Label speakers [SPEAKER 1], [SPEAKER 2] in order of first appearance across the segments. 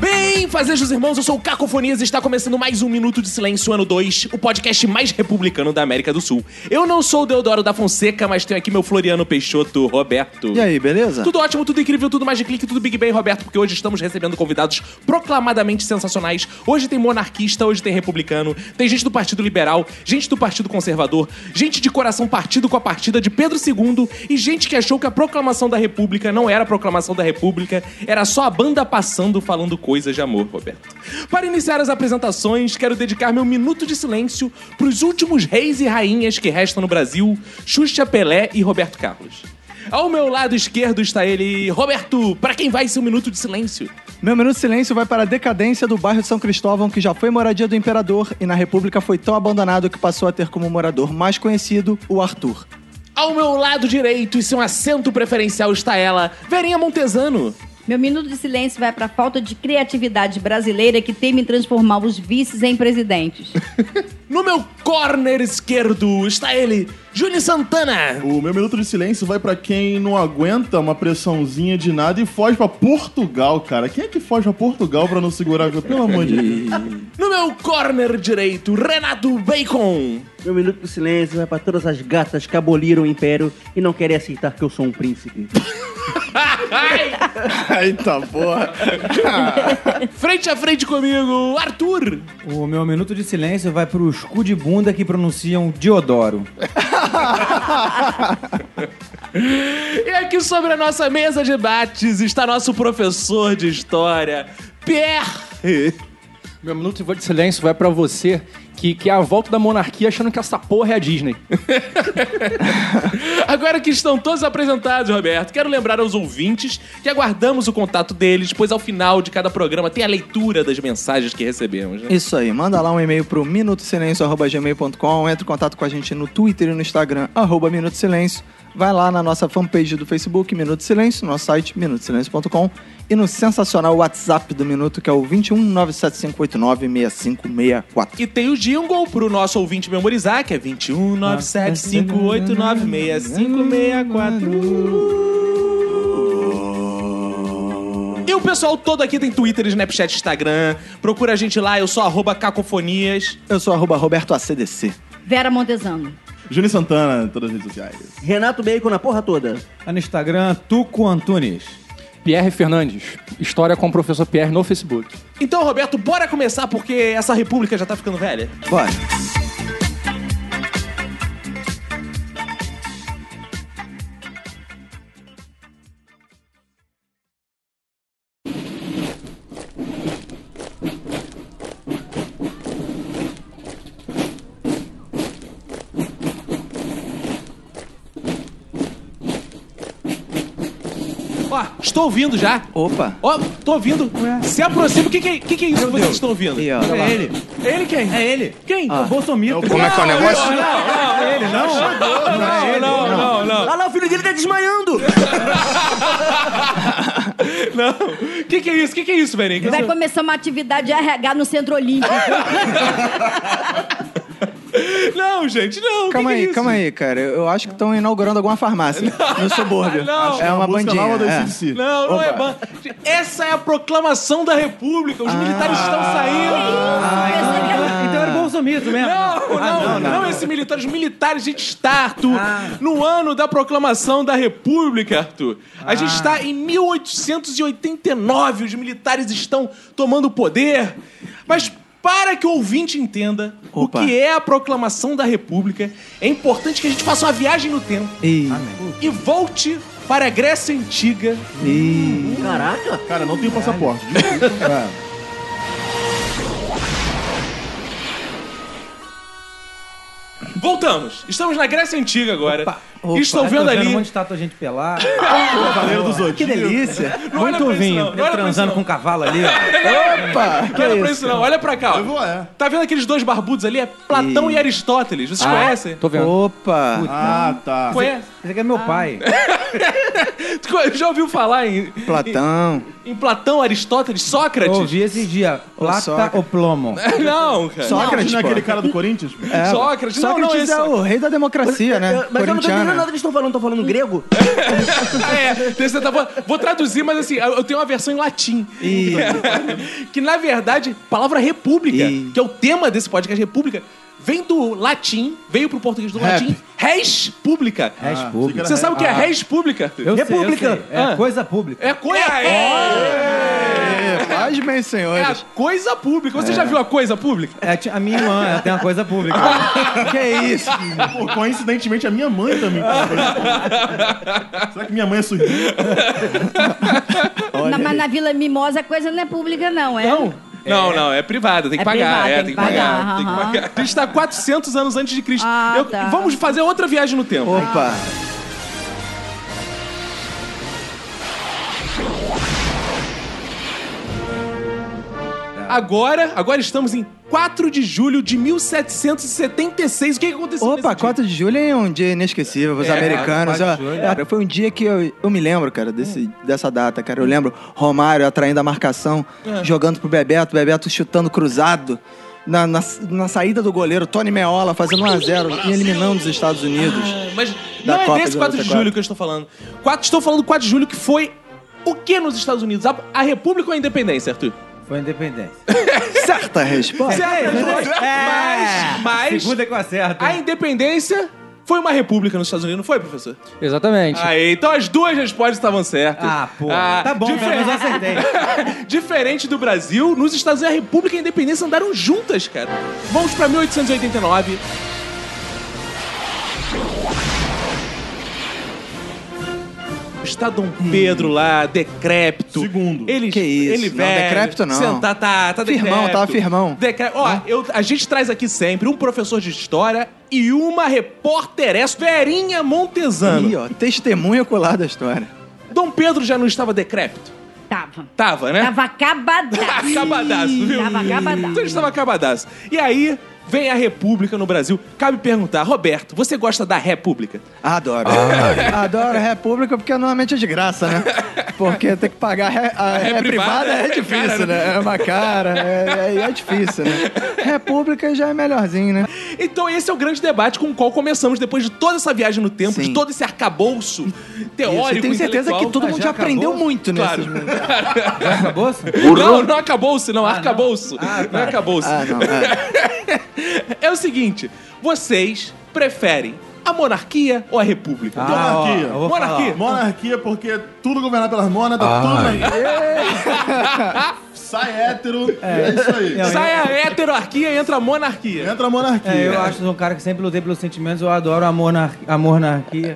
[SPEAKER 1] Bem, fazejos irmãos, eu sou o Cacofonias e está começando mais um Minuto de Silêncio, ano 2, o podcast mais republicano da América do Sul. Eu não sou o Deodoro da Fonseca, mas tenho aqui meu Floriano Peixoto, Roberto.
[SPEAKER 2] E aí, beleza?
[SPEAKER 1] Tudo ótimo, tudo incrível, tudo mais de clique, tudo Big Bang, Roberto, porque hoje estamos recebendo convidados proclamadamente sensacionais. Hoje tem monarquista, hoje tem republicano, tem gente do Partido Liberal, gente do Partido Conservador, gente de coração partido com a partida de Pedro II e gente que achou que a proclamação da República não era a proclamação da República, era só a banda passando falando coisas de amor, Roberto. Para iniciar as apresentações, quero dedicar meu minuto de silêncio para os últimos reis e rainhas que restam no Brasil, Xuxa Pelé e Roberto Carlos. Ao meu lado esquerdo está ele, Roberto, para quem vai ser um minuto de silêncio.
[SPEAKER 2] Meu minuto de silêncio vai para a decadência do bairro de São Cristóvão, que já foi moradia do imperador e na República foi tão abandonado que passou a ter como morador mais conhecido o Arthur.
[SPEAKER 1] Ao meu lado direito e seu assento preferencial está ela, Verinha Montesano.
[SPEAKER 3] Meu minuto de silêncio vai para a falta de criatividade brasileira que teme transformar os vices em presidentes.
[SPEAKER 1] No meu corner esquerdo está ele, Júlio Santana.
[SPEAKER 4] O meu minuto de silêncio vai pra quem não aguenta uma pressãozinha de nada e foge pra Portugal, cara. Quem é que foge pra Portugal pra não segurar? Pelo amor de Deus.
[SPEAKER 1] No meu corner direito, Renato Bacon.
[SPEAKER 5] Meu minuto de silêncio vai pra todas as gatas que aboliram o império e não querem aceitar que eu sou um príncipe.
[SPEAKER 1] Ai,
[SPEAKER 4] Eita porra.
[SPEAKER 1] frente a frente comigo, Arthur.
[SPEAKER 6] O meu minuto de silêncio vai para os cu de bunda que pronunciam Diodoro.
[SPEAKER 1] E aqui sobre a nossa mesa de debates está nosso professor de história, Pierre.
[SPEAKER 7] Meu minuto de silêncio vai pra você que quer a volta da monarquia achando que essa porra é a Disney.
[SPEAKER 1] Agora que estão todos apresentados, Roberto, quero lembrar aos ouvintes que aguardamos o contato deles, pois ao final de cada programa tem a leitura das mensagens que recebemos. Né?
[SPEAKER 2] Isso aí, manda lá um e-mail pro minutosilencio.gmail.com, entra em contato com a gente no Twitter e no Instagram, arroba Minuto Silêncio. Vai lá na nossa fanpage do Facebook, Minuto Silêncio, nosso site, minutosilêncio.com e no sensacional WhatsApp do Minuto, que é o 21 6564.
[SPEAKER 1] E tem o jingle pro nosso ouvinte memorizar, que é 21 97 589 6564. E o pessoal todo aqui tem Twitter, Snapchat, Instagram. Procura a gente lá, eu sou arroba cacofonias.
[SPEAKER 2] Eu sou arroba Roberto ACDC.
[SPEAKER 3] Vera Montesano.
[SPEAKER 4] Júnior Santana, em todas as redes sociais.
[SPEAKER 5] Renato Bacon na porra toda.
[SPEAKER 6] Lá no Instagram, Tuco Antunes.
[SPEAKER 7] Pierre Fernandes. História com o professor Pierre no Facebook.
[SPEAKER 1] Então, Roberto, bora começar porque essa república já tá ficando velha.
[SPEAKER 2] Bora.
[SPEAKER 1] Ó, estou ouvindo já.
[SPEAKER 2] Opa.
[SPEAKER 1] Ó, tô ouvindo. Se aproxima. O que, que, é- que que é isso que vocês estão ouvindo?
[SPEAKER 2] Aí, ó.
[SPEAKER 1] É ele. Ele quem? É ele. Quem?
[SPEAKER 2] Ah.
[SPEAKER 1] O Bolsomito.
[SPEAKER 8] Como é que é o negócio?
[SPEAKER 1] Ele não. Não, não, não, não, não.
[SPEAKER 5] Olha lá, o filho dele tá desmaiando!
[SPEAKER 1] O que, que é isso? O que, que é isso, Verinha? Que
[SPEAKER 3] Vai
[SPEAKER 1] isso?
[SPEAKER 3] começar uma atividade RH no Centro Olímpico.
[SPEAKER 1] Não, gente, não.
[SPEAKER 2] Calma
[SPEAKER 1] que que é
[SPEAKER 2] aí,
[SPEAKER 1] isso?
[SPEAKER 2] calma aí, cara. Eu acho que estão inaugurando alguma farmácia no subúrbio.
[SPEAKER 1] Não.
[SPEAKER 2] é uma
[SPEAKER 4] Música
[SPEAKER 2] bandinha.
[SPEAKER 4] nova do
[SPEAKER 2] é.
[SPEAKER 4] ACDC.
[SPEAKER 1] Não, não é
[SPEAKER 2] Opa.
[SPEAKER 1] ban... Essa é a proclamação da República. Os militares estão saindo.
[SPEAKER 6] Então era Bolsomito mesmo.
[SPEAKER 1] Não, não, não, Esses militares, os militares, a gente está, Arthur, no ano da proclamação da República, Arthur. A gente está em 1889. Os militares estão tomando o poder. Mas. Para que o ouvinte entenda
[SPEAKER 2] Opa.
[SPEAKER 1] o que é a proclamação da República, é importante que a gente faça uma viagem no tempo
[SPEAKER 2] Ih,
[SPEAKER 1] e volte para a Grécia Antiga
[SPEAKER 2] ih.
[SPEAKER 5] Caraca!
[SPEAKER 4] Cara, não tenho passaporte.
[SPEAKER 1] Voltamos. Estamos na Grécia Antiga agora.
[SPEAKER 9] Opa,
[SPEAKER 1] Estou
[SPEAKER 9] eu
[SPEAKER 1] vendo
[SPEAKER 9] tô
[SPEAKER 1] ali.
[SPEAKER 9] Um monte de estátua de gente pelada.
[SPEAKER 10] Cavaleiro dos Zodíaco.
[SPEAKER 2] Que delícia.
[SPEAKER 1] Não olha pra
[SPEAKER 9] muito
[SPEAKER 1] isso, não.
[SPEAKER 9] vinho.
[SPEAKER 1] Não olha pra isso,
[SPEAKER 9] transando
[SPEAKER 1] não.
[SPEAKER 9] com um cavalo ali, ó.
[SPEAKER 2] Opa, que
[SPEAKER 1] Não olha pra
[SPEAKER 2] é isso?
[SPEAKER 1] isso, não. Olha pra cá. ó.
[SPEAKER 10] Eu vou, é.
[SPEAKER 1] Tá vendo aqueles dois barbudos ali? É Platão e, Aristóteles. Vocês conhecem?
[SPEAKER 7] Tô vendo.
[SPEAKER 2] Opa.
[SPEAKER 10] Ah, tá.
[SPEAKER 1] Conhece?
[SPEAKER 9] Esse aqui é meu pai.
[SPEAKER 1] Tu co- Já ouviu falar em,
[SPEAKER 2] Platão.
[SPEAKER 1] em Platão, Aristóteles, Sócrates?
[SPEAKER 9] Ouvi esse dia. Plata
[SPEAKER 2] Sócrates.
[SPEAKER 9] ou plomo?
[SPEAKER 1] Não, cara.
[SPEAKER 2] Sócrates,
[SPEAKER 10] Não é
[SPEAKER 2] pô.
[SPEAKER 10] aquele cara do Corinthians?
[SPEAKER 2] É,
[SPEAKER 1] Sócrates, não, não,
[SPEAKER 2] Sócrates
[SPEAKER 1] esse
[SPEAKER 2] é o rei da democracia, né?
[SPEAKER 5] Mas eu não tô entendendo
[SPEAKER 2] Corintiano.
[SPEAKER 5] nada que eles estão falando, estão falando grego?
[SPEAKER 1] Ah, é. Você tá- vou, vou traduzir, mas assim, eu eu tenho uma versão em latim. que na verdade, palavra república,
[SPEAKER 2] Ih.
[SPEAKER 1] que é o tema desse podcast República, vem do latim, veio pro português do latim, res pública.
[SPEAKER 9] Res pública.
[SPEAKER 1] Você sabe o que é res pública?
[SPEAKER 9] Eu sei, eu
[SPEAKER 5] República.
[SPEAKER 9] sei. É
[SPEAKER 1] Ah.
[SPEAKER 9] coisa pública.
[SPEAKER 1] É coisa.
[SPEAKER 2] É, Paz, meus
[SPEAKER 1] É a
[SPEAKER 2] senhores.
[SPEAKER 1] coisa pública. Você já viu a coisa pública?
[SPEAKER 9] É, ti- a minha irmã, ela tem uma coisa pública.
[SPEAKER 2] Que isso?
[SPEAKER 10] Pô, coincidentemente, a minha mãe também. Será que minha mãe é surdinha?
[SPEAKER 3] Na, mas na Vila Mimosa a coisa não é pública, não, é? Não.
[SPEAKER 1] Não, não, é privada, tem que
[SPEAKER 3] É
[SPEAKER 1] pagar.
[SPEAKER 3] privada,
[SPEAKER 1] é,
[SPEAKER 3] tem que pagar,
[SPEAKER 1] tem que
[SPEAKER 3] aham.
[SPEAKER 1] pagar. A gente tá 400 anos antes de Cristo.
[SPEAKER 3] Ah,
[SPEAKER 1] Eu-
[SPEAKER 3] tá.
[SPEAKER 1] Vamos fazer outra viagem no tempo.
[SPEAKER 2] Opa.
[SPEAKER 1] Agora, agora estamos em 4 de julho de 1776. O que, que aconteceu
[SPEAKER 2] Opa,
[SPEAKER 1] nesse dia? É,
[SPEAKER 2] 4 de julho é um dia inesquecível os americanos.
[SPEAKER 9] 4 de
[SPEAKER 2] ó.
[SPEAKER 9] julho.
[SPEAKER 2] Cara, foi um dia que eu, eu me lembro, cara,
[SPEAKER 1] Hum.
[SPEAKER 2] desse, dessa data, cara. Eu lembro Romário atraindo a marcação,
[SPEAKER 1] É.
[SPEAKER 2] jogando pro Bebeto, Bebeto chutando cruzado. Na, na, na saída do goleiro, Tony Meola fazendo 1x0 e eliminando os Estados Unidos.
[SPEAKER 1] Ah, Mas
[SPEAKER 2] Da
[SPEAKER 1] não é
[SPEAKER 2] Copa
[SPEAKER 1] desse
[SPEAKER 2] de
[SPEAKER 1] 4 de
[SPEAKER 2] 94.
[SPEAKER 1] julho que eu estou falando. Quatro- estou falando do 4 de julho que foi o que nos Estados Unidos? A, a República ou a Independência, Arthur?
[SPEAKER 9] Foi a independência.
[SPEAKER 2] Certa resposta.
[SPEAKER 9] É.
[SPEAKER 1] Mas, mas
[SPEAKER 9] Segunda que eu acerto.
[SPEAKER 1] a Independência foi uma república nos Estados Unidos, não foi, professor?
[SPEAKER 7] Exatamente.
[SPEAKER 1] Aí, então as duas respostas estavam certas.
[SPEAKER 9] Ah, pô.
[SPEAKER 1] Ah,
[SPEAKER 9] tá bom,
[SPEAKER 1] difer-
[SPEAKER 9] pelo menos eu acertei.
[SPEAKER 1] Diferente do Brasil, nos Estados Unidos a República e a Independência andaram juntas, cara. Vamos pra 1889. Está Dom Pedro lá, decrépito.
[SPEAKER 10] Segundo.
[SPEAKER 1] Ele,
[SPEAKER 2] Hum. Que isso,
[SPEAKER 1] ele
[SPEAKER 2] não,
[SPEAKER 1] velho,
[SPEAKER 2] decrépito não.
[SPEAKER 1] Senta, tá, tá
[SPEAKER 2] Firmão,
[SPEAKER 1] decrépito.
[SPEAKER 2] tava firmão.
[SPEAKER 1] Decré- Ó, eu, a gente traz aqui sempre um professor de história e uma é repórteressa, Verinha Montesano.
[SPEAKER 2] Ih, ó, testemunha ocular da história.
[SPEAKER 1] Dom Pedro já não estava decrépito?
[SPEAKER 3] Tava.
[SPEAKER 1] Tava, né?
[SPEAKER 3] Tava acabadaço.
[SPEAKER 1] Acabadaço, viu?
[SPEAKER 3] Tava
[SPEAKER 1] Então
[SPEAKER 3] acabadaço.
[SPEAKER 1] ele estava acabadaço. E aí vem a República no Brasil. Cabe perguntar, Roberto, você gosta da República?
[SPEAKER 2] Adoro. Adoro República porque normalmente é de graça, né? Porque tem que pagar ré- a
[SPEAKER 1] ré
[SPEAKER 2] ré privada
[SPEAKER 1] privada
[SPEAKER 2] é
[SPEAKER 1] é
[SPEAKER 2] difícil,
[SPEAKER 1] cara,
[SPEAKER 2] né? É uma cara, é, é- é difícil, né? República já é melhorzinho, né?
[SPEAKER 1] Então esse é o grande debate com o qual começamos depois de toda essa viagem no tempo,
[SPEAKER 2] Sim.
[SPEAKER 1] de todo esse arcabouço teórico,
[SPEAKER 2] eu tenho certeza é que
[SPEAKER 1] intelectual.
[SPEAKER 2] todo
[SPEAKER 9] Ah,
[SPEAKER 2] mundo
[SPEAKER 9] já
[SPEAKER 2] já aprendeu
[SPEAKER 9] acabou?
[SPEAKER 2] muito
[SPEAKER 1] Claro.
[SPEAKER 2] nesses
[SPEAKER 9] Já acabou? Sam?
[SPEAKER 1] Não, não acabou-se, não. arcabouço.
[SPEAKER 9] Ah, tá.
[SPEAKER 1] Não acabou-se.
[SPEAKER 2] Ah, não. é.
[SPEAKER 1] É o seguinte, vocês preferem a monarquia ou a república?
[SPEAKER 9] Ah, ó,
[SPEAKER 10] Monarquia.
[SPEAKER 9] eu vou falar.
[SPEAKER 1] monarquia.
[SPEAKER 10] Monarquia, porque é tudo governado pelas monas, tá tudo na... Sai hétero, é, isso aí.
[SPEAKER 9] Não,
[SPEAKER 1] Sai a heterarquia e entra a monarquia.
[SPEAKER 10] Entra a monarquia.
[SPEAKER 9] É, eu acho que sou um cara que sempre lutei pelos sentimentos, eu adoro a, monar a monarquia.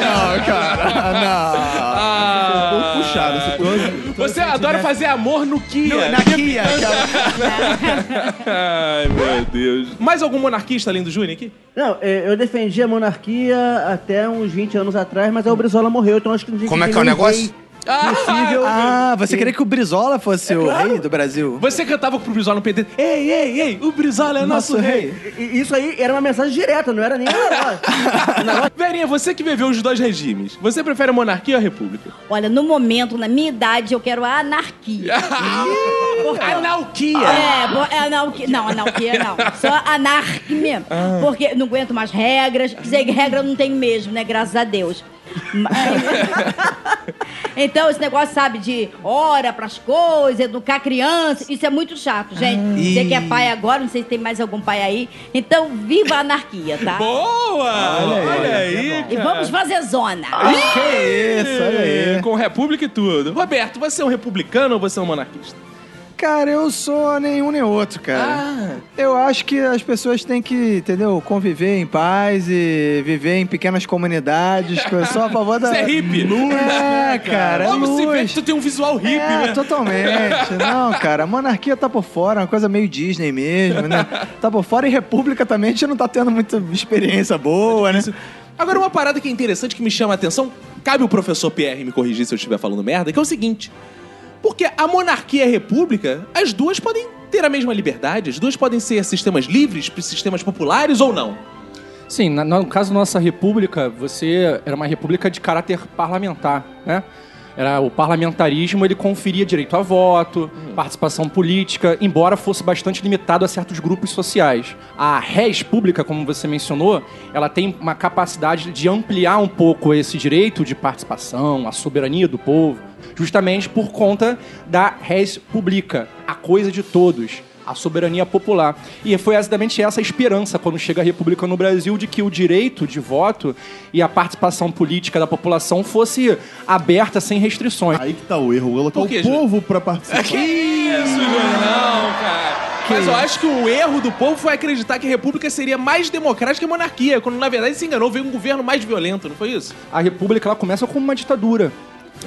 [SPEAKER 2] Não, cara,
[SPEAKER 1] Ah,
[SPEAKER 10] Pouco puxado, esse pouco
[SPEAKER 1] Você adora fazer amor no Kia.
[SPEAKER 2] não. Na Kia, cara.
[SPEAKER 1] Ai, meu Deus. Mais algum monarquista além do Júnior aqui?
[SPEAKER 5] Não, é, eu defendi a monarquia até uns 20 anos atrás, mas aí o Brizola morreu, então acho que não tinha
[SPEAKER 11] Como é
[SPEAKER 5] ter
[SPEAKER 11] que é o
[SPEAKER 5] nenhum
[SPEAKER 11] negócio?
[SPEAKER 5] rei Possível.
[SPEAKER 2] Ah, você queria que o Brizola fosse
[SPEAKER 10] É
[SPEAKER 2] o rei do Brasil?
[SPEAKER 1] Você cantava pro Brizola no PT. Ei, ei, ei, o Brizola é nosso, rei.
[SPEAKER 5] E- e Isso aí era uma mensagem direta, não era nem a
[SPEAKER 1] Verinha, você que viveu os dois regimes, você prefere a monarquia ou a república?
[SPEAKER 3] Olha, no momento, na minha idade, eu quero a anarquia.
[SPEAKER 1] Anarquia.
[SPEAKER 3] É, bo- é anarquia. Não, anarquia não. Só anarque mesmo. Porque não aguento mais regras. Dizer que regra eu não tenho mesmo, né? Graças a Deus. Mas- então, esse negócio, sabe, de hora pras coisas, educar criança, isso é muito chato, gente. Dizer que é pai agora, não sei se tem mais algum pai aí. Então, viva a anarquia, tá?
[SPEAKER 1] Boa! Olha, aí,
[SPEAKER 3] E
[SPEAKER 1] cara.
[SPEAKER 3] vamos fazer zona.
[SPEAKER 2] Que isso, olha aí.
[SPEAKER 1] Com república e tudo. Roberto, você é um republicano ou você é um monarquista?
[SPEAKER 12] Cara, eu sou
[SPEAKER 10] um
[SPEAKER 12] nenhum nem outro,
[SPEAKER 2] Ah,
[SPEAKER 1] Ah,
[SPEAKER 12] cara. Eu acho que as pessoas têm que, entendeu, conviver em paz e viver em pequenas comunidades. que eu sou a favor da.
[SPEAKER 1] Você é hippie?
[SPEAKER 12] Luz. É, cara. é
[SPEAKER 1] Logo se vê
[SPEAKER 12] luz.
[SPEAKER 1] que tu tem um visual hippie,
[SPEAKER 12] é,
[SPEAKER 1] né?
[SPEAKER 12] totalmente. Não, cara, a monarquia tá por fora, é uma coisa meio Disney mesmo, né? Tá por fora e república também a gente não tá tendo muita experiência boa, né?
[SPEAKER 1] Agora, uma parada que é interessante, que me chama a atenção, cabe o professor Pierre me corrigir se eu estiver falando merda, que é o seguinte. Porque a monarquia e a república, as duas podem ter a mesma liberdade, as duas podem ser sistemas livres, sistemas populares ou não.
[SPEAKER 7] Sim, na- no caso da nossa república, você era uma república de caráter parlamentar, né? Era o parlamentarismo, ele conferia direito a voto, participação política, embora fosse bastante limitado a certos grupos sociais. A res pública, como você mencionou, ela tem uma capacidade de ampliar um pouco esse direito de participação, a soberania do povo, justamente por conta da res publica, a coisa de todos a soberania popular. E foi exatamente essa a esperança quando chega a República no Brasil de que o direito de voto e a participação política da população fosse aberta sem restrições.
[SPEAKER 13] Aí que tá o erro, colocar
[SPEAKER 1] Por quê,
[SPEAKER 13] o povo pra participar.
[SPEAKER 1] Que isso, Jornal, cara. Mas eu acho que o erro do povo foi acreditar que a república seria mais democrática que a monarquia, quando na verdade se enganou, veio um governo mais violento, não foi isso?
[SPEAKER 7] A República ela começa como uma ditadura.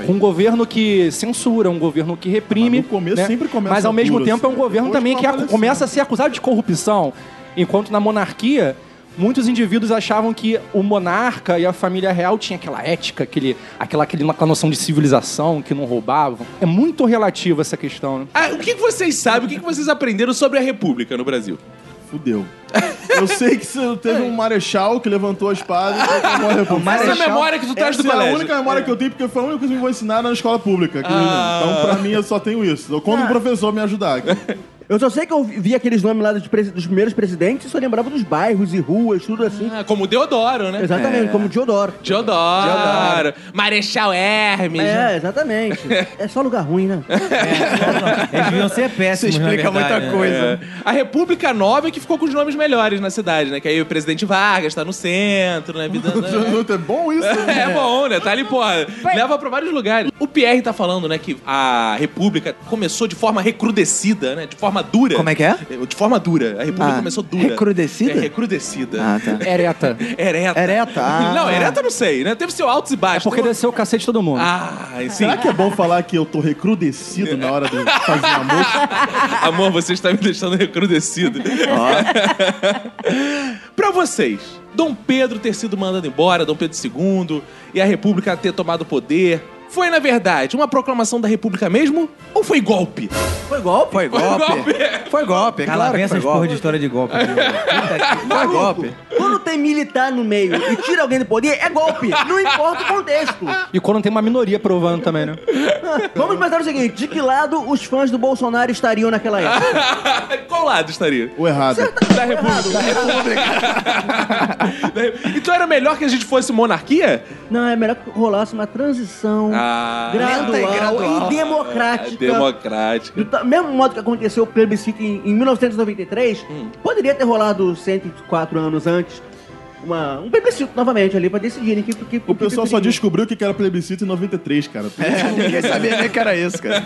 [SPEAKER 7] Um governo que censura, um governo que reprime. né?
[SPEAKER 13] Mas no começo sempre começa
[SPEAKER 7] Mas ao mesmo
[SPEAKER 13] duro,
[SPEAKER 7] tempo é um
[SPEAKER 13] assim.
[SPEAKER 7] governo
[SPEAKER 13] Depois
[SPEAKER 7] também que
[SPEAKER 13] fortalece.
[SPEAKER 7] começa a ser acusado de corrupção. Enquanto na monarquia, muitos indivíduos achavam que o monarca e a família real tinha aquela ética, aquele, aquela, aquele, aquela noção de civilização, que não roubavam. É muito relativa essa questão, né?
[SPEAKER 1] Ah, o que que vocês sabem, o que que vocês aprenderam sobre a república no Brasil?
[SPEAKER 13] Fudeu. Eu sei que você teve um marechal que levantou a espada e tomou a república.
[SPEAKER 1] Essa é a memória que tu traz
[SPEAKER 13] Essa
[SPEAKER 1] do
[SPEAKER 13] é a
[SPEAKER 1] colégio.
[SPEAKER 13] única memória que eu tenho, porque foi a única coisa que me ensinaram na escola pública. que eu lembro. Então, pra mim, eu só tenho isso. Eu Quando o professor me ajudar. aqui.
[SPEAKER 5] Eu só sei que eu vi aqueles nomes lá dos, presi- dos primeiros presidentes e só lembrava dos bairros e ruas, tudo assim.
[SPEAKER 11] É.
[SPEAKER 1] Ah, como o Deodoro, né? É.
[SPEAKER 5] Exatamente, como Diodoro.
[SPEAKER 1] Deodoro, Marechal Hermes. né?
[SPEAKER 5] É, exatamente. é só lugar ruim, né?
[SPEAKER 6] Eles deviam ser péssimos, na
[SPEAKER 12] explica
[SPEAKER 6] verdade,
[SPEAKER 12] muita
[SPEAKER 6] né?
[SPEAKER 12] coisa.
[SPEAKER 1] É. A República Nova é que ficou com os nomes melhores na cidade, né? Que aí o presidente Vargas tá no centro, né? Vida-
[SPEAKER 13] É bom isso?
[SPEAKER 1] É bom, né? Tá ali, porra. Leva pra vários lugares. O Pierre tá falando, né, que a República começou de forma recrudescida, né? De forma dura.
[SPEAKER 12] Como é que é?
[SPEAKER 1] De forma dura. A República
[SPEAKER 12] Ah,
[SPEAKER 1] começou dura.
[SPEAKER 12] recrudescida?
[SPEAKER 1] É, recrudescida.
[SPEAKER 12] Ah, tá.
[SPEAKER 7] Ereta.
[SPEAKER 1] Ereta.
[SPEAKER 12] Ereta, ah. É
[SPEAKER 1] Não, ereta eu não sei, né? Teve seu altos e baixos.
[SPEAKER 7] Porque desceu o cacete de todo mundo.
[SPEAKER 1] Ah, sim.
[SPEAKER 13] Será que é bom falar que eu tô recrudescido na hora de fazer amor?
[SPEAKER 1] Amor, você está me deixando recrudescido. pra vocês, Dom Pedro ter sido mandado embora, Dom Pedro II, e a República ter tomado o poder, foi, na verdade, uma proclamação da República mesmo? Ou foi golpe?
[SPEAKER 12] Foi golpe? Foi golpe. Foi golpe, é
[SPEAKER 6] Cala
[SPEAKER 12] claro
[SPEAKER 6] bem
[SPEAKER 12] que foi
[SPEAKER 6] essas porra de
[SPEAKER 12] golpe.
[SPEAKER 13] né?
[SPEAKER 6] história de golpe. viu? Puta que-
[SPEAKER 12] Foi golpe.
[SPEAKER 5] Quando tem militar no meio e tira alguém do poder, é golpe. Não importa o contexto.
[SPEAKER 7] E quando tem uma minoria provando também, né?
[SPEAKER 5] Vamos pensar o seguinte: de que lado os fãs do Bolsonaro estariam naquela época? tá
[SPEAKER 1] Qual lado estaria?
[SPEAKER 13] Ou errado?
[SPEAKER 1] Da República. Da República. então era melhor que a gente fosse monarquia?
[SPEAKER 5] Não, é melhor que rolasse uma transição
[SPEAKER 1] Ah,
[SPEAKER 5] gradual,
[SPEAKER 12] lenta e
[SPEAKER 5] e
[SPEAKER 12] gradual.
[SPEAKER 5] democrática.
[SPEAKER 1] É, democrática.
[SPEAKER 5] Do ta- mesmo modo que aconteceu o plebiscito em, em 1993, poderia ter rolado 104 anos antes uma- um plebiscito novamente ali pra decidirem que, que
[SPEAKER 13] O pessoal só
[SPEAKER 5] diz
[SPEAKER 13] descobriu que era plebiscito em 93, cara.
[SPEAKER 2] É,
[SPEAKER 12] Ninguém sabia nem que era isso, cara.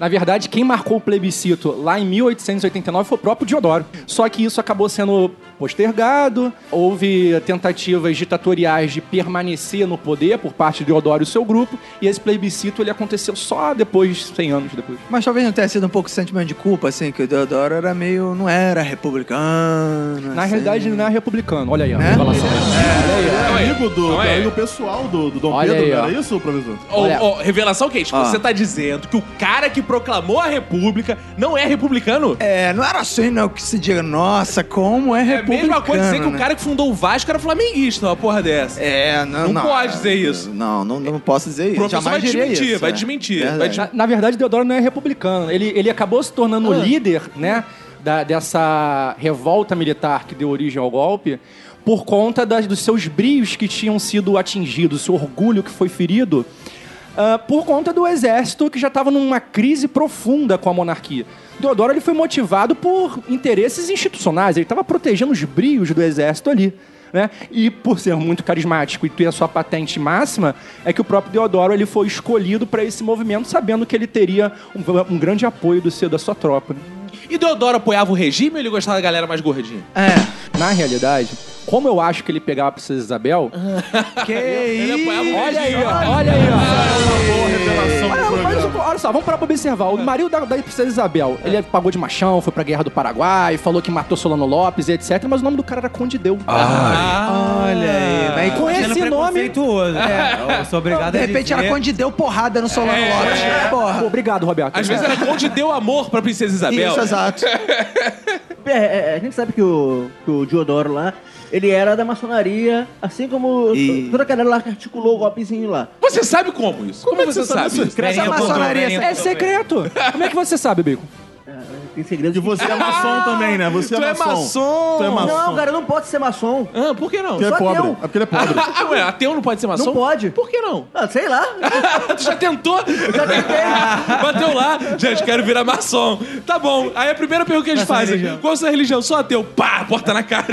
[SPEAKER 7] Na verdade, quem marcou o plebiscito lá em 1889 foi o próprio Diodoro. Só que isso acabou sendo postergado, houve tentativas ditatoriais de permanecer no poder por parte de Diodoro e seu grupo, e esse plebiscito ele aconteceu só depois, 100 anos depois.
[SPEAKER 12] Mas talvez não tenha sido um pouco de sentimento de culpa, assim, que o Deodoro era meio. não era republicano.
[SPEAKER 7] Na
[SPEAKER 12] assim.
[SPEAKER 7] realidade, ele não é republicano. Olha aí, ó, a revelação.
[SPEAKER 13] Era amigo do,
[SPEAKER 1] Calma aí.
[SPEAKER 13] amigo pessoal do, do Dom
[SPEAKER 7] Olha
[SPEAKER 13] Pedro,
[SPEAKER 7] aí,
[SPEAKER 13] não
[SPEAKER 7] ó.
[SPEAKER 13] era isso, professor?
[SPEAKER 1] é. Ó,
[SPEAKER 7] Olha-
[SPEAKER 1] ó, revelação, Kate,
[SPEAKER 12] Ah.
[SPEAKER 1] você tá dizendo que o cara que proclamou a República não é republicano?
[SPEAKER 12] É, não era assim, não, que se diga, nossa, como é
[SPEAKER 1] É a
[SPEAKER 12] republicano.
[SPEAKER 1] mesma coisa dizer que o
[SPEAKER 12] né?
[SPEAKER 1] cara que fundou o Vasco era flamenguista, uma porra dessa.
[SPEAKER 12] É, não,
[SPEAKER 1] Não pode dizer isso.
[SPEAKER 12] Não, não, não posso dizer isso.
[SPEAKER 1] O professor
[SPEAKER 12] Jamais
[SPEAKER 1] vai
[SPEAKER 12] diria
[SPEAKER 1] desmentir,
[SPEAKER 12] isso,
[SPEAKER 1] vai
[SPEAKER 12] é.
[SPEAKER 1] desmentir,
[SPEAKER 12] Verdade.
[SPEAKER 1] vai desmentir.
[SPEAKER 7] Na, na verdade, Deodoro não é republicano. Ele, ele acabou se tornando o líder, né, da- dessa revolta militar que deu origem ao golpe por conta das- dos seus brios que tinham sido atingidos, seu orgulho que foi ferido, ah, por conta do exército que já estava numa crise profunda com a monarquia. Deodoro ele foi motivado por interesses institucionais, ele estava protegendo os brios do exército ali. né? E por ser muito carismático e ter a sua patente máxima, é que o próprio Deodoro ele foi escolhido para esse movimento, sabendo que ele teria um, um grande apoio do seu, da sua tropa.
[SPEAKER 1] E Deodoro apoiava o regime ou ele gostava da galera mais gordinha?
[SPEAKER 7] Na realidade, como eu acho que ele pegava a princesa Isabel,
[SPEAKER 1] Ele apoiava o
[SPEAKER 7] Olha aí,
[SPEAKER 1] regime.
[SPEAKER 7] ó. Olha aí, ó.
[SPEAKER 13] Boa
[SPEAKER 7] Olha,
[SPEAKER 13] revelação do
[SPEAKER 7] olha
[SPEAKER 13] programa. É.
[SPEAKER 7] só, olha só, vamos parar pra observar. O marido da, da princesa Isabel, ele pagou de machão, foi pra guerra do Paraguai, falou que matou Solano Lopes e etc. Mas o nome do cara era Conde Deu.
[SPEAKER 13] Ah,
[SPEAKER 1] Ah,
[SPEAKER 6] Olha aí, mas
[SPEAKER 7] Com
[SPEAKER 6] tá sendo
[SPEAKER 7] esse nome-
[SPEAKER 6] preconceituoso. É, eu sou obrigado
[SPEAKER 12] De
[SPEAKER 6] a
[SPEAKER 12] repente
[SPEAKER 6] dizer. É.
[SPEAKER 12] ela quando deu porrada no Solano Lopes. Porra.
[SPEAKER 7] Pô, obrigado, Roberto. É.
[SPEAKER 1] Às vezes era onde deu amor pra princesa Isabel.
[SPEAKER 12] Isso, exato.
[SPEAKER 5] É, é, é, a gente sabe que o, que o Diodoro lá, ele era da maçonaria, assim como
[SPEAKER 12] E-
[SPEAKER 5] toda a galera lá que articulou o golpezinho lá.
[SPEAKER 1] Você sabe como isso? Como, é você, sabe? isso?
[SPEAKER 12] Essa maçonaria.
[SPEAKER 7] É secreto. Como é que você sabe, Bico?
[SPEAKER 5] Tem segredo de
[SPEAKER 13] E você é maçom também, né? Você é
[SPEAKER 1] Tu é
[SPEAKER 13] maçom.
[SPEAKER 1] maçom.
[SPEAKER 13] Tu é maçom.
[SPEAKER 5] Não, cara, eu não posso ser maçom.
[SPEAKER 1] Ah, por que não?
[SPEAKER 13] Porque é
[SPEAKER 5] sou
[SPEAKER 13] pobre.
[SPEAKER 5] ateu.
[SPEAKER 13] É porque ele é pobre.
[SPEAKER 1] Ah, ué, ateu não pode ser maçom?
[SPEAKER 5] Não pode.
[SPEAKER 1] Por que não?
[SPEAKER 5] Ah, sei lá.
[SPEAKER 1] tu já tentou? Já tentei. Bateu lá. Gente, quero virar maçom. Tá bom. Aí a primeira pergunta que eles fazem. Qual a sua é religião? Sou ateu. Pá, porta na cara.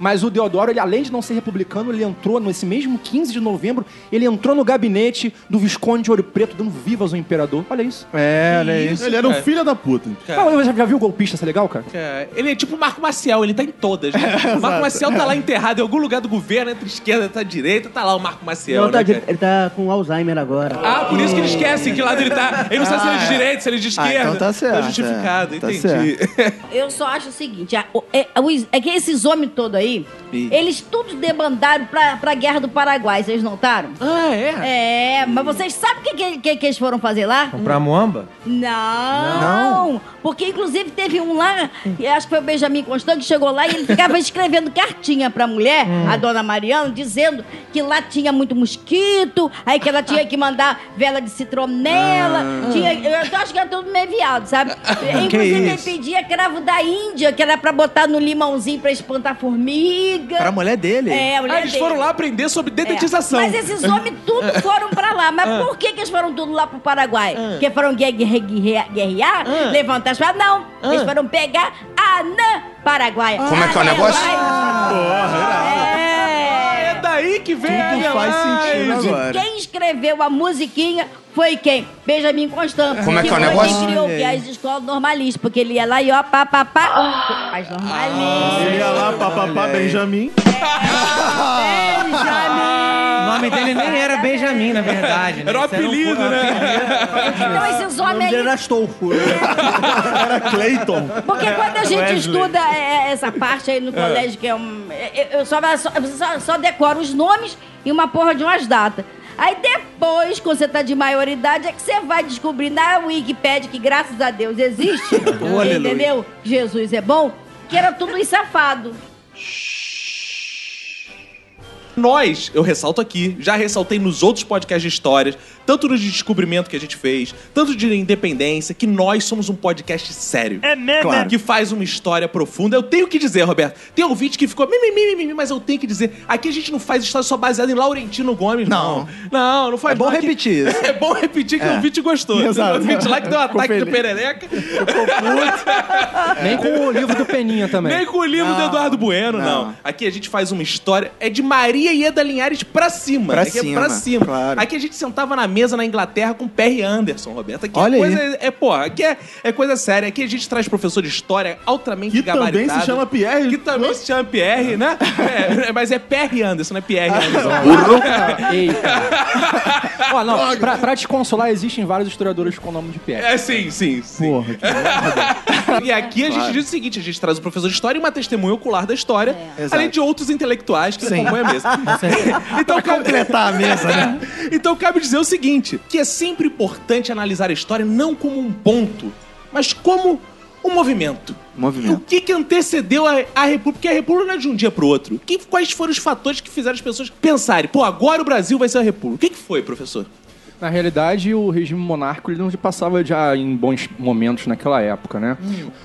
[SPEAKER 7] Mas o Deodoro, ele, além de não ser republicano, ele entrou nesse mesmo 15 de novembro, ele entrou no gabinete do Visconde de Ouro Preto, dando vivas ao imperador. Olha isso.
[SPEAKER 12] É, olha isso.
[SPEAKER 13] Ele era um filho da puta.
[SPEAKER 6] É.
[SPEAKER 7] Ah, você já, já viu o golpista, isso é legal, cara?
[SPEAKER 1] É, ele é tipo o Marco Maciel, ele tá em todas. Né? o Marco Maciel tá lá enterrado em algum lugar do governo, entre esquerda e direita, tá lá o Marco Maciel.
[SPEAKER 5] Não, tá
[SPEAKER 1] né,
[SPEAKER 5] de-
[SPEAKER 1] cara?
[SPEAKER 5] ele tá com Alzheimer agora.
[SPEAKER 1] Ah, por isso que ele esquece que lado ele tá. Ele não sabe se ele é de direita, se ele é de
[SPEAKER 12] Ah,
[SPEAKER 1] esquerda.
[SPEAKER 12] então tá certo,
[SPEAKER 1] Tá justificado,
[SPEAKER 12] é, tá
[SPEAKER 1] entendi.
[SPEAKER 3] Eu só acho o seguinte: a- o- é, o- é que esses homens todos aí, eles todos debandaram pra, pra guerra do Paraguai, vocês notaram?
[SPEAKER 1] Ah, é?
[SPEAKER 3] É, mas vocês sabem o que, que- que- que eles foram fazer lá?
[SPEAKER 6] Pra Moamba?
[SPEAKER 3] Não, Porque, inclusive, teve um lá, e acho que foi o Benjamin Constant, que chegou lá e ele ficava escrevendo cartinha pra mulher, a dona Mariana, dizendo que lá tinha muito mosquito, aí que ela tinha que mandar vela de citronela. Tinha, eu acho que era tudo meio viado, sabe? Inclusive, ele
[SPEAKER 12] isso?
[SPEAKER 3] pedia cravo da Índia, que era pra botar no limãozinho pra espantar formiga.
[SPEAKER 12] Pra mulher dele.
[SPEAKER 3] É, a mulher
[SPEAKER 1] Ah, eles
[SPEAKER 3] dele.
[SPEAKER 1] foram lá aprender sobre
[SPEAKER 3] É.
[SPEAKER 1] dedetização.
[SPEAKER 3] Mas esses homens tudo foram pra lá. Mas por que, que eles foram tudo lá pro Paraguai? Porque foram guerre- guerre- guerre- guerrear, levantar as paradas? Não. Eles foram pegar a Anã Paraguaia.
[SPEAKER 8] Como é que é o
[SPEAKER 3] Anã
[SPEAKER 8] negócio?
[SPEAKER 3] Paraguai. É.
[SPEAKER 1] É daí que vem a
[SPEAKER 12] Tudo faz sentido
[SPEAKER 1] Adelaide.
[SPEAKER 12] é, agora.
[SPEAKER 3] Quem escreveu a musiquinha foi quem? Benjamin Constant.
[SPEAKER 8] Como é que é o
[SPEAKER 3] foi
[SPEAKER 8] negócio?
[SPEAKER 3] Quem criou que é as escolas normalistas, porque ele ia lá e ó, pá, pá,
[SPEAKER 8] Ah.
[SPEAKER 3] pá. As normalistas.
[SPEAKER 13] Ele ia lá, papapá, Benjamin.
[SPEAKER 6] O nome dele nem era Benjamin, na verdade. né?
[SPEAKER 1] Era o
[SPEAKER 6] Isso um-
[SPEAKER 1] apelido, né?
[SPEAKER 3] Então esses homens aí É.
[SPEAKER 5] Ele era Astolfo.
[SPEAKER 13] Era Clayton.
[SPEAKER 3] Porque quando a gente estuda é, é, essa parte aí no colégio, que é um. é, é, Eu só, só, só- só decoro os nomes e uma porra de umas datas. Aí depois, quando você tá de maioridade, é que você vai descobrir na Wikipédia que, graças a Deus, existe. entendeu? Jesus é bom. Que era tudo isso safado.
[SPEAKER 1] Nós, eu ressalto aqui, já ressaltei nos outros podcasts de histórias, tanto no de descobrimento que a gente fez, tanto de independência, que nós somos um podcast sério. É mesmo?
[SPEAKER 12] Claro.
[SPEAKER 1] Que faz uma história profunda. Eu tenho que dizer, Roberto, tem ouvinte que ficou mimimi, mimimi, mas eu tenho que dizer, aqui a gente não faz história só baseada em Laurentino Gomes, não. Não, não, faz
[SPEAKER 12] É bom
[SPEAKER 1] não, aqui-
[SPEAKER 12] repetir isso.
[SPEAKER 1] É bom repetir que o ouvinte gostou.
[SPEAKER 12] Exato.
[SPEAKER 1] O ouvinte lá que deu um
[SPEAKER 12] Ficou
[SPEAKER 1] ataque de
[SPEAKER 12] feliz.
[SPEAKER 1] perereca.
[SPEAKER 6] É.
[SPEAKER 7] Nem com o livro do Peninha também.
[SPEAKER 1] Nem com o livro do
[SPEAKER 12] Não,
[SPEAKER 1] Eduardo Bueno, não.
[SPEAKER 12] não.
[SPEAKER 1] Aqui a gente faz uma história. É de Maria e Eda Linhares pra cima.
[SPEAKER 12] Pra
[SPEAKER 1] né? Que
[SPEAKER 12] cima,
[SPEAKER 1] É pra cima.
[SPEAKER 12] claro.
[SPEAKER 1] Aqui a gente sentava na mesa na Inglaterra com Perry Anderson, Roberto. Aqui
[SPEAKER 12] Olha
[SPEAKER 1] é coisa. É, porra, aqui é, é coisa séria. Aqui a gente traz professor de história altamente
[SPEAKER 13] Que também
[SPEAKER 1] gabaritado.
[SPEAKER 13] se chama Pierre.
[SPEAKER 1] Que também se chama Pierre, né? É, mas é Perry Anderson, não é Pierre Anderson.
[SPEAKER 8] Burro.
[SPEAKER 7] Eita. Ó, não, pra, pra te consolar, existem vários historiadores com o nome de Pierre.
[SPEAKER 1] É, sim, sim, sim.
[SPEAKER 13] Porra, que
[SPEAKER 1] E aqui a gente diz o seguinte: a gente traz o professor de história e uma testemunha ocular da história, além
[SPEAKER 12] Exato. Tá
[SPEAKER 1] de outros intelectuais que compõem a mesa. então, cabe...
[SPEAKER 12] Completar a mesa, né?
[SPEAKER 1] então cabe dizer o seguinte: que é sempre importante analisar a história não como um ponto, mas como um movimento. O
[SPEAKER 12] Movimento.
[SPEAKER 1] que, que antecedeu a, a República? Porque a República não é de um dia pro outro. Que- quais foram os fatores que fizeram as pessoas pensarem, pô, agora o Brasil vai ser a República? O que, que foi, professor?
[SPEAKER 7] Na realidade, o regime monárquico ele não passava já em bons momentos naquela época, né?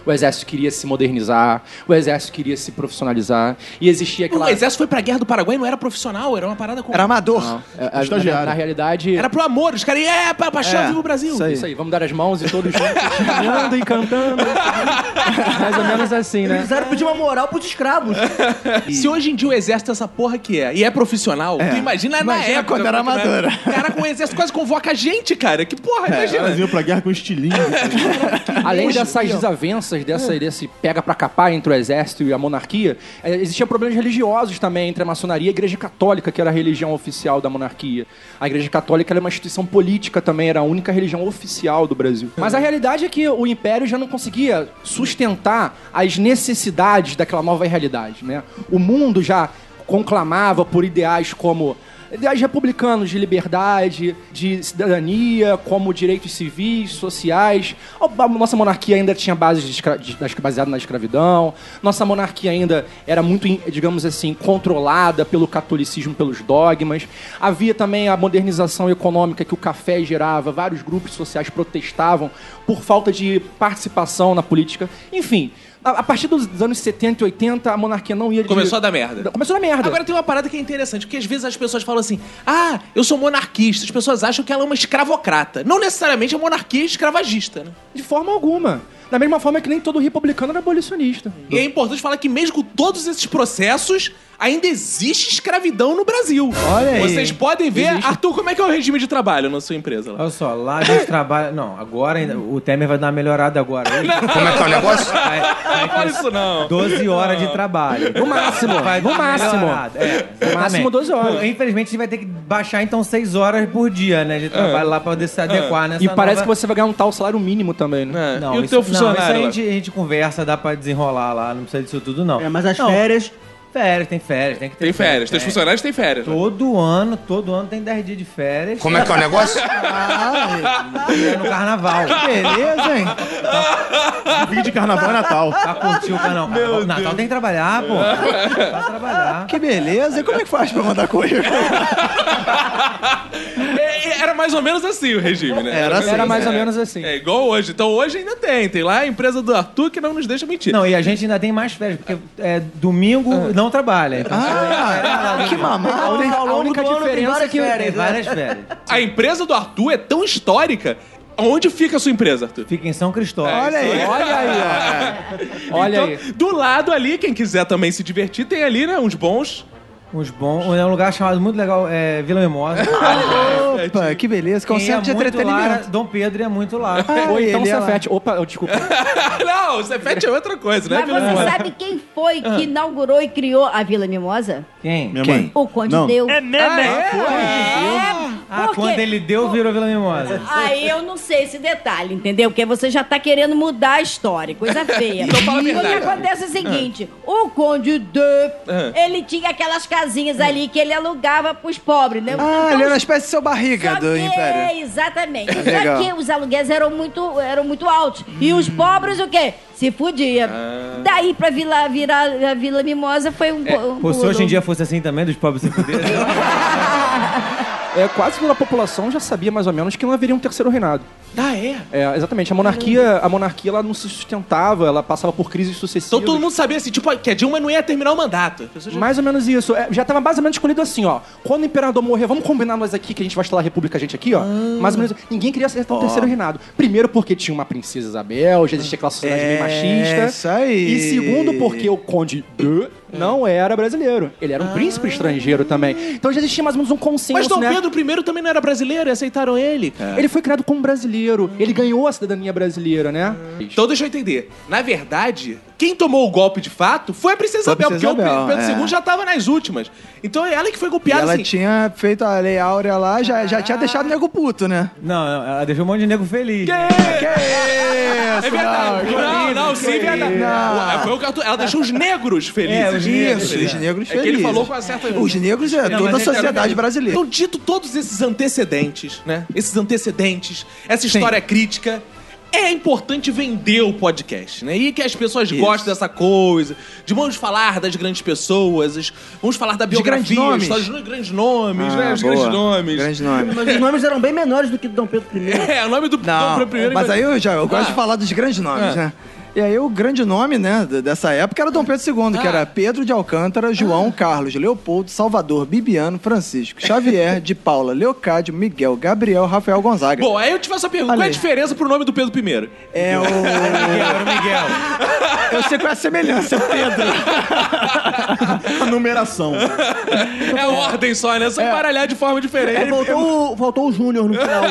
[SPEAKER 7] O exército queria se modernizar, o exército queria se profissionalizar, e existia aquela...
[SPEAKER 1] O exército foi pra guerra do Paraguai e não era profissional, era uma parada com.
[SPEAKER 12] Era amador.
[SPEAKER 7] Não, é, é,
[SPEAKER 13] Estagiário.
[SPEAKER 7] Na, na realidade...
[SPEAKER 1] Era pro amor, os caras iam, é, pa- paixão,
[SPEAKER 12] É,
[SPEAKER 1] viva o Brasil.
[SPEAKER 12] isso aí.
[SPEAKER 7] Isso aí, vamos dar as mãos e todos juntos, girando e cantando. Mais ou menos assim, né?
[SPEAKER 5] Eles precisaram pedir uma moral pros escravos.
[SPEAKER 1] Se hoje em dia o exército é essa porra que é, e é profissional, tu imagina, na
[SPEAKER 12] Imagina
[SPEAKER 1] época.
[SPEAKER 12] quando era
[SPEAKER 1] né?
[SPEAKER 12] amadora.
[SPEAKER 1] Caraca, o exército quase convoca a gente, cara. Que
[SPEAKER 12] É,
[SPEAKER 1] porra, imagina.
[SPEAKER 13] Elas iam pra guerra com estilingue.
[SPEAKER 7] Além dessas desavenças, dessa, desse pega pra capar entre o exército e a monarquia, eh, existiam problemas religiosos também entre a maçonaria e a igreja católica, que era a religião oficial da monarquia. A igreja católica era uma instituição política também, era a única religião oficial do Brasil. Mas a realidade é que o império já não conseguia sustentar as necessidades daquela nova realidade, né? O mundo já conclamava por ideais como ideais republicanos é de liberdade, de cidadania, como direitos civis, sociais. A nossa monarquia ainda tinha bases de escra- de- das- baseada na escravidão. Nossa monarquia ainda era muito, em- digamos assim, controlada pelo catolicismo, pelos dogmas. Havia também a modernização econômica que o café gerava. Vários grupos sociais protestavam por falta de participação na política. Enfim, a, a partir dos anos 70 e 80, a monarquia não ia... de-
[SPEAKER 1] Começou a dar merda.
[SPEAKER 7] Começou a dar merda.
[SPEAKER 1] Agora tem uma parada que é interessante, porque às vezes as pessoas falam assim: ah, eu sou monarquista. As pessoas acham que ela é uma escravocrata. Não necessariamente a monarquia é escravagista, né?
[SPEAKER 7] De forma alguma. Da mesma forma que nem todo republicano era abolicionista.
[SPEAKER 1] E é importante falar que mesmo com todos esses processos, ainda existe escravidão no Brasil.
[SPEAKER 6] Olha aí.
[SPEAKER 1] Vocês podem ver,
[SPEAKER 7] Existe.
[SPEAKER 1] Arthur, como é que é o regime de trabalho na sua empresa lá?
[SPEAKER 6] Olha só, lá a gente trabalha. Não, agora ainda. O Temer vai dar uma melhorada agora. Ele
[SPEAKER 2] Como é que tá o negócio?
[SPEAKER 6] vai, vai
[SPEAKER 1] Não fala
[SPEAKER 6] ter
[SPEAKER 1] isso não.
[SPEAKER 6] 12 horas de trabalho.
[SPEAKER 7] No máximo,
[SPEAKER 6] Vai dar
[SPEAKER 7] no
[SPEAKER 6] uma
[SPEAKER 7] máximo.
[SPEAKER 6] melhorada, É, exatamente.
[SPEAKER 7] máximo 12 horas.
[SPEAKER 6] Infelizmente a gente vai ter que baixar então 6 horas por dia, né? De
[SPEAKER 1] É.
[SPEAKER 6] trabalho lá pra poder se adequar nessa
[SPEAKER 7] E parece
[SPEAKER 6] nova-
[SPEAKER 7] que você vai ganhar um tal salário mínimo também, né?
[SPEAKER 1] É.
[SPEAKER 6] Não,
[SPEAKER 1] e o
[SPEAKER 6] isso-
[SPEAKER 1] teu
[SPEAKER 6] não, isso
[SPEAKER 1] funcionário? lá?
[SPEAKER 6] a gente, a gente conversa, dá pra desenrolar lá, não precisa disso tudo não.
[SPEAKER 5] É, mas as
[SPEAKER 6] Não,
[SPEAKER 5] férias.
[SPEAKER 6] Férias, tem férias, tem que ter
[SPEAKER 1] Tem férias, teus
[SPEAKER 6] tem.
[SPEAKER 1] funcionários têm férias. né?
[SPEAKER 6] Todo ano, todo ano tem 10 dias de férias.
[SPEAKER 2] Como é que é o negócio?
[SPEAKER 6] E é no carnaval.
[SPEAKER 12] Beleza, hein?
[SPEAKER 13] Vídeo de carnaval é Natal.
[SPEAKER 6] Pra curtir o canal. Carnaval, Ah, Natal tem que trabalhar, pô. Pra trabalhar.
[SPEAKER 12] Que beleza. E como é que faz pra mandar currículo?
[SPEAKER 1] É, é, era mais ou menos assim o regime, né?
[SPEAKER 12] Era assim,
[SPEAKER 7] Era mais
[SPEAKER 1] é.
[SPEAKER 7] ou menos assim.
[SPEAKER 1] É igual hoje. Então hoje ainda tem. Tem lá a empresa do Arthur que não nos deixa mentir.
[SPEAKER 6] Não, e a gente ainda tem mais férias, porque é, domingo não trabalha. Então, né?
[SPEAKER 12] Ah, que mamada, hein?
[SPEAKER 5] Ao
[SPEAKER 7] A
[SPEAKER 5] longo
[SPEAKER 7] única
[SPEAKER 5] do ano tem
[SPEAKER 7] diferença é
[SPEAKER 5] várias
[SPEAKER 7] que
[SPEAKER 6] tem
[SPEAKER 5] férias, né?
[SPEAKER 6] várias férias.
[SPEAKER 1] A empresa do Arthur é tão histórica. Onde fica a sua empresa, Arthur?
[SPEAKER 6] Fica em São Cristóvão.
[SPEAKER 12] Olha aí.
[SPEAKER 7] Olha aí, ó. Olha
[SPEAKER 1] então,
[SPEAKER 7] aí.
[SPEAKER 1] do lado ali, quem quiser também se divertir, tem ali, né? Uns bons.
[SPEAKER 6] Uns bons. É um lugar chamado muito legal, é Vila Mimosa.
[SPEAKER 12] Opa, que beleza.
[SPEAKER 6] Quem
[SPEAKER 12] Conceito de
[SPEAKER 6] muito Lá,
[SPEAKER 12] entretenimento.
[SPEAKER 6] Dom Pedro é muito lá.
[SPEAKER 7] Ou então
[SPEAKER 12] ele é lá.
[SPEAKER 7] Cefete. Opa, eu- desculpa.
[SPEAKER 1] não, o Cefete é outra coisa, né?
[SPEAKER 3] Mas
[SPEAKER 1] Vila
[SPEAKER 3] você
[SPEAKER 1] Mimosa?
[SPEAKER 3] sabe quem foi que inaugurou e criou a Vila Mimosa?
[SPEAKER 6] Quem?
[SPEAKER 13] Minha mãe.
[SPEAKER 3] O Conde
[SPEAKER 13] Não.
[SPEAKER 3] Deu.
[SPEAKER 1] Ah, é?
[SPEAKER 6] Ah,
[SPEAKER 3] É, Por quê?
[SPEAKER 6] quando ele deu, virou Vila Mimosa.
[SPEAKER 3] Aí eu não sei esse detalhe, entendeu? Porque você já tá querendo mudar a história, coisa feia.
[SPEAKER 1] Então fala a
[SPEAKER 3] o que
[SPEAKER 1] verdade.
[SPEAKER 3] acontece é o seguinte: o Conde de, ele tinha aquelas casinhas ali que ele alugava pros pobres, né?
[SPEAKER 12] Ah,
[SPEAKER 3] Então,
[SPEAKER 7] é
[SPEAKER 12] ele era uma espécie de seu barriga
[SPEAKER 3] só
[SPEAKER 12] do
[SPEAKER 3] que- É,
[SPEAKER 12] Império.
[SPEAKER 3] Exatamente.
[SPEAKER 12] Legal.
[SPEAKER 3] Só que os aluguéis eram muito, eram muito altos. E os pobres, o quê? Se fudia. Daí pra Vila, virar a Vila Mimosa foi um. po- um
[SPEAKER 6] Pô, se
[SPEAKER 3] pulo.
[SPEAKER 6] hoje em dia fosse assim também, dos pobres se fuderem.
[SPEAKER 7] É, quase toda a população já sabia mais ou menos que não haveria um terceiro reinado.
[SPEAKER 1] Ah, é?
[SPEAKER 7] É, exatamente. A monarquia, a monarquia ela não se sustentava, ela passava por crises sucessivas.
[SPEAKER 1] Então todo mundo sabia assim, tipo, que a Dilma não ia terminar o mandato. As pessoas já-
[SPEAKER 7] Mais ou menos isso. É, já tava basicamente escolhido assim, ó. Quando o imperador morrer, vamos combinar nós aqui que a gente vai instalar a república, a gente aqui, ó.
[SPEAKER 1] Ah.
[SPEAKER 7] Mais ou menos. Ninguém queria acertar o terceiro reinado. Primeiro porque tinha uma princesa Isabel, já existia aquela sociedade
[SPEAKER 12] É,
[SPEAKER 7] bem machista.
[SPEAKER 12] isso aí.
[SPEAKER 7] E segundo porque o conde de
[SPEAKER 1] É.
[SPEAKER 7] não era brasileiro. Ele era um príncipe estrangeiro também. Então já existia mais ou menos um consenso,
[SPEAKER 1] Ah. Mas Dom
[SPEAKER 7] né?
[SPEAKER 1] Pedro I também não era brasileiro e aceitaram ele.
[SPEAKER 7] Ele foi criado como brasileiro. Ele ganhou a cidadania brasileira, né?
[SPEAKER 1] Então deixa eu entender. Na verdade, quem tomou o golpe de fato foi a princesa
[SPEAKER 12] Foi a
[SPEAKER 1] Isabel, porque
[SPEAKER 12] princesa
[SPEAKER 1] o Pedro
[SPEAKER 12] Isabel, é.
[SPEAKER 1] Pedro II já tava nas últimas. Então é ela que foi
[SPEAKER 12] E
[SPEAKER 1] golpeada
[SPEAKER 12] ela
[SPEAKER 1] assim.
[SPEAKER 12] tinha feito a Lei Áurea lá, já, já tinha deixado o nego puto, né?
[SPEAKER 6] Não, não, ela deixou um monte de nego feliz. né?
[SPEAKER 12] Que isso?
[SPEAKER 1] É verdade.
[SPEAKER 12] não.
[SPEAKER 1] Não, não, sim, é verdade.
[SPEAKER 12] Não.
[SPEAKER 1] Foi o que ela- Ela deixou os negros felizes.
[SPEAKER 6] É, os
[SPEAKER 12] Isso, os negros
[SPEAKER 1] É que ele
[SPEAKER 12] felizes.
[SPEAKER 1] falou com uma certa...
[SPEAKER 12] Os negros é
[SPEAKER 6] Não,
[SPEAKER 12] toda a
[SPEAKER 6] mas é-
[SPEAKER 12] sociedade brasileira.
[SPEAKER 1] Então, dito todos esses antecedentes, né? Esses antecedentes, essa história crítica, é importante vender o podcast, né? E que as pessoas gostem dessa coisa, de vamos falar das grandes pessoas, vamos falar da
[SPEAKER 12] grandes
[SPEAKER 1] biografia,
[SPEAKER 12] nomes.
[SPEAKER 1] histórias dos grandes nomes,
[SPEAKER 12] Ah,
[SPEAKER 1] né? Os
[SPEAKER 12] boa.
[SPEAKER 1] grandes nomes.
[SPEAKER 12] Grandes nomes.
[SPEAKER 5] é? Mas os nomes eram bem menores do que do Dom Pedro I.
[SPEAKER 1] É, o nome do
[SPEAKER 12] Não,
[SPEAKER 1] do primeiro.
[SPEAKER 12] mas aí eu já eu gosto
[SPEAKER 1] Ah.
[SPEAKER 12] de falar dos grandes nomes, né? E aí o grande nome, né, d- dessa época era Dom Pedro II, que
[SPEAKER 1] Ah.
[SPEAKER 12] era Pedro de Alcântara, João,
[SPEAKER 6] Ah.
[SPEAKER 12] Carlos, Leopoldo, Salvador, Bibiano, Francisco, Xavier, de Paula, Leocádio, Miguel, Gabriel, Rafael Gonzaga.
[SPEAKER 1] Bom, aí eu te faço a pergunta:
[SPEAKER 12] Olha
[SPEAKER 1] qual é a
[SPEAKER 12] aí.
[SPEAKER 1] diferença pro nome do Pedro I?
[SPEAKER 12] É o...
[SPEAKER 1] Miguel.
[SPEAKER 12] Eu sei qual é a semelhança, é o Pedro.
[SPEAKER 13] A numeração.
[SPEAKER 1] É ordem só, né? Só embaralhar de forma diferente.
[SPEAKER 5] É, faltou, o, faltou o Júnior no final.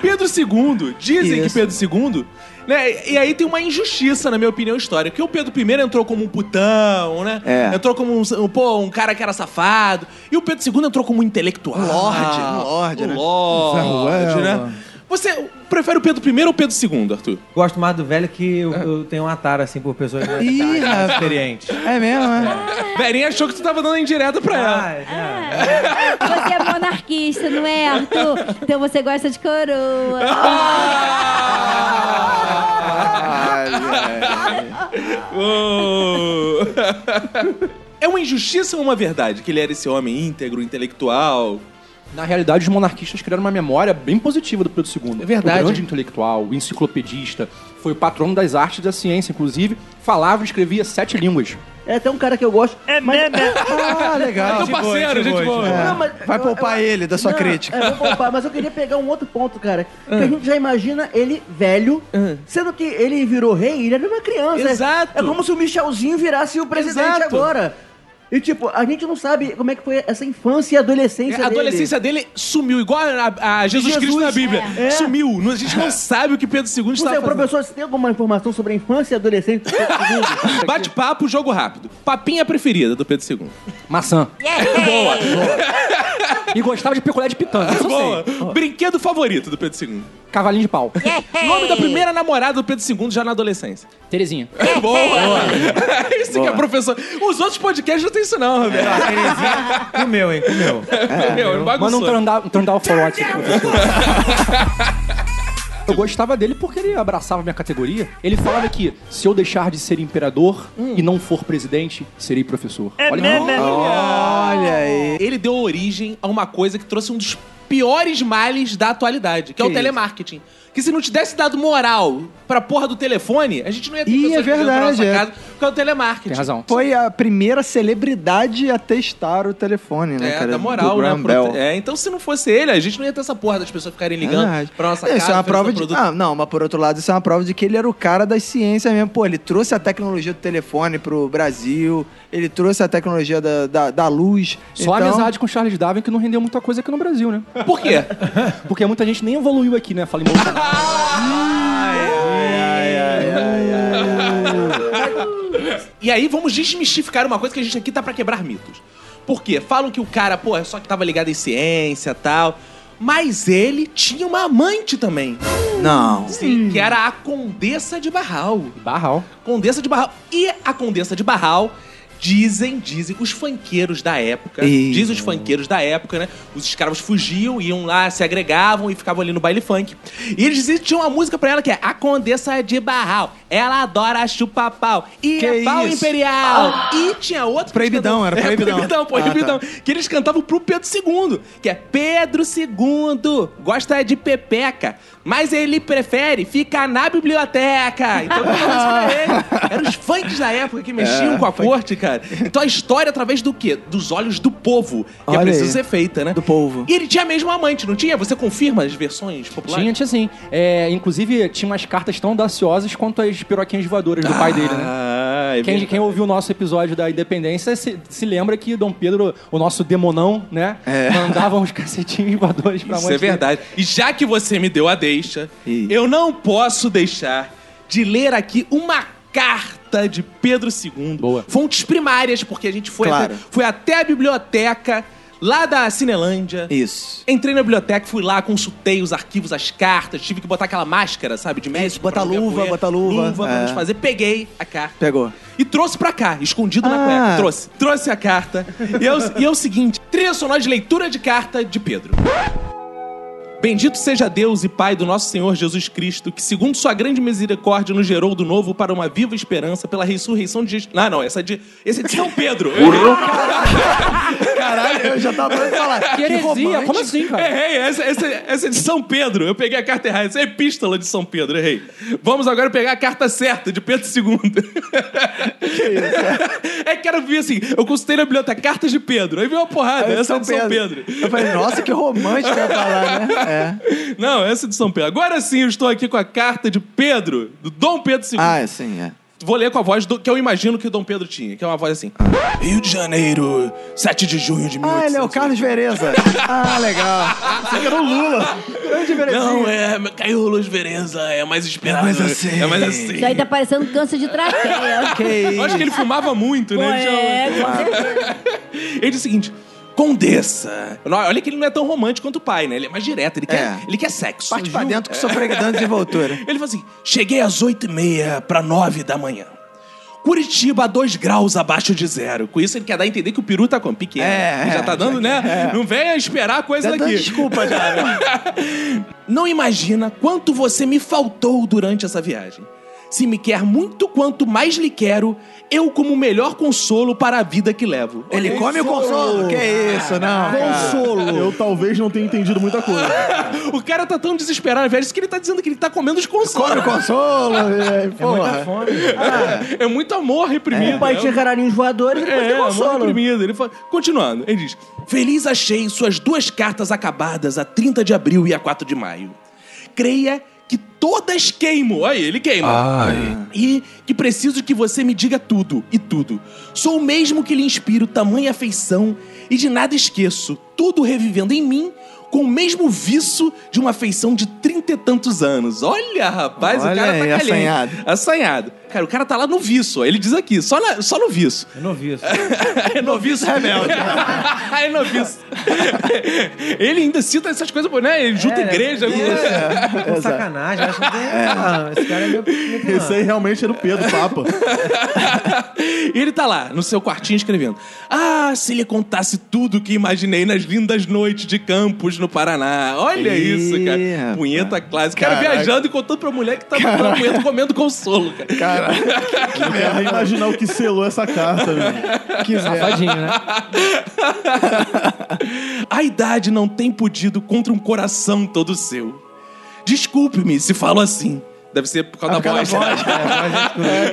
[SPEAKER 1] Pedro II, dizem
[SPEAKER 12] Isso.
[SPEAKER 1] que Pedro II, né? E aí tem uma injustiça, na minha opinião, histórica. Porque o Pedro I entrou como um putão, né?
[SPEAKER 12] É.
[SPEAKER 1] Entrou como um, um- pô, um cara que era safado. E o Pedro II entrou como um intelectual.
[SPEAKER 12] Lorde, um lorde,
[SPEAKER 1] um
[SPEAKER 12] né? é,
[SPEAKER 1] lorde,
[SPEAKER 13] Zé Ruela.
[SPEAKER 1] né? Você prefere o Pedro I ou o Pedro II, Arthur?
[SPEAKER 6] Gosto mais do velho que eu, eu tenho um atara, assim, por pessoas mais
[SPEAKER 12] É. Ih, rapaz.
[SPEAKER 6] experientes.
[SPEAKER 12] É mesmo, né?
[SPEAKER 1] Verinha achou que tu tava dando indireta pra ela.
[SPEAKER 6] Ah, já.
[SPEAKER 3] Você é monarquista, não é, Arthur? Então você gosta de coroa.
[SPEAKER 1] Ah!
[SPEAKER 6] ah.
[SPEAKER 1] Oh. é uma injustiça ou uma verdade? Que ele era esse homem íntegro, intelectual.
[SPEAKER 7] Na realidade, os monarquistas criaram uma memória bem positiva do Pedro II. É
[SPEAKER 1] verdade.
[SPEAKER 7] O grande intelectual, o enciclopedista, foi o patrono das artes e da ciência, inclusive, falava e escrevia sete línguas.
[SPEAKER 5] É até um cara que eu gosto. É mas...
[SPEAKER 12] Ah, legal.
[SPEAKER 1] Meu parceiro, gente boa.
[SPEAKER 12] É.
[SPEAKER 5] Não, mas-
[SPEAKER 12] Vai
[SPEAKER 5] eu-
[SPEAKER 12] poupar
[SPEAKER 5] eu-
[SPEAKER 12] ele da sua
[SPEAKER 5] Não,
[SPEAKER 12] crítica.
[SPEAKER 5] É, vou poupar, mas eu queria pegar um outro ponto, cara. Que
[SPEAKER 1] Ah.
[SPEAKER 5] a gente já imagina ele velho, sendo que ele virou rei, ele era uma criança.
[SPEAKER 1] Exato.
[SPEAKER 5] É como se o Michelzinho virasse o presidente
[SPEAKER 1] Exato.
[SPEAKER 5] agora. E tipo, a gente não sabe como é que foi essa infância e adolescência
[SPEAKER 1] É, a
[SPEAKER 5] dele.
[SPEAKER 1] adolescência dele sumiu, igual a, a Jesus,
[SPEAKER 5] Jesus,
[SPEAKER 1] Cristo na Bíblia.
[SPEAKER 5] é.
[SPEAKER 1] Sumiu. Não- A gente não sabe o que Pedro II
[SPEAKER 5] Não sei,
[SPEAKER 1] estava
[SPEAKER 5] o
[SPEAKER 1] fazendo.
[SPEAKER 5] professor, você tem alguma informação sobre a infância e adolescência do Pedro II?
[SPEAKER 1] Bate-papo, jogo rápido. Papinha preferida do Pedro II.
[SPEAKER 7] Maçã.
[SPEAKER 3] Boa.
[SPEAKER 7] E gostava de picolé de pitanga. isso eu
[SPEAKER 1] Boa.
[SPEAKER 7] sei.
[SPEAKER 1] Brinquedo favorito do Pedro II.
[SPEAKER 7] Cavalinho de pau.
[SPEAKER 1] Nome da primeira namorada do Pedro II já na adolescência.
[SPEAKER 7] Terezinha.
[SPEAKER 1] Boa. isso que é professor. Os outros podcasts não tem isso não, Roberto.
[SPEAKER 6] Ah, Terezinha
[SPEAKER 5] né?
[SPEAKER 6] comeu, hein? Comeu.
[SPEAKER 5] É,
[SPEAKER 1] Meu,
[SPEAKER 7] Manda
[SPEAKER 1] bagunçou. né?
[SPEAKER 7] um trandal- um trandal forote. Eu gostava dele porque ele abraçava a minha categoria. Ele falava que se eu deixar de ser imperador e não for presidente, serei professor. Olha
[SPEAKER 5] Né,
[SPEAKER 7] que
[SPEAKER 1] né?
[SPEAKER 12] Olha aí.
[SPEAKER 1] Ele deu origem a uma coisa que trouxe um dos piores males da atualidade, que, é o telemarketing. Que se não tivesse dado moral pra porra do telefone, a gente não ia ter
[SPEAKER 12] Ih, é
[SPEAKER 1] pessoas ligando pra
[SPEAKER 12] verdade,
[SPEAKER 1] nossa
[SPEAKER 12] é.
[SPEAKER 1] casa por causa do telemarketing.
[SPEAKER 7] Tem razão.
[SPEAKER 12] Foi a primeira celebridade a testar o telefone, né,
[SPEAKER 1] É,
[SPEAKER 12] cara?
[SPEAKER 1] da
[SPEAKER 12] do
[SPEAKER 1] moral, né?
[SPEAKER 12] Graham
[SPEAKER 1] pro-
[SPEAKER 12] Bell. É
[SPEAKER 1] É, então se não fosse ele, a gente não ia ter essa porra das pessoas ficarem ligando
[SPEAKER 12] Verdade.
[SPEAKER 1] pra nossa
[SPEAKER 12] Isso
[SPEAKER 1] casa.
[SPEAKER 12] é uma prova de.
[SPEAKER 1] oferecendo produto.
[SPEAKER 12] Ah, não, mas por outro lado, isso é uma prova de que ele era o cara das ciências mesmo. Pô, ele trouxe a tecnologia do telefone pro Brasil, ele trouxe a tecnologia da, da, da luz.
[SPEAKER 7] Só a
[SPEAKER 12] então...
[SPEAKER 7] amizade com Charles Darwin que não rendeu muita coisa aqui no Brasil, né?
[SPEAKER 12] Ah.
[SPEAKER 1] Por quê?
[SPEAKER 7] Porque muita gente nem evoluiu aqui, né? Fala em Bolsonaro.
[SPEAKER 1] E aí vamos desmistificar uma coisa que a gente aqui tá pra quebrar mitos. Por quê? Falam que o cara, pô, é só que tava ligado em ciência e tal. Mas ele tinha uma amante também.
[SPEAKER 12] Não.
[SPEAKER 1] Sim, que era a Condessa de Barral.
[SPEAKER 7] Barral.
[SPEAKER 1] Condessa de Barral. E a Condessa de Barral, dizem, dizem, os funkeiros da época,
[SPEAKER 12] Ih.
[SPEAKER 1] dizem os funkeiros da época, né? Os escravos fugiam, iam lá, se agregavam e ficavam ali no baile funk. E eles diziam que tinha uma música pra ela que é A Condessa de Barral, ela adora chupar pau, e
[SPEAKER 12] Que
[SPEAKER 1] é pau
[SPEAKER 12] isso? Ah!
[SPEAKER 1] imperial. E tinha outro... que eles
[SPEAKER 12] Proibidão,
[SPEAKER 1] cantavam-
[SPEAKER 12] era proibidão.
[SPEAKER 1] É, proibidão, pô,
[SPEAKER 12] Ah, tá.
[SPEAKER 1] proibidão. Que eles cantavam pro Pedro II, que é Pedro II, gosta de pepeca, mas ele prefere ficar na biblioteca. Então, eu falo isso pra ele. Eram os funks da época que mexiam
[SPEAKER 12] É,
[SPEAKER 1] com a corte, cara. Então, a história através do quê? Dos olhos do povo, que é
[SPEAKER 12] Olha
[SPEAKER 1] preciso
[SPEAKER 12] aí.
[SPEAKER 1] ser feita, né?
[SPEAKER 12] Do povo.
[SPEAKER 1] E ele tinha mesmo um amante, não tinha? Você confirma as versões populares?
[SPEAKER 7] Tinha, tinha sim. É, inclusive, tinha umas cartas tão audaciosas quanto as piroquinhas voadoras do pai dele, né?
[SPEAKER 1] Ah, é
[SPEAKER 7] Quem,
[SPEAKER 1] verdade.
[SPEAKER 7] quem ouviu o nosso episódio da Independência se, se lembra que Dom Pedro, o nosso demonão, né? Mandava uns cacetinhos voadores pra
[SPEAKER 1] É. Isso
[SPEAKER 7] mãe
[SPEAKER 1] é verdade. E já que você me deu a deixa,
[SPEAKER 12] Ih.
[SPEAKER 1] eu não posso deixar de ler aqui uma carta de Pedro II.
[SPEAKER 7] Boa.
[SPEAKER 1] Fontes primárias, porque a gente foi,
[SPEAKER 12] Claro.
[SPEAKER 1] até, foi até a biblioteca lá da Cinelândia.
[SPEAKER 12] Isso.
[SPEAKER 1] Entrei na biblioteca, fui lá, consultei os arquivos, as cartas, tive que botar aquela máscara, sabe, de médico.
[SPEAKER 12] botar
[SPEAKER 1] pra não ver a
[SPEAKER 12] luva,
[SPEAKER 1] poeira.
[SPEAKER 12] botar luva,
[SPEAKER 1] Luva pra
[SPEAKER 12] é.
[SPEAKER 1] nos fazer. Peguei a carta.
[SPEAKER 12] Pegou.
[SPEAKER 1] E trouxe pra cá, escondido na
[SPEAKER 12] Ah.
[SPEAKER 1] cueca. Trouxe. Trouxe a carta. E é, o, e é o seguinte: trilha sonora de leitura de carta de Pedro. Bendito seja Deus e Pai do nosso Senhor Jesus Cristo, que, segundo sua grande misericórdia, nos gerou do novo para uma viva esperança pela ressurreição de Jesus. Ah, não, essa é de. Esse é de São Pedro.
[SPEAKER 12] Caralho, eu já tava doido de falar.
[SPEAKER 7] Que heresia, como assim, cara?
[SPEAKER 1] Errei, essa, essa- essa é de São Pedro. Eu peguei a carta errada. Essa é a epístola de São Pedro, errei. Vamos agora pegar a carta certa, de Pedro II. é que era ver assim, eu consultei na biblioteca cartas de Pedro. Aí veio uma porrada, essa é de São Pedro.
[SPEAKER 12] Eu falei, nossa, que romântico ia falar, né? É.
[SPEAKER 1] Não, essa é de São Pedro. Agora sim, eu estou aqui com a carta de Pedro, do Dom Pedro II.
[SPEAKER 12] Ah, sim, é.
[SPEAKER 1] Vou ler com a voz do- que eu imagino que o Dom Pedro tinha, que é uma voz assim. Rio de Janeiro, 7 de junho de
[SPEAKER 12] Ah,
[SPEAKER 1] 1800.
[SPEAKER 12] ele é o Carlos Vereza. Ah, legal. Você que era o Lula. Grande Verezinho.
[SPEAKER 1] Não, é. Caiu o Luz Vereza, é mais esperado.
[SPEAKER 12] É mais assim.
[SPEAKER 1] É mais assim.
[SPEAKER 3] Isso aí tá parecendo câncer de traqueia.
[SPEAKER 12] Que
[SPEAKER 1] Eu acho que ele fumava muito,
[SPEAKER 3] Pô,
[SPEAKER 1] né? Ele tinha-
[SPEAKER 3] é, com certeza.
[SPEAKER 1] Ele diz o seguinte. Condessa. Não, Olha que ele não é tão romântico quanto o pai, né? Ele é mais direto, ele quer,
[SPEAKER 12] É.
[SPEAKER 1] ele quer sexo.
[SPEAKER 12] Parte pra
[SPEAKER 1] Surgiu-
[SPEAKER 12] dentro que sou pregão desenvoltura.
[SPEAKER 1] Ele falou assim: cheguei às oito e meia pra nove da manhã. Curitiba a 2 graus abaixo de zero. Com isso, ele quer dar a entender que o peru tá com pequeno.
[SPEAKER 12] É,
[SPEAKER 1] Ele já
[SPEAKER 12] é,
[SPEAKER 1] tá dando, né? Não venha esperar a coisa
[SPEAKER 12] Tá dando
[SPEAKER 1] daqui.
[SPEAKER 12] desculpa já, né?
[SPEAKER 1] Não imagina quanto você me faltou durante essa viagem. Se me quer muito quanto mais lhe quero, eu como o melhor consolo para a vida que levo.
[SPEAKER 12] Ele come o consolo. Que isso, não. É
[SPEAKER 13] Consolo. Eu talvez não tenha entendido muita coisa.
[SPEAKER 1] O cara tá tão desesperado, velho, isso que ele tá dizendo que ele tá comendo os consolos.
[SPEAKER 12] Come o consolo. é, Porra.
[SPEAKER 1] É muito amor reprimido.
[SPEAKER 5] O É, pai
[SPEAKER 1] né?
[SPEAKER 5] tinha cararinhos voadores e depois
[SPEAKER 1] É,
[SPEAKER 5] deu um
[SPEAKER 1] amor
[SPEAKER 5] consolo.
[SPEAKER 1] reprimido. Ele fala... Continuando, ele diz: Feliz achei suas duas cartas acabadas a 30 de abril e a 4 de maio. Creia que todas queimo. Aí, ele queima.
[SPEAKER 12] Ah, é.
[SPEAKER 1] E que preciso que você me diga tudo e tudo. Sou o mesmo que lhe inspiro tamanha afeição e de nada esqueço, tudo revivendo em mim. Com o mesmo viço de uma afeição de trinta e tantos anos. Olha, rapaz, o
[SPEAKER 12] Olha
[SPEAKER 1] cara tá
[SPEAKER 12] aí,
[SPEAKER 1] caliente.
[SPEAKER 12] assanhado.
[SPEAKER 1] Assanhado. Cara, o cara tá lá no viço. ó. Ele diz aqui, só, na- só no viço.
[SPEAKER 6] Eu não vi isso.
[SPEAKER 1] É noviço rebelde. é noviço. ele ainda cita essas coisas, pô, né? Ele junta
[SPEAKER 6] É,
[SPEAKER 1] igreja.
[SPEAKER 6] É com sacanagem, eu acho que tem. Ah, esse cara é meu. meu-
[SPEAKER 13] Esse aí realmente era o Pedro, Papa.
[SPEAKER 1] E ele tá lá, no seu quartinho, escrevendo. Ah, se lhe contasse tudo que imaginei nas lindas noites de campos no Paraná. Olha
[SPEAKER 12] Ih,
[SPEAKER 1] isso, cara.
[SPEAKER 12] rapaz.
[SPEAKER 1] Punheta clássica. O cara
[SPEAKER 12] Caraca.
[SPEAKER 1] viajando e contando pra mulher que tá tomando punheta comendo consolo, cara.
[SPEAKER 12] Cara,
[SPEAKER 13] Eu quero Tá imaginar o que selou essa carta, velho.
[SPEAKER 12] que zero.
[SPEAKER 7] Tadinho, né?
[SPEAKER 1] A idade não tem podido contra um coração todo seu. Desculpe-me se falo assim. Deve ser por causa da voz. É,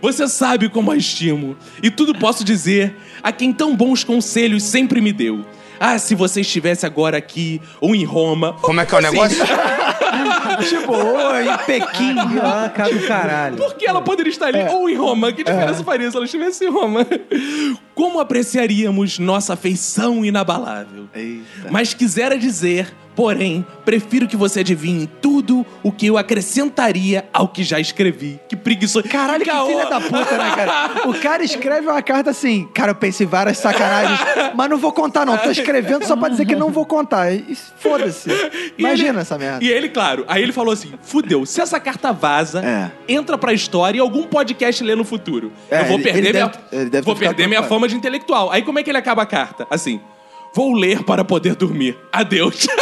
[SPEAKER 1] Você sabe como a estimo. E tudo posso dizer a quem tão bons conselhos sempre me deu. Ah, se você estivesse agora aqui, ou em Roma. Como é que é o negócio?
[SPEAKER 12] Tipo, oi, em Pequim.
[SPEAKER 6] Ah, cara do caralho.
[SPEAKER 1] Por que ela poderia estar
[SPEAKER 12] É.
[SPEAKER 1] ali ou em Roma? Que diferença faria se ela estivesse em Roma? Como apreciaríamos nossa afeição inabalável? Mas quisera dizer, porém, prefiro que você adivinhe tudo o que eu acrescentaria ao que já escrevi. Que preguiçoso.
[SPEAKER 12] Caralho, que
[SPEAKER 1] caô.
[SPEAKER 12] filha da puta, né, cara? O cara escreve uma carta assim, cara, eu pensei várias sacanagens, mas não vou contar, não. Tô escrevendo só pra dizer que não vou contar. E Foda-se.
[SPEAKER 1] E
[SPEAKER 12] Imagina
[SPEAKER 1] ele-
[SPEAKER 12] essa merda.
[SPEAKER 1] E ele, claro, aí ele falou assim: fudeu, se essa carta vaza,
[SPEAKER 12] É.
[SPEAKER 1] entra pra história e algum podcast lê no futuro.
[SPEAKER 12] É,
[SPEAKER 1] eu vou
[SPEAKER 12] ele-
[SPEAKER 1] perder,
[SPEAKER 12] ele
[SPEAKER 1] minha,
[SPEAKER 12] deve- ele deve
[SPEAKER 1] vou
[SPEAKER 12] ter ficado
[SPEAKER 1] perder minha
[SPEAKER 12] preocupado.
[SPEAKER 1] fama de intelectual. Aí como é que ele acaba a carta? Assim. Vou ler para poder dormir. Adeus.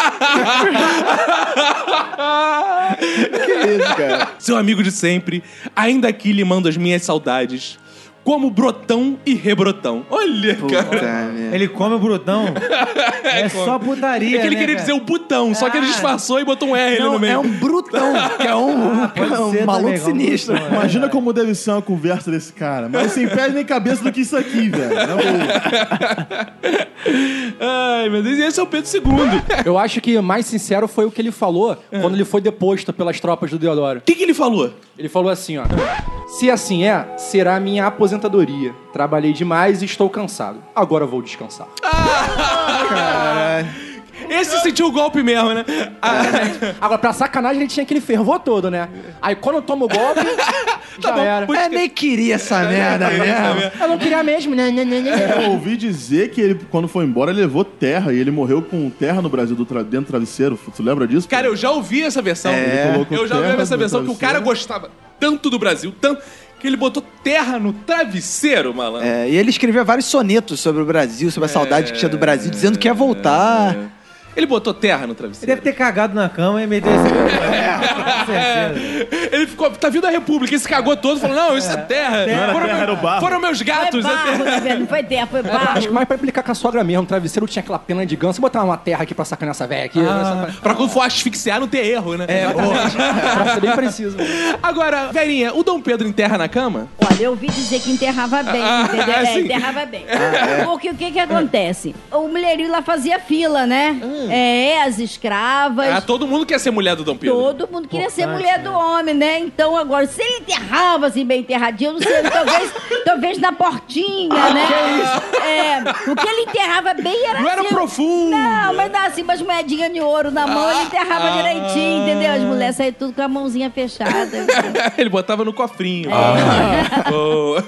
[SPEAKER 12] Que isso, cara?
[SPEAKER 1] Seu amigo de sempre, ainda aqui lhe mando as minhas saudades. Como brotão e rebrotão. Olha, cara.
[SPEAKER 12] Puta merda.
[SPEAKER 6] Ele come o brutão. É, só putaria.
[SPEAKER 1] É que ele
[SPEAKER 6] né,
[SPEAKER 1] queria
[SPEAKER 6] cara?
[SPEAKER 1] dizer o putão, só que ele
[SPEAKER 6] Ah.
[SPEAKER 1] disfarçou e botou um R ali no
[SPEAKER 12] Não,
[SPEAKER 1] meio.
[SPEAKER 12] é um brutão, que é um,
[SPEAKER 6] Ah, pode
[SPEAKER 12] é um
[SPEAKER 6] ser
[SPEAKER 12] maluco
[SPEAKER 6] também, é um
[SPEAKER 12] sinistro.
[SPEAKER 6] brutão, é.
[SPEAKER 13] Imagina como deve ser uma conversa desse cara. Mas sem pés nem cabeça do que isso aqui, velho. Né? Na boa.
[SPEAKER 1] Ai, meu Deus, e esse é o Pedro II.
[SPEAKER 7] Eu acho que mais sincero foi o que ele falou quando ele foi deposto pelas tropas do Deodoro.
[SPEAKER 1] O que, que ele falou?
[SPEAKER 7] Ele falou assim, ó. Se assim é, será a minha aposentadoria. Trabalhei demais e estou cansado. Agora vou descansar.
[SPEAKER 1] Esse sentiu o golpe mesmo, né?
[SPEAKER 12] Tá
[SPEAKER 1] Ah,
[SPEAKER 7] Agora, pra sacanagem, ele tinha aquele fervor todo, né? Aí quando toma o golpe, já
[SPEAKER 1] bom,
[SPEAKER 7] era.
[SPEAKER 1] putz,
[SPEAKER 12] É, nem queria essa
[SPEAKER 1] Ah, tá
[SPEAKER 12] merda mesmo.
[SPEAKER 7] Tá Eu não queria mesmo, né? né, né, né.
[SPEAKER 13] Eu ouvi dizer que ele, quando foi embora, ele levou terra. E ele morreu com terra no Brasil do tra- dentro do travesseiro. Tu lembra disso?
[SPEAKER 1] Cara, eu já ouvi essa versão.
[SPEAKER 12] É,
[SPEAKER 13] Ele colocou
[SPEAKER 1] Eu já ouvi
[SPEAKER 13] terra
[SPEAKER 1] essa
[SPEAKER 13] no
[SPEAKER 1] versão que o cara
[SPEAKER 13] travesseiro.
[SPEAKER 1] gostava tanto do Brasil, tanto que ele botou terra no travesseiro, malandro.
[SPEAKER 12] É, e ele escrevia vários sonetos sobre o Brasil, sobre a saudade que tinha do Brasil, dizendo que ia voltar.
[SPEAKER 1] Ele botou terra
[SPEAKER 6] Ele
[SPEAKER 1] no
[SPEAKER 6] deve
[SPEAKER 1] travesseiro. É.
[SPEAKER 6] ter cagado na cama e meteu esse. É, Com certeza.
[SPEAKER 1] Ele ficou, tá vindo a República, ele se cagou todo, falou: não, isso é terra. foram,
[SPEAKER 13] terra,
[SPEAKER 1] meus-
[SPEAKER 13] era o barro.
[SPEAKER 1] foram meus
[SPEAKER 3] Foi
[SPEAKER 1] gatos. é
[SPEAKER 3] barro,
[SPEAKER 1] terra.
[SPEAKER 3] tá vendo? Não foi terra, foi
[SPEAKER 7] Acho que
[SPEAKER 3] barro.
[SPEAKER 7] mais pra implicar com a sogra mesmo. O travesseiro tinha aquela pena de ganso. Vou botar uma terra aqui pra sacanear essa velha aqui. né?
[SPEAKER 1] Pra quando for asfixiar, não ter erro, né? É,
[SPEAKER 7] Pra ser bem preciso.
[SPEAKER 1] Agora, velhinha, o Dom Pedro enterra na cama?
[SPEAKER 3] Olha, eu ouvi dizer que enterrava bem, entendeu?
[SPEAKER 1] Ah,
[SPEAKER 3] É,
[SPEAKER 1] sim. Ah, é.
[SPEAKER 3] enterrava bem. Porque o que que acontece? O mulherio lá fazia fila, né? É, as escravas.
[SPEAKER 1] Hum. Ah, todo mundo quer ser mulher do Dom Pedro.
[SPEAKER 3] Todo mundo queria ser mulher do homem, né? Então, agora, se ele enterrava assim, bem enterradinho, eu não sei, talvez, talvez na portinha, né? É, o que ele enterrava bem era
[SPEAKER 1] Não era
[SPEAKER 3] assim,
[SPEAKER 1] profundo.
[SPEAKER 3] Não, mas dava assim umas moedinhas de ouro na mão, ele enterrava direitinho, entendeu? As mulheres saíam tudo com a mãozinha fechada.
[SPEAKER 1] Ele botava no cofrinho. Boa.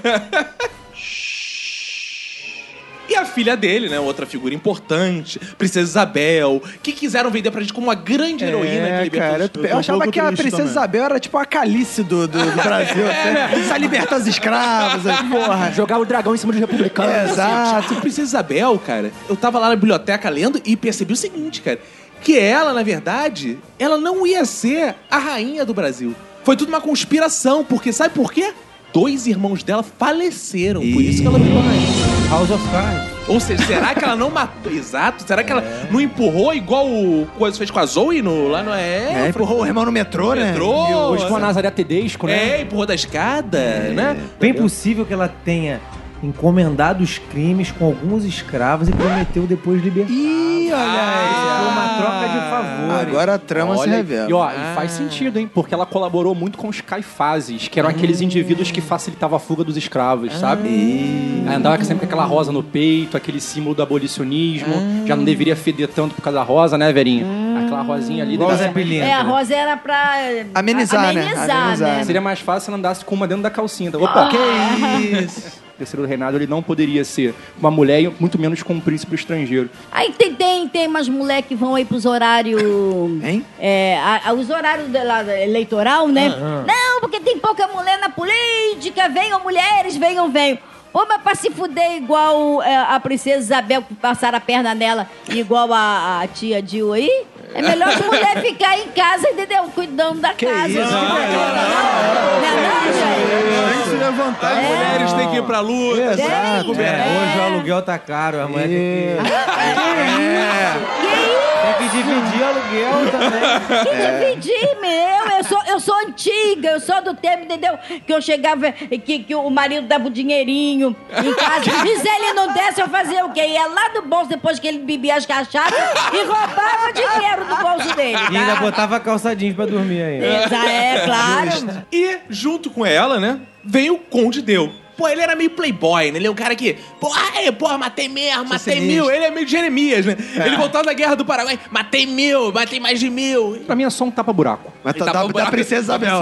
[SPEAKER 1] E a filha dele, né? Outra figura importante, Princesa Isabel, que quiseram vender pra gente como uma grande heroína que
[SPEAKER 12] É,
[SPEAKER 1] libertou
[SPEAKER 12] cara,
[SPEAKER 1] os-
[SPEAKER 12] eu,
[SPEAKER 13] Eu tô um
[SPEAKER 12] achava
[SPEAKER 13] pouco
[SPEAKER 12] que a
[SPEAKER 13] triste
[SPEAKER 12] Princesa
[SPEAKER 13] também.
[SPEAKER 12] Isabel era tipo a calice do, do, do Brasil. assim. Só liberta os escravos, aí, porra. É,
[SPEAKER 7] Jogar o dragão em cima dos republicanos.
[SPEAKER 12] Exato.
[SPEAKER 1] Exato. Princesa Isabel, cara, eu tava lá na biblioteca lendo e percebi o seguinte, cara. Que ela, na verdade, ela não ia ser a rainha do Brasil. Foi tudo uma conspiração, porque sabe por quê? Dois irmãos dela faleceram, por isso que ela virou rainha.
[SPEAKER 6] House of Cards.
[SPEAKER 1] Ou seja, será que ela não matou? Exato, será que ela
[SPEAKER 12] É.
[SPEAKER 1] não empurrou igual o Coisa fez com a Zoe no, lá no. É,
[SPEAKER 12] É, empurrou o irmão no metrô, né?
[SPEAKER 1] entrou.
[SPEAKER 7] Hoje com a Nazaré Tedesco, né?
[SPEAKER 1] É, empurrou da escada,
[SPEAKER 12] É.
[SPEAKER 1] né?
[SPEAKER 6] Bem possível que ela tenha encomendado os crimes com alguns escravos e prometeu depois libertar.
[SPEAKER 12] Ih, olha aí.
[SPEAKER 6] Foi
[SPEAKER 1] Ah.
[SPEAKER 6] uma troca de favores.
[SPEAKER 12] Agora a trama se
[SPEAKER 7] Olha,
[SPEAKER 12] revela.
[SPEAKER 7] E ó, e faz sentido, hein? Porque ela colaborou muito com os caifases, que eram aqueles indivíduos que facilitavam a fuga dos escravos, sabe? Aí Andava sempre com aquela rosa no peito, aquele símbolo do abolicionismo. Já não deveria feder tanto por causa da rosa, né, Verinha? Aquela rosinha ali.
[SPEAKER 6] Igual o
[SPEAKER 7] dava
[SPEAKER 6] Zé
[SPEAKER 7] sempre-
[SPEAKER 6] Pilintra.
[SPEAKER 3] É, a Rosa era pra eh,
[SPEAKER 12] Amenizar, né?
[SPEAKER 3] amenizar,
[SPEAKER 12] Amenizar,
[SPEAKER 3] né?
[SPEAKER 12] né?
[SPEAKER 7] Seria mais fácil se ela andasse com uma dentro da calcinha. tá? Opa!
[SPEAKER 12] Que isso.
[SPEAKER 7] Terceiro reinado, ele não poderia ser uma mulher e muito menos com um príncipe estrangeiro.
[SPEAKER 3] Aí tem, tem, tem umas mulher que vão aí pros horários.
[SPEAKER 12] Hein?
[SPEAKER 3] É, a- a- os horários de lá, eleitoral, né? Não, porque tem pouca mulher na política, venham mulheres, venham, venham. Pô, mas pra se fuder igual é, a princesa Isabel, que passaram a perna nela, igual a, a tia Dil aí, é melhor as mulheres ficar em casa, entendeu? Cuidando da casa.
[SPEAKER 12] isso,
[SPEAKER 3] né?
[SPEAKER 12] não, não,
[SPEAKER 3] Não é não, gente?
[SPEAKER 13] Tem que se levantar.
[SPEAKER 7] É.
[SPEAKER 1] As mulheres têm que ir pra luta.
[SPEAKER 12] Exato.
[SPEAKER 1] Como é?
[SPEAKER 6] Hoje o aluguel tá caro, a mulher tem que,
[SPEAKER 7] É.
[SPEAKER 3] Que
[SPEAKER 6] tem que dividir o aluguel
[SPEAKER 7] tá?
[SPEAKER 6] também.
[SPEAKER 3] Que
[SPEAKER 6] É.
[SPEAKER 3] dividir, meu! Eu sou, eu sou antiga, eu sou do tempo, entendeu? Que eu chegava, que, que o marido dava o dinheirinho em casa. E se ele não desse, eu fazia o quê? Ia lá do bolso depois que ele bebia as cachaças e roubava o dinheiro do bolso dele.
[SPEAKER 6] E ainda
[SPEAKER 3] Tá?
[SPEAKER 6] botava calça jeans pra dormir ainda.
[SPEAKER 3] Exa- É, claro.
[SPEAKER 1] E, junto com ela, né, vem o Conde Deu. Pô, ele era meio playboy, né? Ele é um cara que, porra, é, porra, matei mesmo, matei
[SPEAKER 12] sinistro.
[SPEAKER 1] mil. Ele é meio Jeremias, né?
[SPEAKER 12] É.
[SPEAKER 1] Ele voltava da Guerra do Paraguai, matei mil, matei mais de mil.
[SPEAKER 7] Pra mim é só um tapa-buraco.
[SPEAKER 12] Mas
[SPEAKER 1] Ele
[SPEAKER 12] tá,
[SPEAKER 1] tá
[SPEAKER 12] da,
[SPEAKER 1] bom,
[SPEAKER 12] da Princesa Isabel.
[SPEAKER 7] É,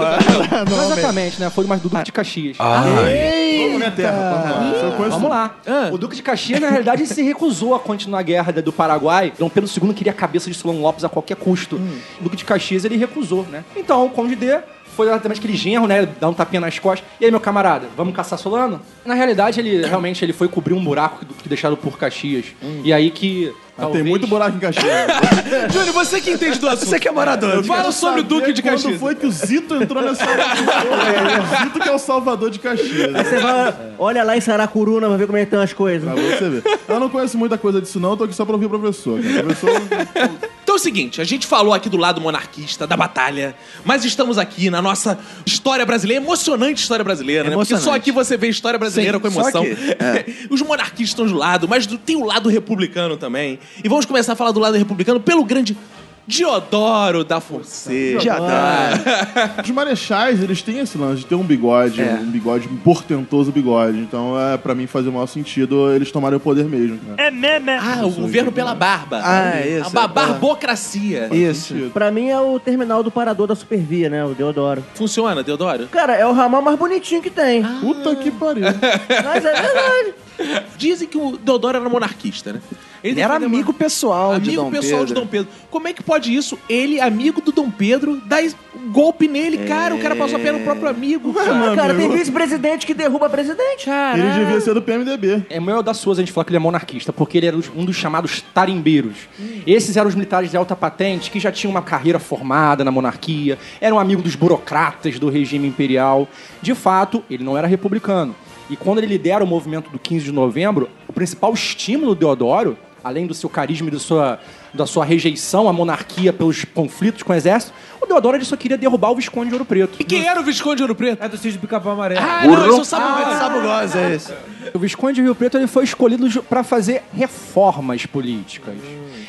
[SPEAKER 12] né? No momento.
[SPEAKER 7] Exatamente, né? Foi mais do Duque de Caxias.
[SPEAKER 13] Vamos, né, Terra? Vamos lá. Eu conheço-
[SPEAKER 7] Vamos lá. O Duque de Caxias, na realidade, se recusou a continuar a guerra da- do Paraguai. Dom Pedro II queria a cabeça de Solon Lopes a qualquer custo.
[SPEAKER 13] Hum.
[SPEAKER 7] O Duque de Caxias, ele recusou, né? Então, o Conde D foi exatamente aquele genro, né? Dar um tapinha nas costas. E aí, meu camarada, vamos caçar Solano? Na realidade, ele realmente ele foi cobrir um buraco do- que deixado por Caxias. E aí que.
[SPEAKER 13] Ah,
[SPEAKER 7] talvez-
[SPEAKER 13] Hum. Tem muito buraco em Caxias.
[SPEAKER 1] Júnior, você que entende do assunto.
[SPEAKER 12] Você que é morador.
[SPEAKER 1] Fala sobre o Duque de
[SPEAKER 13] Quando
[SPEAKER 1] Caxias.
[SPEAKER 13] foi que o Zito entrou nessa... É, o Zito que é o salvador de Caxias. né?
[SPEAKER 5] Você vai, olha lá em Saracuruna pra ver como é que estão as coisas.
[SPEAKER 13] Pra você ver. Eu não conheço muita coisa disso não, eu tô aqui só pra ouvir o professor. cara. O professor...
[SPEAKER 1] Então é o seguinte, a gente falou aqui do lado monarquista, da batalha, mas estamos aqui na nossa história brasileira, emocionante história brasileira, né? Porque
[SPEAKER 12] Emocionante.
[SPEAKER 1] só aqui você vê história brasileira
[SPEAKER 12] Sim,
[SPEAKER 1] com emoção.
[SPEAKER 12] só aqui, é.
[SPEAKER 1] Os monarquistas estão de um lado, mas do- tem o lado republicano também. E vamos começar a falar do lado republicano pelo grande Diodoro da Fonseca.
[SPEAKER 12] Já dá.
[SPEAKER 13] Os marechais, eles têm esse lance de ter um bigode,
[SPEAKER 12] É.
[SPEAKER 13] um bigode, um portentoso bigode. Então, é, pra mim, fazia o maior sentido eles tomarem o poder mesmo. né?
[SPEAKER 1] Ah, o governo pela barba.
[SPEAKER 12] Ah, isso,
[SPEAKER 1] A ba-
[SPEAKER 12] é, boa.
[SPEAKER 1] barbocracia.
[SPEAKER 12] Isso.
[SPEAKER 5] Pra mim é o terminal do parador da Supervia, né? O Deodoro.
[SPEAKER 1] Funciona, Deodoro?
[SPEAKER 5] Cara, é o ramal mais bonitinho que tem.
[SPEAKER 13] Puta que pariu.
[SPEAKER 5] Mas é verdade.
[SPEAKER 1] Dizem que o Deodoro era monarquista, né?
[SPEAKER 12] Ele era
[SPEAKER 1] defendeu-
[SPEAKER 12] amigo pessoal de
[SPEAKER 1] Amigo
[SPEAKER 12] Dom
[SPEAKER 1] pessoal de
[SPEAKER 12] Pedro.
[SPEAKER 1] Dom Pedro. Como é que pode isso? Ele, amigo do Dom Pedro, dar es- golpe nele, cara. O cara
[SPEAKER 12] É,
[SPEAKER 1] passou a perna no próprio amigo.
[SPEAKER 5] Ah,
[SPEAKER 1] cara.
[SPEAKER 5] cara, tem vice-presidente que derruba presidente.
[SPEAKER 13] Ele devia ser do PMDB.
[SPEAKER 7] É meio audacioso a gente falar que ele é monarquista, porque ele era os- um dos chamados tarimbeiros. Esses eram os militares de alta patente que já tinham uma carreira formada na monarquia, eram amigo dos burocratas do regime imperial. De fato, ele não era republicano. E quando ele lidera o movimento do 15 de novembro, o principal estímulo do Deodoro, além do seu carisma e da sua, da sua rejeição à monarquia pelos conflitos com o exército, o Deodoro ele só queria derrubar o Visconde de Ouro Preto.
[SPEAKER 1] E quem era o Visconde de Ouro Preto?
[SPEAKER 6] É do Cid Picapau Amarelo.
[SPEAKER 1] Ah, não, isso eu sabe
[SPEAKER 12] Sabugós, é esse.
[SPEAKER 7] O Visconde de Rio Preto ele foi escolhido para fazer reformas políticas.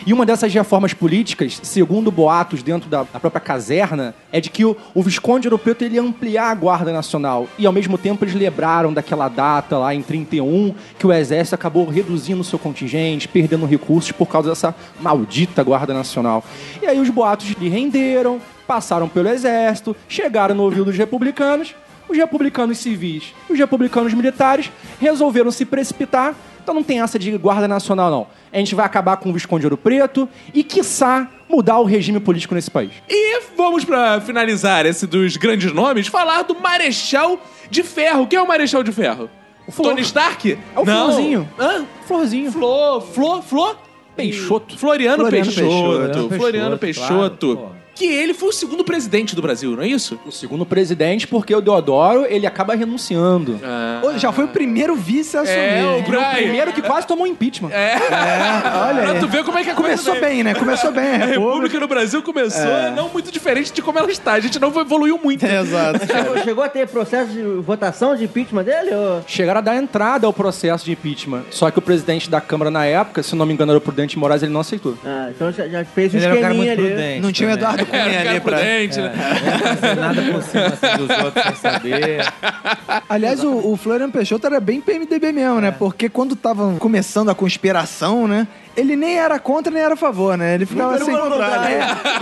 [SPEAKER 7] E uma dessas reformas políticas, segundo boatos dentro da, da própria caserna, é de que o, o Visconde de Ouro Preto ele ia ampliar a Guarda Nacional. E ao mesmo tempo eles lembraram daquela data lá em 31 que o Exército acabou reduzindo o seu contingente, perdendo recursos por causa dessa maldita Guarda Nacional. E aí os boatos lhe renderam, passaram pelo Exército, chegaram no ouvido dos republicanos os republicanos civis e os republicanos militares resolveram se precipitar. Então não tem essa de guarda nacional, não. A gente vai acabar com o Visconde de Ouro Preto e, quiçá, mudar o regime político nesse país.
[SPEAKER 1] E vamos pra finalizar esse dos grandes nomes, falar do Marechal de Ferro. Quem é o Marechal de Ferro? O
[SPEAKER 7] Flor.
[SPEAKER 1] Tony Stark?
[SPEAKER 7] É o
[SPEAKER 1] Não.
[SPEAKER 7] Florzinho.
[SPEAKER 1] Hã?
[SPEAKER 7] Florzinho.
[SPEAKER 1] Flor, Flor, Flor?
[SPEAKER 7] Peixoto.
[SPEAKER 1] Floriano,
[SPEAKER 12] Floriano
[SPEAKER 1] Peixoto.
[SPEAKER 6] Peixoto,
[SPEAKER 1] Floriano
[SPEAKER 6] claro,
[SPEAKER 1] Peixoto.
[SPEAKER 6] pô.
[SPEAKER 1] que ele foi o segundo presidente do Brasil, não é isso?
[SPEAKER 7] O segundo presidente, porque o Deodoro, ele acaba renunciando. É.
[SPEAKER 12] Ô, Já foi o primeiro vice a assumir.
[SPEAKER 1] É, o Brian. É.
[SPEAKER 7] O primeiro que quase tomou impeachment.
[SPEAKER 12] Olha
[SPEAKER 1] pra
[SPEAKER 12] aí.
[SPEAKER 1] tu ver como é que a coisa
[SPEAKER 12] Começou
[SPEAKER 1] veio.
[SPEAKER 12] bem, né? Começou bem.
[SPEAKER 1] A República no Brasil começou é, não muito diferente de como ela está. A gente não evoluiu muito.
[SPEAKER 2] É,
[SPEAKER 13] Exato.
[SPEAKER 5] Chegou, chegou a ter processo de votação de impeachment dele? Ou...
[SPEAKER 7] Chegaram a dar entrada ao processo de impeachment. Só que o presidente da Câmara na época, se não me engano, era o Prudente Moraes, ele não aceitou.
[SPEAKER 5] Ah, então já, já fez um
[SPEAKER 6] Ele era um cara muito
[SPEAKER 5] esqueminha ali.
[SPEAKER 6] prudente.
[SPEAKER 12] Não tinha o
[SPEAKER 6] também.
[SPEAKER 12] Eduardo
[SPEAKER 1] Era um
[SPEAKER 2] é
[SPEAKER 12] Cunha ali
[SPEAKER 1] cara
[SPEAKER 12] pra...
[SPEAKER 1] prudente, né?
[SPEAKER 6] Não fazia nada por cima assim, dos outros sem saber.
[SPEAKER 12] Aliás, o, o Florian Peixoto era bem PMDB mesmo,
[SPEAKER 1] É.
[SPEAKER 12] né? Porque quando tava começando a conspiração, né? Ele nem era contra nem era a favor, né? Ele ficava
[SPEAKER 13] Muito
[SPEAKER 12] assim.
[SPEAKER 13] pelo contrário.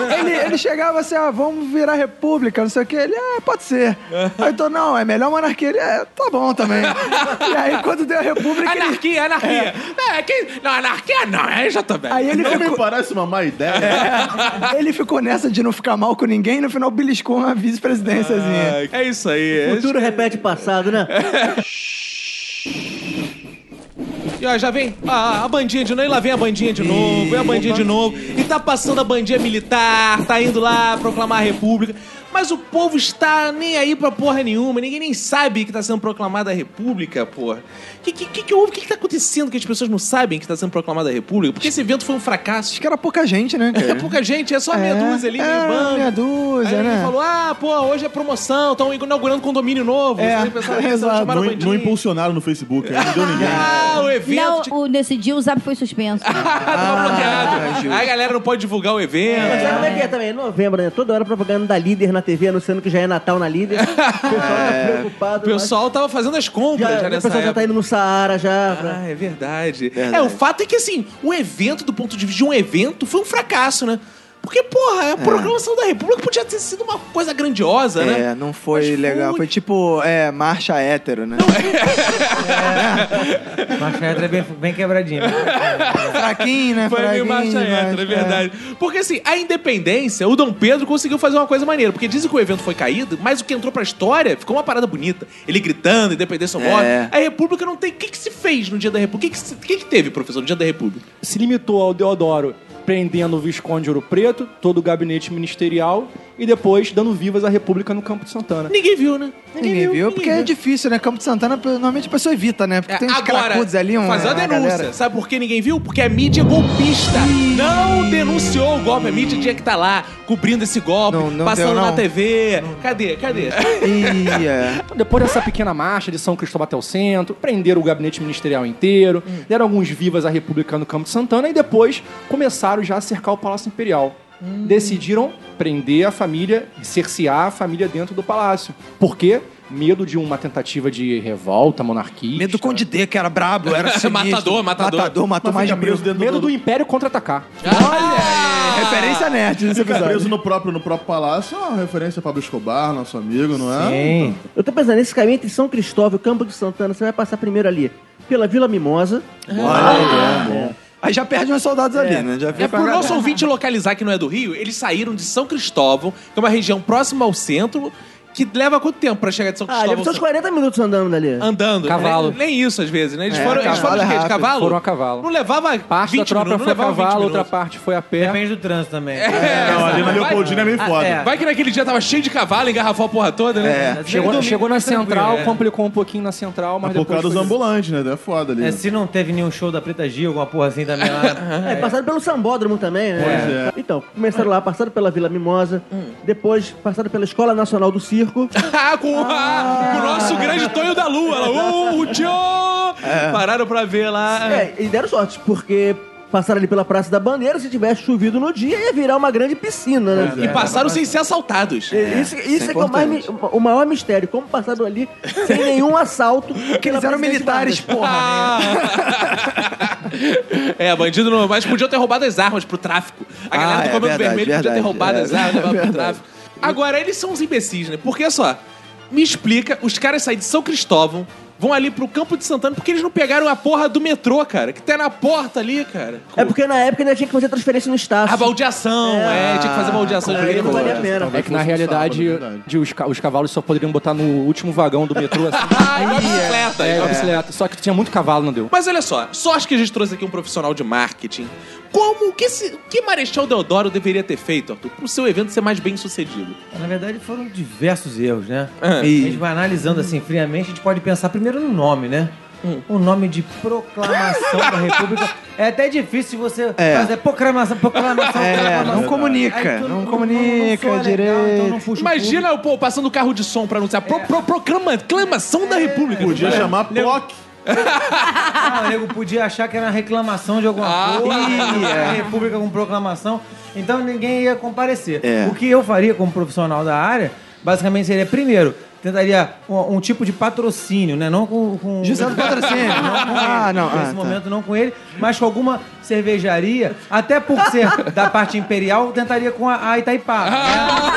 [SPEAKER 12] É, ele, ele chegava assim, ah, vamos virar república, não sei o quê. Ele, ah, pode ser. Aí então, não, é melhor monarquia. Ele, é, tá bom também. E aí, quando deu a república, ele.
[SPEAKER 1] Anarquia, anarquia. É. quem- Não, anarquia não, é já também.
[SPEAKER 12] Aí ele
[SPEAKER 13] Não
[SPEAKER 12] ficou,
[SPEAKER 13] me parece uma má ideia.
[SPEAKER 12] ele ficou nessa de não ficar mal com ninguém e no final beliscou uma vice-presidênciazinha.
[SPEAKER 1] É isso aí.
[SPEAKER 5] Futuro repete passado, né?
[SPEAKER 1] E ó, já vem a, a bandinha de novo, e lá vem a bandinha de novo, e a bandinha de novo. E tá passando a bandinha militar, tá indo lá proclamar a república. Mas o povo está nem aí pra porra nenhuma, ninguém nem sabe que tá sendo proclamada a república, porra. O que, que, que, que houve? O que, que tá acontecendo que as pessoas não sabem que tá sendo proclamada a república? Porque esse evento foi um fracasso.
[SPEAKER 12] Acho que era pouca gente, né?
[SPEAKER 1] É
[SPEAKER 12] cara?
[SPEAKER 1] pouca gente, é só meia dúzia ali,
[SPEAKER 12] é,
[SPEAKER 1] meio bando.
[SPEAKER 12] meia dúzia,
[SPEAKER 1] Aí ele
[SPEAKER 12] né?
[SPEAKER 1] falou, ah, pô, hoje é promoção, estão inaugurando condomínio novo.
[SPEAKER 12] É,
[SPEAKER 1] Aí o pessoal-
[SPEAKER 12] exato.
[SPEAKER 1] chamaram
[SPEAKER 13] Não,
[SPEAKER 1] a
[SPEAKER 13] não
[SPEAKER 1] bandinha.
[SPEAKER 13] impulsionaram no Facebook, aí não deu ninguém.
[SPEAKER 1] Ah, o evento...
[SPEAKER 3] Não,
[SPEAKER 1] tinha-
[SPEAKER 3] o, nesse dia o Zap foi suspenso.
[SPEAKER 1] Tava bloqueado. Aí a galera não pode divulgar o
[SPEAKER 5] Mas
[SPEAKER 1] evento.
[SPEAKER 5] sabe como é que é também? Novembro, né? Toda hora propaganda da líder na TV anunciando que já é Natal na líder. O pessoal tá
[SPEAKER 1] O
[SPEAKER 5] preocupado.
[SPEAKER 1] pessoal tava fazendo as
[SPEAKER 5] mas já,
[SPEAKER 1] compras já,
[SPEAKER 5] o
[SPEAKER 1] nessa
[SPEAKER 5] pessoal já tá
[SPEAKER 1] época.
[SPEAKER 5] indo né? no Saara já. pra-
[SPEAKER 1] Ah, é verdade. É, o fato é que, assim, o evento, do ponto de vista de um evento, foi um fracasso, né? Porque, porra, a programação da República podia ter sido uma coisa grandiosa, né?
[SPEAKER 12] É, não foi
[SPEAKER 1] Mas
[SPEAKER 12] legal.
[SPEAKER 1] foi.
[SPEAKER 12] Foi tipo, é, marcha hétero, né?
[SPEAKER 6] Mas a letra é bem, bem quebradinha.
[SPEAKER 12] Fraquinho, né?
[SPEAKER 1] Foi meio
[SPEAKER 12] Fraquinho,
[SPEAKER 1] marcha hétero, é
[SPEAKER 12] mas-
[SPEAKER 1] verdade. Porque, assim, a independência, o Dom Pedro conseguiu fazer uma coisa maneira. Porque dizem que o evento foi caído, mas o que entrou pra história ficou uma parada bonita. Ele gritando, independência ou morte.
[SPEAKER 12] É.
[SPEAKER 1] A República não tem... O que, que se fez no dia da República? O que, que, se- o que que teve, professor, no dia da República?
[SPEAKER 7] se limitou ao Deodoro prendendo o Visconde de Ouro Preto, todo o gabinete ministerial, e depois dando vivas à República no Campo de Santana.
[SPEAKER 1] Ninguém viu, né?
[SPEAKER 12] É. Ninguém viu, porque é difícil, né? Campo de Santana, normalmente a pessoa evita, né? Porque
[SPEAKER 1] É,
[SPEAKER 12] tem uns cracudos ali, um.
[SPEAKER 1] faz uma denúncia. Sabe por que ninguém viu? Porque a mídia golpista não denunciou o golpe. A mídia tinha que estar lá, cobrindo esse golpe,
[SPEAKER 12] Não, não
[SPEAKER 1] passando
[SPEAKER 12] deu, não.
[SPEAKER 1] na TV. Cadê? Cadê?
[SPEAKER 12] Ia.
[SPEAKER 7] Então, depois dessa pequena marcha de São Cristóvão até o centro, prenderam o gabinete ministerial inteiro, deram alguns vivas à República no Campo de Santana e depois começaram já a cercar o Palácio Imperial. Decidiram prender a família, cercear a família dentro do palácio. Por quê? Medo de uma tentativa de revolta monarquista.
[SPEAKER 12] Medo do Conde D, que era brabo, era sinistro.
[SPEAKER 1] Matador, matador.
[SPEAKER 12] Matador, matou
[SPEAKER 13] Mas
[SPEAKER 12] mais
[SPEAKER 13] fica
[SPEAKER 12] de mil.
[SPEAKER 13] preso dentro
[SPEAKER 7] Medo
[SPEAKER 13] do...
[SPEAKER 7] do Império contra-atacar.
[SPEAKER 1] é
[SPEAKER 12] Olha! aí, Referência nerd nesse
[SPEAKER 13] Fica preso
[SPEAKER 12] episódio.
[SPEAKER 13] no próprio, no próprio palácio. É uma referência a Pablo Escobar, nosso amigo, não é?
[SPEAKER 6] Sim.
[SPEAKER 5] Eu tô pensando, nesse caminho entre São Cristóvão e Campo de Santana, você vai passar primeiro ali pela Vila Mimosa.
[SPEAKER 13] Olha, é, bom.
[SPEAKER 5] É.
[SPEAKER 2] Aí já perde uns soldados ali, né? Já
[SPEAKER 1] É
[SPEAKER 2] fica
[SPEAKER 1] pro
[SPEAKER 2] uma
[SPEAKER 1] nosso
[SPEAKER 2] galera.
[SPEAKER 1] ouvinte localizar que não é do Rio, eles saíram de São Cristóvão, que é uma região próxima ao centro, que leva quanto tempo pra chegar de São
[SPEAKER 5] Ah,
[SPEAKER 1] Cristóvão?
[SPEAKER 5] deve ser uns 40 minutos andando dali.
[SPEAKER 1] Andando.
[SPEAKER 7] Cavalo.
[SPEAKER 1] Nem, nem isso, às vezes, né? Eles
[SPEAKER 2] É,
[SPEAKER 1] foram, eles
[SPEAKER 2] cavalo
[SPEAKER 1] foram de
[SPEAKER 2] é
[SPEAKER 1] quê? De
[SPEAKER 2] rápido.
[SPEAKER 1] cavalo?
[SPEAKER 7] Foram a cavalo.
[SPEAKER 1] Não levava
[SPEAKER 7] Parte
[SPEAKER 1] 20
[SPEAKER 7] da tropa
[SPEAKER 1] minutos,
[SPEAKER 7] foi a
[SPEAKER 1] não levava 20
[SPEAKER 7] cavalo, outra
[SPEAKER 1] minutos. É,
[SPEAKER 7] parte foi a
[SPEAKER 1] né?
[SPEAKER 7] pé.
[SPEAKER 13] Depende do trânsito também.
[SPEAKER 14] Não, ali na Leopoldina é meio foda.
[SPEAKER 13] é.
[SPEAKER 1] Vai que naquele dia tava cheio de cavalo, engarrafou a porra toda, né?
[SPEAKER 2] É.
[SPEAKER 7] Chegou,
[SPEAKER 13] Domingo
[SPEAKER 7] chegou na
[SPEAKER 13] tá tranquilo,
[SPEAKER 7] central,
[SPEAKER 13] é.
[SPEAKER 7] complicou um pouquinho na central, mas
[SPEAKER 14] Mas por
[SPEAKER 7] depois.
[SPEAKER 14] causa dos
[SPEAKER 7] foi-
[SPEAKER 14] ambulantes, né? É foda ali.
[SPEAKER 13] É,
[SPEAKER 14] né?
[SPEAKER 13] se não teve nenhum show da Preta Gil, alguma porra assim também lá.
[SPEAKER 5] É, passaram pelo Sambódromo também, né?
[SPEAKER 14] Pois é.
[SPEAKER 5] Então, começaram lá, passaram pela Vila Mimosa, depois passaram pela Escola Nacional do Circo.
[SPEAKER 1] Ah, com, ah, com o nosso grande Tonho da Lua. Lá. Uh, o tio!
[SPEAKER 2] É.
[SPEAKER 1] Pararam pra ver lá.
[SPEAKER 5] É, e deram sorte, porque passaram ali pela Praça da Bandeira, se tivesse chovido no dia, ia virar uma grande piscina, né?
[SPEAKER 1] E passaram sem ser assaltados.
[SPEAKER 5] É, Isso, isso é, que é o, mais mi- o maior mistério, como passaram ali sem nenhum assalto. Porque
[SPEAKER 2] Eles eram militares, porra. né?
[SPEAKER 1] Ah. é, bandido não. Mas podiam ter roubado as armas pro tráfico. A galera
[SPEAKER 2] Ah,
[SPEAKER 1] do
[SPEAKER 2] é
[SPEAKER 1] Comando
[SPEAKER 2] verdade,
[SPEAKER 1] Vermelho podia ter
[SPEAKER 2] verdade,
[SPEAKER 1] roubado
[SPEAKER 2] é,
[SPEAKER 1] as armas
[SPEAKER 2] é
[SPEAKER 1] levado pro
[SPEAKER 2] verdade.
[SPEAKER 1] tráfico. Agora, eles são uns imbecis, né? Porque, olha só, me explica, os caras saem de São Cristóvão, vão ali pro Campo de Santana, porque eles não pegaram a porra do metrô, cara, que tá na porta ali, cara.
[SPEAKER 5] É porque na época ainda tinha que fazer transferência no Estácio.
[SPEAKER 1] A baldeação, é, tinha que fazer baldeação
[SPEAKER 2] Ah,
[SPEAKER 1] de
[SPEAKER 5] Aí não
[SPEAKER 1] metrô.
[SPEAKER 5] valia a pena.
[SPEAKER 7] É que na realidade,
[SPEAKER 1] né?
[SPEAKER 7] de os, ca- os cavalos só poderiam botar no último vagão do metrô assim.
[SPEAKER 1] Ah, igual a bicicleta. então. igual a
[SPEAKER 7] É,
[SPEAKER 1] bicicleta.
[SPEAKER 7] igual bicicleta. Só que tinha muito cavalo, não deu.
[SPEAKER 1] Mas olha só, sorte que a gente trouxe aqui um profissional de marketing. Como o que, esse- o que Marechal Deodoro deveria ter feito, Arthur, pro seu evento ser mais bem sucedido?
[SPEAKER 13] É, Na verdade, foram diversos erros, né?
[SPEAKER 1] Ah.
[SPEAKER 13] A gente vai analisando assim friamente, a gente pode pensar primeiro no nome, né?
[SPEAKER 2] Hum.
[SPEAKER 13] O nome de proclamação da República. É até difícil você
[SPEAKER 2] É.
[SPEAKER 13] fazer proclamação, proclamação,
[SPEAKER 2] É,
[SPEAKER 13] proclamação.
[SPEAKER 2] não comunica,
[SPEAKER 13] Aí tu
[SPEAKER 2] não comunica
[SPEAKER 13] soa legal, então não
[SPEAKER 2] direito.
[SPEAKER 13] puxa o
[SPEAKER 1] Imagina o povo passando o carro de som pra anunciar pro, pro, proclama- proclamação da
[SPEAKER 13] É,
[SPEAKER 1] República.
[SPEAKER 14] Podia chamar POC.
[SPEAKER 13] Ah, o nego podia achar que era uma reclamação de alguma
[SPEAKER 1] Ah,
[SPEAKER 13] coisa,
[SPEAKER 2] ih,
[SPEAKER 13] a
[SPEAKER 2] é.
[SPEAKER 13] República com proclamação, então ninguém ia comparecer.
[SPEAKER 2] É.
[SPEAKER 13] O que eu faria como profissional da área, basicamente seria, primeiro, tentaria um, um tipo de patrocínio, né? Não com... com
[SPEAKER 2] José do Patrocínio.
[SPEAKER 13] Não com ele.
[SPEAKER 2] Ah, não.
[SPEAKER 13] Nesse
[SPEAKER 2] ah, tá.
[SPEAKER 13] momento não com ele, mas com alguma cervejaria, até por ser da parte imperial, tentaria com a, a Itaipá.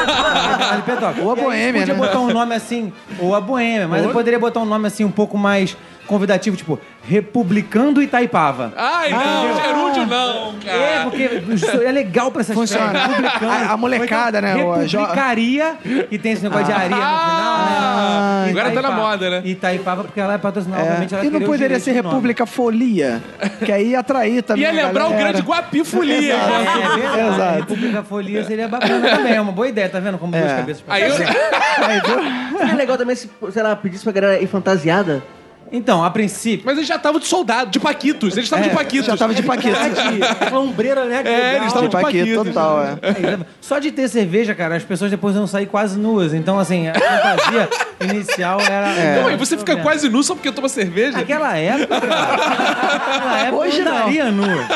[SPEAKER 2] Ou a Boêmia, né?
[SPEAKER 13] podia botar um nome assim, ou a Boêmia, mas eu poderia botar um nome assim um pouco mais convidativo, tipo Republicando Itaipava.
[SPEAKER 1] Ai, não,
[SPEAKER 13] Ah.
[SPEAKER 1] Gerúndio não,
[SPEAKER 13] É,
[SPEAKER 1] cara.
[SPEAKER 13] porque isso é legal pra essas
[SPEAKER 2] Funciona.
[SPEAKER 13] festas, republicando.
[SPEAKER 2] A- a molecada, né, o- a jo-
[SPEAKER 13] Republicaria, que tem esse negócio de areia no final, né?
[SPEAKER 1] Ah, agora tá na
[SPEAKER 13] Itaipa-
[SPEAKER 1] moda, né?
[SPEAKER 13] Itaipava, porque ela é patrocinada, obviamente. Ela
[SPEAKER 2] É. E não
[SPEAKER 13] queria o
[SPEAKER 2] poderia
[SPEAKER 13] direito
[SPEAKER 2] ser
[SPEAKER 13] de nome.
[SPEAKER 2] República Folia, que aí ia atrair também.
[SPEAKER 1] Ia
[SPEAKER 2] a
[SPEAKER 1] é lembrar o
[SPEAKER 2] galera.
[SPEAKER 1] grande Guapi Folia.
[SPEAKER 13] É,
[SPEAKER 1] né?
[SPEAKER 13] verdade.
[SPEAKER 2] Exato.
[SPEAKER 13] República Folia seria bacana também. É uma boa ideia, tá vendo? Como duas
[SPEAKER 2] É.
[SPEAKER 13] cabeças pra
[SPEAKER 1] Aí eu,
[SPEAKER 5] Seria legal também se, sei lá, pedisse pra galera ir fantasiada.
[SPEAKER 13] Então, a princípio.
[SPEAKER 1] mas eles já estavam de soldado, de paquitos. Eles
[SPEAKER 13] É,
[SPEAKER 1] estavam de paquitos.
[SPEAKER 2] Já tava de paqueta.
[SPEAKER 5] Uma ombreira, assim, né? que
[SPEAKER 1] É,
[SPEAKER 5] legal.
[SPEAKER 1] eles estavam
[SPEAKER 2] De
[SPEAKER 1] de
[SPEAKER 2] paqueta
[SPEAKER 1] paquitos.
[SPEAKER 2] total, é.
[SPEAKER 13] Aí, lembra? Só de ter cerveja, cara, as pessoas depois vão sair quase nuas. Então, assim, a fantasia inicial era.
[SPEAKER 1] Não, e você fica quase nu só porque toma cerveja?
[SPEAKER 13] Naquela época, cara, naquela época
[SPEAKER 2] Hoje
[SPEAKER 13] eu
[SPEAKER 2] não.
[SPEAKER 13] andaria nu. Né,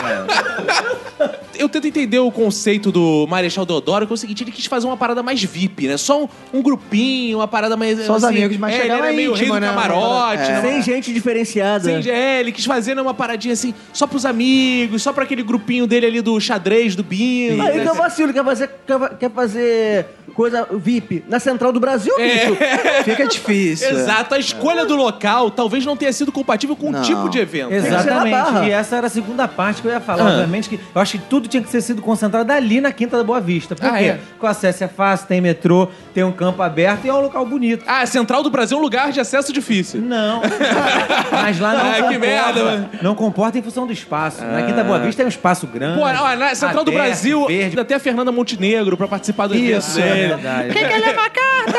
[SPEAKER 13] cara?
[SPEAKER 1] eu tento entender o conceito do Marechal Deodoro, que é o seguinte, ele quis fazer uma parada mais VIP, né? Só um, um grupinho, uma parada mais...
[SPEAKER 2] Só os amigos, mas
[SPEAKER 1] é, ele
[SPEAKER 2] chegava
[SPEAKER 1] era meio rei
[SPEAKER 2] íntimo,
[SPEAKER 1] do
[SPEAKER 2] né?
[SPEAKER 1] camarote,
[SPEAKER 2] É.
[SPEAKER 1] né?
[SPEAKER 5] Sem gente diferenciada.
[SPEAKER 1] Sim, é, ele quis fazer né, uma paradinha assim, só pros amigos, só pra aquele grupinho dele ali do xadrez, do bingo.
[SPEAKER 5] Aí
[SPEAKER 1] né?
[SPEAKER 5] que é o vacilo, quer fazer, quer fa- quer fazer coisa VIP na central do Brasil, bicho.
[SPEAKER 2] é. Fica difícil.
[SPEAKER 1] É, Exato, a escolha do local talvez não tenha sido compatível com o
[SPEAKER 2] Não.
[SPEAKER 1] tipo de evento.
[SPEAKER 5] que ser na
[SPEAKER 13] Exatamente.
[SPEAKER 5] Barra.
[SPEAKER 13] E essa era a segunda parte que eu ia falar.
[SPEAKER 2] Ah.
[SPEAKER 13] Obviamente que eu acho que tudo tinha que ter sido concentrado ali na Quinta da Boa Vista. Por
[SPEAKER 1] Ah,
[SPEAKER 13] quê?
[SPEAKER 1] é?
[SPEAKER 13] Porque o acesso é fácil, tem metrô, tem um campo aberto e é um local bonito.
[SPEAKER 1] Ah, Central do Brasil é um lugar de acesso difícil.
[SPEAKER 13] Não. Mas lá não
[SPEAKER 1] Ah, que
[SPEAKER 13] comporta.
[SPEAKER 1] merda, mano. Ah.
[SPEAKER 13] Não comporta em função do espaço. Na Quinta Boa Vista é um espaço grande.
[SPEAKER 1] Pô, ó, na Central do
[SPEAKER 13] aberto,
[SPEAKER 1] Brasil,
[SPEAKER 13] verde.
[SPEAKER 1] ainda tem a Fernanda Montenegro pra participar do evento
[SPEAKER 13] Isso, é
[SPEAKER 1] dele.
[SPEAKER 13] verdade.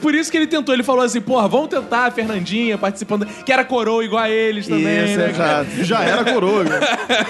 [SPEAKER 1] Por isso que ele tentou, ele falou assim, porra, vamos tentar a Fernandinha participando, que era coroa igual a eles também,
[SPEAKER 2] Isso,
[SPEAKER 1] né?
[SPEAKER 14] Já, já era coroa.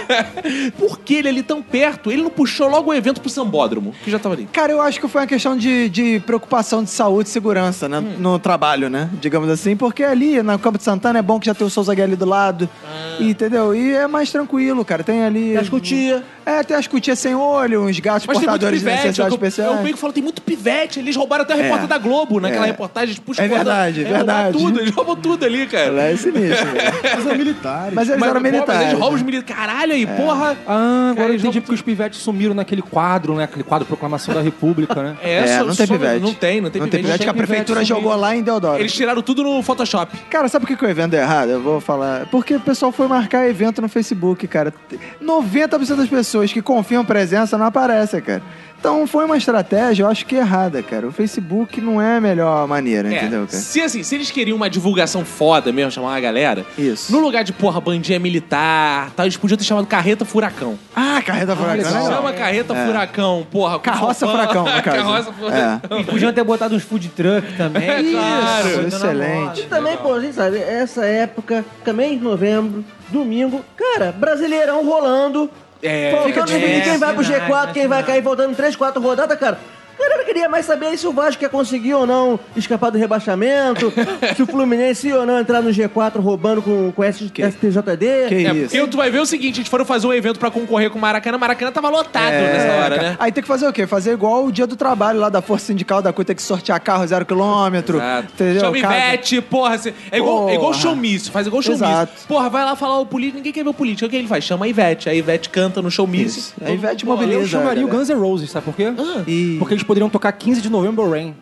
[SPEAKER 1] Por que ele é ali tão perto? Ele não puxou logo o evento pro Sambódromo, que já tava ali.
[SPEAKER 2] Cara, eu acho que foi uma questão de, de preocupação de saúde e segurança né?
[SPEAKER 1] Hum.
[SPEAKER 2] no trabalho, né? Digamos assim, porque ali na Campo de Santana é bom que já tem o Souza Guia ali do lado,
[SPEAKER 1] Ah.
[SPEAKER 2] entendeu? E é mais tranquilo, cara. Tem ali. Tem as
[SPEAKER 5] cutia.
[SPEAKER 2] É, tem as cutias sem olho, uns gatos
[SPEAKER 1] Mas tem muito
[SPEAKER 2] portadores de
[SPEAKER 1] pivete, é o é,
[SPEAKER 2] necessidade
[SPEAKER 1] que eu-
[SPEAKER 2] especial.
[SPEAKER 1] eu meio que falo, tem muito pivete. Eles roubaram até a repórter da Globo, naquela
[SPEAKER 2] É.
[SPEAKER 1] reportagem. Eles puxam
[SPEAKER 2] É
[SPEAKER 1] corda-
[SPEAKER 2] verdade,
[SPEAKER 1] é, roubaram
[SPEAKER 2] verdade.
[SPEAKER 1] tudo, eles roubam tudo ali, cara.
[SPEAKER 2] Ela é sinistra. velho.
[SPEAKER 13] Mas é militares.
[SPEAKER 2] Mas eles
[SPEAKER 1] Mas,
[SPEAKER 2] eram
[SPEAKER 1] pô,
[SPEAKER 2] militares.
[SPEAKER 1] Mas eles roubam os
[SPEAKER 2] né?
[SPEAKER 1] militares. Caralho aí, porra.
[SPEAKER 7] Ah, agora
[SPEAKER 1] Cara,
[SPEAKER 7] eu
[SPEAKER 1] eles
[SPEAKER 7] entendi
[SPEAKER 1] roubam
[SPEAKER 7] porque os pivetes sumiram naquele quadro, né? Aquele quadro Proclamação da República, né?
[SPEAKER 1] É,
[SPEAKER 2] É,
[SPEAKER 1] só-
[SPEAKER 2] não tem
[SPEAKER 1] só-
[SPEAKER 2] pivete.
[SPEAKER 1] Não tem, não tem
[SPEAKER 2] Não tem pivete que a
[SPEAKER 7] pivete,
[SPEAKER 2] prefeitura
[SPEAKER 7] não tem.
[SPEAKER 2] jogou lá em Deodoro.
[SPEAKER 1] Eles tiraram tudo no Photoshop.
[SPEAKER 2] Cara, sabe por que, que o evento é errado? Eu vou falar. Porque o pessoal foi marcar evento no Facebook, cara. 90% das pessoas que confiam presença não aparecem, cara. Então foi uma estratégia, eu acho que errada, cara. O Facebook não é a melhor maneira,
[SPEAKER 1] É,
[SPEAKER 2] entendeu, cara?
[SPEAKER 1] se assim, se eles queriam uma divulgação foda mesmo, chamar a galera,
[SPEAKER 2] Isso.
[SPEAKER 1] no lugar de porra bandinha militar, tal, eles podiam ter chamado carreta furacão.
[SPEAKER 2] Ah, carreta furacão.
[SPEAKER 7] legal.
[SPEAKER 2] legal. É.
[SPEAKER 1] Chama carreta furacão, porra. com
[SPEAKER 2] Carroça
[SPEAKER 1] champanhe.
[SPEAKER 2] furacão, no caso. É.
[SPEAKER 1] Carroça furacão. É,
[SPEAKER 15] E podiam ter botado uns food truck também. Isso,
[SPEAKER 1] claro.
[SPEAKER 2] Excelente.
[SPEAKER 5] E também, pô, a gente sabe, essa época, também de novembro, domingo, cara, brasileirão rolando.
[SPEAKER 1] É, fica
[SPEAKER 5] faltando definir
[SPEAKER 1] difícil.
[SPEAKER 5] quem vai pro
[SPEAKER 15] Finais,
[SPEAKER 5] G4,
[SPEAKER 15] né,
[SPEAKER 5] quem vai
[SPEAKER 15] finais.
[SPEAKER 5] cair, faltando 3, 4 rodadas, cara. Galera queria mais saber se o Vasco ia conseguir ou não escapar do rebaixamento, se o Fluminense ia ou não entrar no G4 roubando com, com S, STJD.
[SPEAKER 2] Que
[SPEAKER 1] É,
[SPEAKER 2] isso.
[SPEAKER 1] porque tu vai ver o seguinte, eles foram fazer um evento pra concorrer com o Maracanã, Maracanã tava lotado
[SPEAKER 2] É.
[SPEAKER 1] nessa hora,
[SPEAKER 2] cara.
[SPEAKER 1] né?
[SPEAKER 2] Aí tem que fazer o quê? Fazer igual o dia do trabalho lá da Força Sindical da CUT, tem que sortear carro zero quilômetro. Entendeu?
[SPEAKER 1] Chama
[SPEAKER 2] Casa-
[SPEAKER 1] Ivete, porra. assim, é, igual, é igual
[SPEAKER 2] Porra.
[SPEAKER 1] showmício, faz igual showmício.
[SPEAKER 2] Exato.
[SPEAKER 1] Porra, vai lá falar o político, ninguém quer ver o político. O que ele faz? Chama a Ivete. A Ivete canta no showmício.
[SPEAKER 2] Isso. A É, Ivete
[SPEAKER 7] Pô,
[SPEAKER 2] mobiliza.
[SPEAKER 7] eu chamaria o
[SPEAKER 2] galera.
[SPEAKER 7] Guns N' Roses, sabe por quê?
[SPEAKER 1] Ah.
[SPEAKER 2] E-
[SPEAKER 7] Porque eles poderiam tocar 15 de novembro Rain.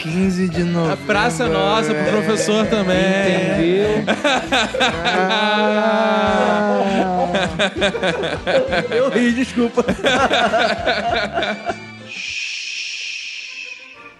[SPEAKER 2] 15 de novembro.
[SPEAKER 1] A Praça Nossa, pro professor também.
[SPEAKER 7] Entendeu?
[SPEAKER 5] Eu ri, desculpa.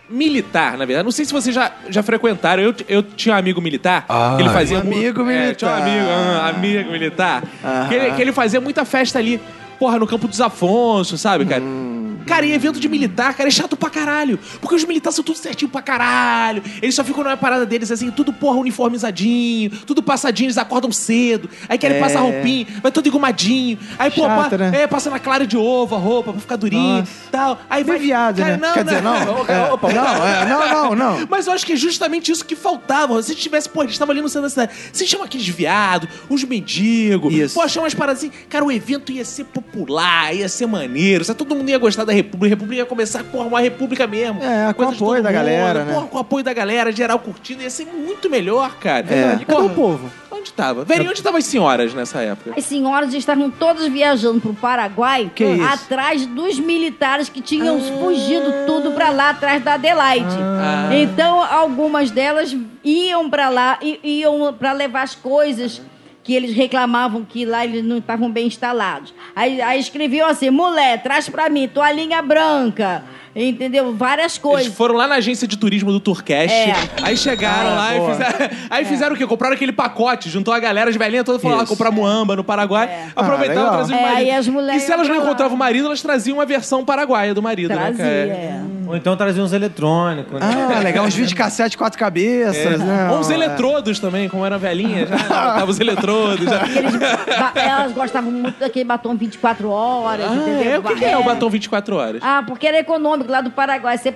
[SPEAKER 1] Militar, na verdade. Não sei se vocês já, já frequentaram. Eu, eu tinha um amigo militar. que ele fazia
[SPEAKER 2] Um amigo
[SPEAKER 1] mu- É, tinha um amigo,
[SPEAKER 2] militar.
[SPEAKER 1] ah, amigo militar.
[SPEAKER 2] Aham.
[SPEAKER 1] Que, ele, que ele fazia muita festa ali. Porra, no Campo dos Afonso, sabe, cara?
[SPEAKER 2] Hum.
[SPEAKER 1] Cara, e evento de militar, cara, é chato pra caralho. Porque os militares são tudo certinho pra caralho. Eles só ficam na parada deles, assim, tudo, porra, uniformizadinho, tudo passadinho, eles acordam cedo. Aí querem
[SPEAKER 2] É.
[SPEAKER 1] passar roupinha, vai todo engomadinho. Aí, pô,
[SPEAKER 2] Chato,
[SPEAKER 1] pa-
[SPEAKER 2] né?
[SPEAKER 1] é, passa na clara de ovo a roupa pra ficar durinho
[SPEAKER 2] Nossa.
[SPEAKER 1] tal. Aí
[SPEAKER 2] Bem
[SPEAKER 1] vai...
[SPEAKER 2] viado,
[SPEAKER 1] Cara,
[SPEAKER 2] né? Quer dizer, não? É, não, é, não, não, não.
[SPEAKER 1] Mas eu acho que é justamente isso que faltava. Se tivesse, pô, a gente tava ali no centro da cidade. Se chama aqueles viados, os mendigos,
[SPEAKER 2] Isso.
[SPEAKER 1] pô, chama umas paradas assim. Cara, o evento ia ser popular, ia ser maneiro. sabe? Todo mundo ia gostar da República. A República ia começar, porra, uma República mesmo.
[SPEAKER 2] É, com
[SPEAKER 1] Coisa de todo
[SPEAKER 2] apoio da galera, né?
[SPEAKER 1] Porra, com o apoio da galera, geral curtindo. Ia ser muito melhor, cara.
[SPEAKER 2] É.
[SPEAKER 1] E,
[SPEAKER 7] Cadê o
[SPEAKER 1] porra,
[SPEAKER 7] povo?
[SPEAKER 1] onde tava? Verinho, onde tava as senhoras nessa época?
[SPEAKER 3] As senhoras estavam todas viajando pro Paraguai
[SPEAKER 2] Que isso?
[SPEAKER 3] atrás dos militares que tinham
[SPEAKER 1] Ah.
[SPEAKER 3] fugido tudo pra lá, atrás da Adelaide. Então, algumas delas iam pra lá, i- iam pra levar as coisas que eles reclamavam que lá eles não estavam bem instalados. Aí, aí escreviam assim, mulher, traz pra mim toalhinha branca, entendeu? Várias coisas.
[SPEAKER 1] Eles foram lá na agência de turismo do Turcast.
[SPEAKER 3] É.
[SPEAKER 1] Aí chegaram
[SPEAKER 2] Ah,
[SPEAKER 1] lá
[SPEAKER 2] boa.
[SPEAKER 1] e fizeram. Aí fizeram o quê? Compraram aquele pacote, juntou a galera de velhinha toda e foram lá
[SPEAKER 2] Isso.
[SPEAKER 1] comprar muamba no Paraguai. Aproveitaram
[SPEAKER 2] legal.
[SPEAKER 1] e traziam o
[SPEAKER 3] É,
[SPEAKER 1] marido.
[SPEAKER 3] aí as mulheres
[SPEAKER 1] e se elas não
[SPEAKER 3] iam pra lá.
[SPEAKER 1] encontravam o marido, elas traziam uma versão paraguaia do marido, né,
[SPEAKER 3] Trazia.
[SPEAKER 1] cara?
[SPEAKER 3] é.
[SPEAKER 15] Ou então trazer uns eletrônicos, né?
[SPEAKER 2] Ah, legal, uns vídeos de cassete quatro cabeças, né?
[SPEAKER 1] Ou os eletrodos também, como eram velhinhas, já tava os eletrodos. já.
[SPEAKER 3] Eles- ba- elas gostavam muito daquele batom 24 horas,
[SPEAKER 1] Ah,
[SPEAKER 3] entendeu?
[SPEAKER 1] é, o que, que é o batom 24 horas?
[SPEAKER 3] Ah, porque era econômico lá do Paraguai. Você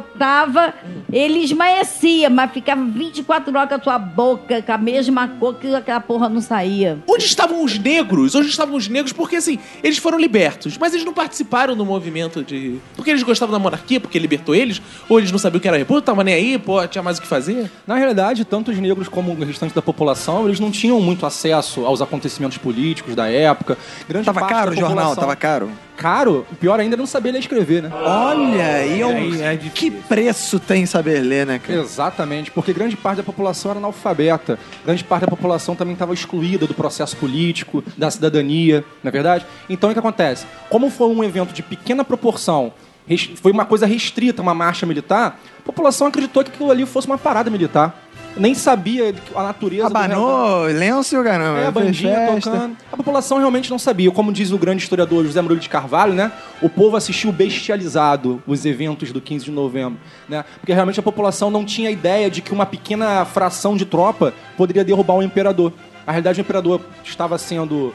[SPEAKER 3] botava, ele esmaecia, mas ficava 24 horas com a tua boca, com a mesma cor que aquela porra não saía.
[SPEAKER 1] Onde estavam os negros? Onde estavam os negros? Porque, assim, eles foram libertos, mas eles não participaram do movimento de... Porque eles gostavam da monarquia, porque libertou eles? Ou eles não sabiam o que era a república, tava nem aí, pô, tinha mais o que fazer?
[SPEAKER 7] Na realidade, tanto os negros como o restante da população, eles não tinham muito acesso aos acontecimentos políticos da época. Grande
[SPEAKER 2] Tava
[SPEAKER 7] parte
[SPEAKER 2] caro
[SPEAKER 7] da
[SPEAKER 2] o jornal,
[SPEAKER 7] população-
[SPEAKER 2] tava caro.
[SPEAKER 7] caro. e Pior ainda, não sabia ler e escrever, né?
[SPEAKER 2] Olha, aí é um-
[SPEAKER 15] Aí é difícil.
[SPEAKER 2] que preço tem saber ler, né,
[SPEAKER 7] É,
[SPEAKER 2] cara?
[SPEAKER 7] Exatamente, porque grande parte da população era analfabeta, grande parte da população também estava excluída do processo político, da cidadania, não é verdade? Então o que acontece? Como foi um evento de pequena proporção, res- foi uma coisa restrita, uma marcha militar, a população acreditou que aquilo ali fosse uma parada militar. Nem sabia que a natureza. do real-
[SPEAKER 2] Abanou, lenço e o caramba.
[SPEAKER 7] é,
[SPEAKER 2] fez
[SPEAKER 7] bandinha
[SPEAKER 2] festa.
[SPEAKER 7] tocando. A população realmente não sabia. Como diz o grande historiador José Murilo de Carvalho, né? O povo assistiu bestializado os eventos do 15 de novembro, né? Porque realmente a população não tinha ideia de que uma pequena fração de tropa poderia derrubar o imperador. Na realidade, o imperador estava sendo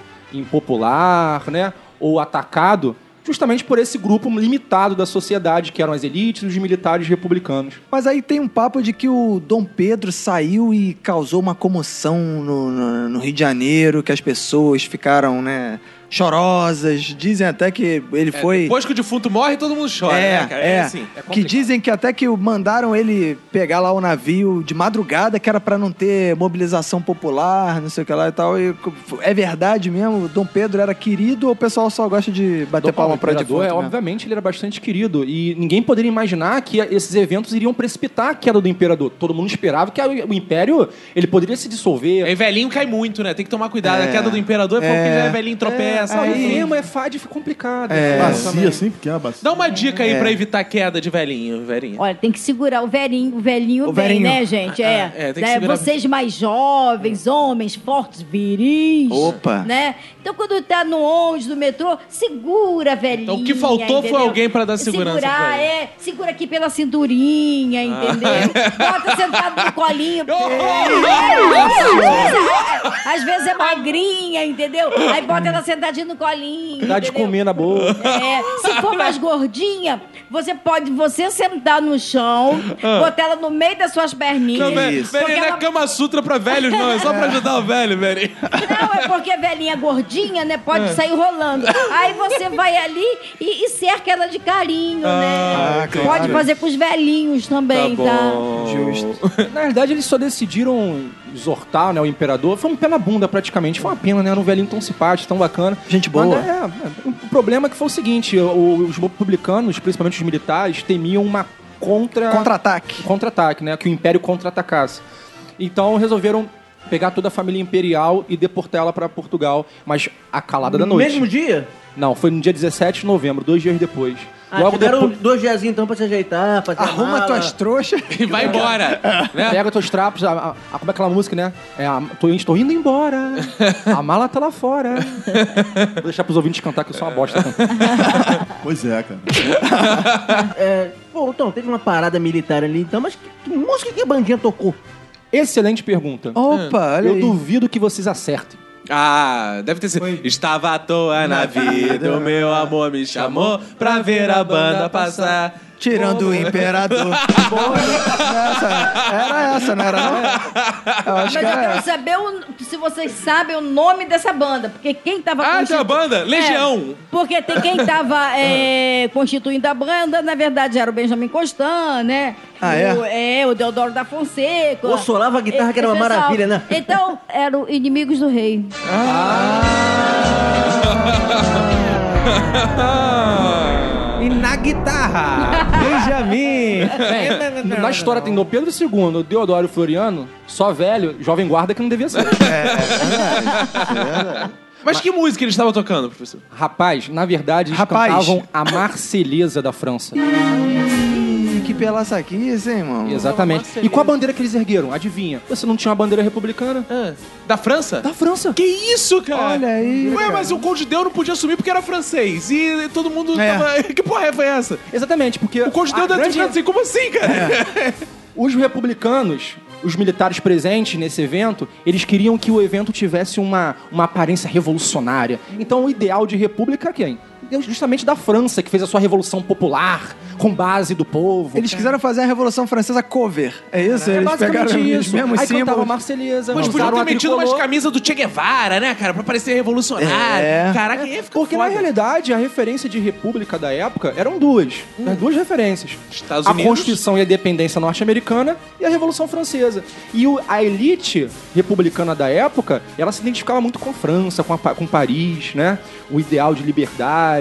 [SPEAKER 7] impopular, né? Ou atacado justamente por esse grupo limitado da sociedade, que eram as elites e os militares republicanos.
[SPEAKER 2] Mas aí tem um papo de que o Dom Pedro saiu e causou uma comoção no, no- no Rio de Janeiro, que as pessoas ficaram, né,
[SPEAKER 12] chorosas. Dizem até que ele foi.
[SPEAKER 1] Depois que o defunto morre, todo mundo chora,
[SPEAKER 12] É,
[SPEAKER 1] né, cara?
[SPEAKER 12] é.
[SPEAKER 1] assim.
[SPEAKER 12] que dizem que até que o- mandaram ele pegar lá o navio de madrugada, que era pra não ter mobilização popular, não sei o que lá e tal. E é verdade mesmo? Dom Pedro era querido ou o pessoal só gosta de bater palma
[SPEAKER 7] Dom Paulo
[SPEAKER 12] pra
[SPEAKER 7] Imperador,
[SPEAKER 12] defunto?
[SPEAKER 7] é,
[SPEAKER 12] né?
[SPEAKER 7] obviamente, ele era bastante querido. E ninguém poderia imaginar que esses eventos iriam precipitar a queda do imperador. Todo mundo esperava que a- o império ele poderia se dissolver.
[SPEAKER 1] Aí velhinho cai muito, né? Tem que tomar cuidado. A queda do imperador é porque
[SPEAKER 12] É.
[SPEAKER 1] ele é velhinho tropeça.
[SPEAKER 7] Aí,
[SPEAKER 1] enfim.
[SPEAKER 7] é fad fica complicado.
[SPEAKER 13] Bacia, sempre que é a bacia.
[SPEAKER 1] Dá uma dica aí pra evitar queda de velhinho, velhinho.
[SPEAKER 3] Olha, tem que segurar o velhinho, o velhinho
[SPEAKER 12] O
[SPEAKER 3] bem,
[SPEAKER 12] velhinho.
[SPEAKER 3] né, gente? É.
[SPEAKER 1] Ah, é, tem que
[SPEAKER 3] Né,
[SPEAKER 1] segurar-
[SPEAKER 3] Vocês mais jovens, homens, fortes, viris.
[SPEAKER 12] Opa.
[SPEAKER 3] Né? Então, quando tá no ônibus, no metrô, segura, velhinho.
[SPEAKER 1] Então, o que faltou foi alguém pra dar segurança
[SPEAKER 3] Segurar,
[SPEAKER 1] pra ele. Ah.
[SPEAKER 3] é. Segura aqui pela cinturinha, entendeu? Bota sentado no colinho.
[SPEAKER 1] Oh!
[SPEAKER 3] Às vezes é magrinha, entendeu? Aí bota ela sentadinha no colinho.
[SPEAKER 7] Dá de
[SPEAKER 3] entendeu?
[SPEAKER 7] comer na boca.
[SPEAKER 3] É, se for mais gordinha, você pode você sentar no chão, botar ela no meio das suas perninhas.
[SPEAKER 1] Não, velho,
[SPEAKER 12] Isso.
[SPEAKER 1] velhinho não é
[SPEAKER 3] Porque ela-
[SPEAKER 1] Kama Sutra pra velhos, não. É só pra ajudar o velho, velhinho.
[SPEAKER 3] Não, é porque a velhinha gordinha, né, pode sair rolando. Aí você vai ali e, e cerca ela de carinho, né?
[SPEAKER 12] Ah, claro.
[SPEAKER 3] Pode fazer com os velhinhos também, tá?
[SPEAKER 12] Justo.
[SPEAKER 7] Na verdade, eles só decidiram exortar né, o imperador. Foi um pé na bunda, praticamente. Foi uma pena, né? Era um velhinho tão simpático, tão bacana.
[SPEAKER 12] Gente boa.
[SPEAKER 7] Mas, é, é, o problema é que foi o seguinte: o- os republicanos, principalmente os militares, temiam uma contra...
[SPEAKER 12] Contra-ataque.
[SPEAKER 7] contra-ataque, né? Que o Império contra-atacasse. Então resolveram pegar toda a família imperial e deportar ela pra Portugal, mas a calada da
[SPEAKER 5] No
[SPEAKER 7] noite.
[SPEAKER 5] mesmo dia?
[SPEAKER 7] Não, foi no dia 17 de novembro, dois dias depois.
[SPEAKER 5] Ah,
[SPEAKER 7] Logo
[SPEAKER 5] tiveram
[SPEAKER 7] depois.
[SPEAKER 5] dois dias então pra se ajeitar, pra ter
[SPEAKER 12] Arruma
[SPEAKER 5] mala.
[SPEAKER 12] tuas trouxas.
[SPEAKER 1] E vai embora. né?
[SPEAKER 7] Pega teus trapos, a, a- a- como é aquela música, né? É, a, tô, estou indo embora, a mala tá lá fora. Vou deixar pros ouvintes cantar, que eu sou uma bosta. cantando.
[SPEAKER 13] Pois é, cara.
[SPEAKER 5] É, pô, então, teve uma parada militar ali então, mas que, que música que a bandinha tocou?
[SPEAKER 7] Excelente pergunta.
[SPEAKER 2] Oh,
[SPEAKER 12] Opa, olha
[SPEAKER 7] eu
[SPEAKER 12] aí.
[SPEAKER 7] duvido que vocês acertem.
[SPEAKER 1] Ah, deve ter sido. Estava à toa na vida, o meu amor me chamou pra ver a banda passar.
[SPEAKER 12] Tirando o imperador. Essa- era essa, não era? Não?
[SPEAKER 7] É.
[SPEAKER 1] Ah,
[SPEAKER 12] Eu
[SPEAKER 3] Mas
[SPEAKER 12] acho
[SPEAKER 3] eu
[SPEAKER 12] que era.
[SPEAKER 3] quero saber o- se vocês sabem o nome dessa banda, porque quem tava
[SPEAKER 1] Ah, tem uma banda? Legião.
[SPEAKER 3] É, porque tem quem tava é, constituindo a banda, na verdade era o Benjamin Constant, né?
[SPEAKER 12] Ah, é?
[SPEAKER 3] O, o Deodoro da Fonseca.
[SPEAKER 5] Ou solava a guitarra, que era uma
[SPEAKER 3] Esse pessoal.
[SPEAKER 5] maravilha, né?
[SPEAKER 3] Então, eram inimigos do rei.
[SPEAKER 1] Ah.
[SPEAKER 6] E na guitarra, Benjamin.
[SPEAKER 7] Bem, na história tem Dom Pedro II, Deodoro Floriano, só velho, jovem guarda que não devia ser.
[SPEAKER 1] Mas que música eles estavam tocando, professor?
[SPEAKER 7] Rapaz, na verdade, eles
[SPEAKER 12] Rapaz.
[SPEAKER 7] cantavam a Marselhesa da França.
[SPEAKER 12] Ih, Que pelaça aqui, hein, irmão?
[SPEAKER 7] Exatamente. E qual a bandeira que eles ergueram? Adivinha? Você não tinha uma bandeira republicana?
[SPEAKER 1] É. Da França?
[SPEAKER 7] Da França.
[SPEAKER 1] Que isso, cara?
[SPEAKER 12] Olha aí,
[SPEAKER 1] Ué,
[SPEAKER 12] cara.
[SPEAKER 1] mas o Conde Deu não podia assumir porque era francês. E todo mundo
[SPEAKER 12] É.
[SPEAKER 1] tava. Que porra foi essa?
[SPEAKER 7] Exatamente, porque
[SPEAKER 1] O Conde Deu
[SPEAKER 7] a
[SPEAKER 1] deve ter
[SPEAKER 7] Ah, grande-
[SPEAKER 1] ficado assim. Como assim, cara?
[SPEAKER 7] os republicanos, os militares presentes nesse evento, eles queriam que o evento tivesse uma, uma aparência revolucionária. Então o ideal de república é quem? É Justamente da França, que fez a sua revolução popular, com base do povo.
[SPEAKER 12] Eles quiseram fazer a Revolução Francesa cover. É isso?
[SPEAKER 7] É
[SPEAKER 12] Eles
[SPEAKER 7] basicamente
[SPEAKER 12] pegaram os
[SPEAKER 7] isso.
[SPEAKER 12] mesmos
[SPEAKER 7] Aí cantava
[SPEAKER 12] símbolos.
[SPEAKER 7] Marselhesa,
[SPEAKER 1] Mas podia
[SPEAKER 7] usaram
[SPEAKER 1] ter
[SPEAKER 7] um a
[SPEAKER 1] metido
[SPEAKER 7] tricolor.
[SPEAKER 1] umas camisas do Che Guevara, né, cara? Pra parecer revolucionário.
[SPEAKER 12] É.
[SPEAKER 1] Caraca, ia ficar
[SPEAKER 7] Porque
[SPEAKER 1] foda.
[SPEAKER 7] na realidade a referência de república da época eram duas. As duas referências.
[SPEAKER 1] Estados
[SPEAKER 7] a
[SPEAKER 1] Unidos.
[SPEAKER 7] Constituição e a Independência Norte-Americana e a Revolução Francesa. E o- a elite republicana da época, ela se identificava muito com a França, com, a Pa- com Paris, né? O ideal de liberdade,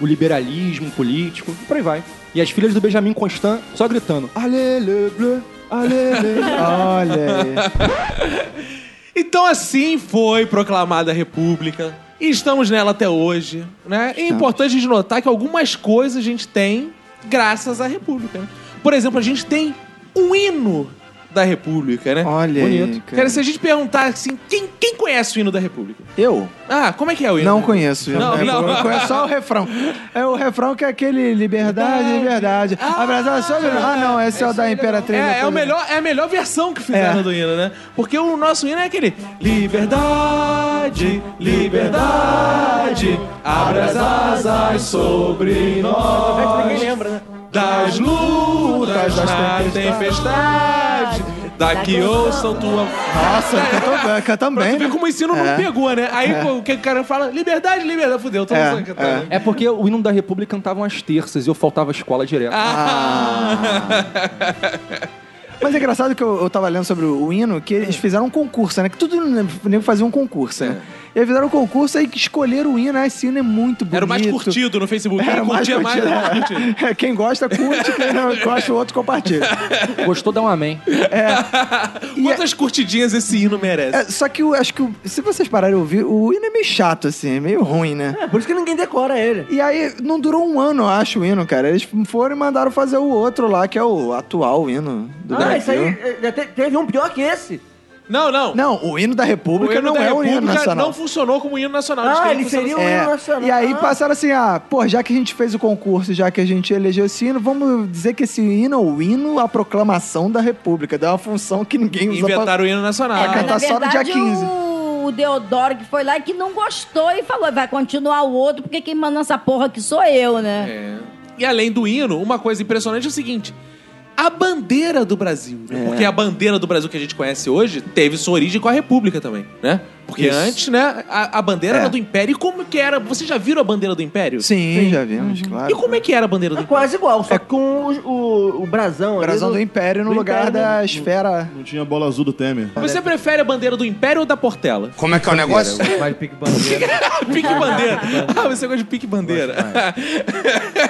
[SPEAKER 7] o liberalismo político, e por aí vai. E as filhas do Benjamin Constant só gritando: Allez le bleu, allez le bleu."
[SPEAKER 12] Olha aí.
[SPEAKER 1] Então assim foi proclamada a República. E estamos nela até hoje, né? E É importante a gente notar que algumas coisas a gente tem graças à República. né? Por exemplo, a gente tem um hino da República, né?
[SPEAKER 12] Olha aí,
[SPEAKER 1] Bonito.
[SPEAKER 12] cara.
[SPEAKER 1] Cara, se a gente perguntar assim, quem, quem conhece o hino da República?
[SPEAKER 12] Eu
[SPEAKER 1] Ah, como é que é o hino?
[SPEAKER 12] não conheço.
[SPEAKER 1] Não,
[SPEAKER 12] é,
[SPEAKER 1] não.
[SPEAKER 12] Eu conheço só o refrão. É o refrão que é aquele liberdade, liberdade. Abraçar sobre. Ah, não, esse é o da Imperatriz. da
[SPEAKER 1] É, é, o
[SPEAKER 12] coisa.
[SPEAKER 1] melhor, é a melhor versão que fizeram
[SPEAKER 12] É.
[SPEAKER 1] do hino, né? Porque o nosso hino é aquele Liberdade, liberdade, abre as asas sobre nós.
[SPEAKER 5] Ninguém lembra, né?
[SPEAKER 1] Das lutas, da tempestade, Daqui eu sou tua.
[SPEAKER 12] Nossa, canta, canta
[SPEAKER 1] Pra
[SPEAKER 12] bem.
[SPEAKER 1] tu ver como o ensino não
[SPEAKER 12] É.
[SPEAKER 1] pegou, né? Aí pô, o que o cara fala, liberdade, liberdade, fudeu, tô
[SPEAKER 12] É,
[SPEAKER 1] não sei o que tá.
[SPEAKER 7] É porque o hino da República cantavam às terças e eu faltava à escola direto.
[SPEAKER 12] Mas é engraçado que eu, eu tava lendo sobre o, o hino, que eles fizeram um concurso, né? Que tudo nem nego fazia um concurso,
[SPEAKER 1] É.
[SPEAKER 12] né? E aí fizeram um concurso aí escolheram o hino, né? Esse hino é muito bonito.
[SPEAKER 1] Era o mais curtido no Facebook.
[SPEAKER 12] Era
[SPEAKER 1] Quem
[SPEAKER 12] o mais
[SPEAKER 1] curtia mais,
[SPEAKER 12] curtido.
[SPEAKER 1] era o mais curtido.
[SPEAKER 12] É, Quem gosta, curte. Quem não gosta, o outro compartilha.
[SPEAKER 7] Gostou, dá um amém.
[SPEAKER 1] Quantas curtidinhas esse hino merece?
[SPEAKER 12] É, só que eu acho que, o- se vocês pararem de ouvir, o hino é meio chato, assim. É meio ruim, né?
[SPEAKER 5] É, por isso que ninguém decora ele.
[SPEAKER 12] E aí, não durou um ano, eu acho, o hino, cara. Eles foram e mandaram fazer o outro lá, que é o atual hino do
[SPEAKER 5] Ah,
[SPEAKER 12] Brasil.
[SPEAKER 5] isso aí é, é, te- teve um pior que esse.
[SPEAKER 1] Não, não.
[SPEAKER 12] Não, o hino da
[SPEAKER 1] O
[SPEAKER 12] República
[SPEAKER 1] hino
[SPEAKER 12] não
[SPEAKER 1] da
[SPEAKER 12] é o hino
[SPEAKER 1] República
[SPEAKER 12] nacional.
[SPEAKER 1] não funcionou como hino nacional. Eles
[SPEAKER 5] Ah,
[SPEAKER 1] queriam
[SPEAKER 5] ele
[SPEAKER 1] que funcionasse-
[SPEAKER 5] seria o hino nacional.
[SPEAKER 12] É, E aí
[SPEAKER 5] Ah.
[SPEAKER 12] passaram assim, ah, pô, já que a gente fez o concurso, já que a gente elegeu esse hino, vamos dizer que esse hino é o hino à proclamação da República. Dá uma função que ninguém usa pra...
[SPEAKER 1] Inventaram o hino nacional.
[SPEAKER 12] É,
[SPEAKER 3] mas
[SPEAKER 12] cantar
[SPEAKER 3] na
[SPEAKER 12] só no dia
[SPEAKER 3] verdade,
[SPEAKER 12] 15.
[SPEAKER 3] O Deodoro que foi lá e que não gostou e falou: vai continuar o outro, porque quem manda essa porra aqui sou eu, né?
[SPEAKER 1] E além do hino, uma coisa impressionante é o seguinte: a bandeira do Brasil,
[SPEAKER 12] É.
[SPEAKER 1] né? Porque a bandeira do Brasil que a gente conhece hoje teve sua origem com a República também, né? Porque antes, né, a, a bandeira
[SPEAKER 12] É.
[SPEAKER 1] era do Império. E como que era? Vocês já viram a bandeira do Império?
[SPEAKER 12] Sim, já vimos, claro.
[SPEAKER 1] E como é que era a bandeira do
[SPEAKER 5] É
[SPEAKER 1] Império?
[SPEAKER 5] quase igual, só que com o, o, o brasão. ali
[SPEAKER 12] Brasão do Império no
[SPEAKER 5] do
[SPEAKER 12] lugar
[SPEAKER 5] Império,
[SPEAKER 12] da
[SPEAKER 5] né?
[SPEAKER 12] esfera...
[SPEAKER 13] Não tinha bola azul do Temer.
[SPEAKER 1] Você prefere a bandeira do Império ou da Portela?
[SPEAKER 8] Como é que é o negócio?
[SPEAKER 6] Vai de pique bandeira.
[SPEAKER 1] pique bandeira. Ah, você gosta de pique bandeira.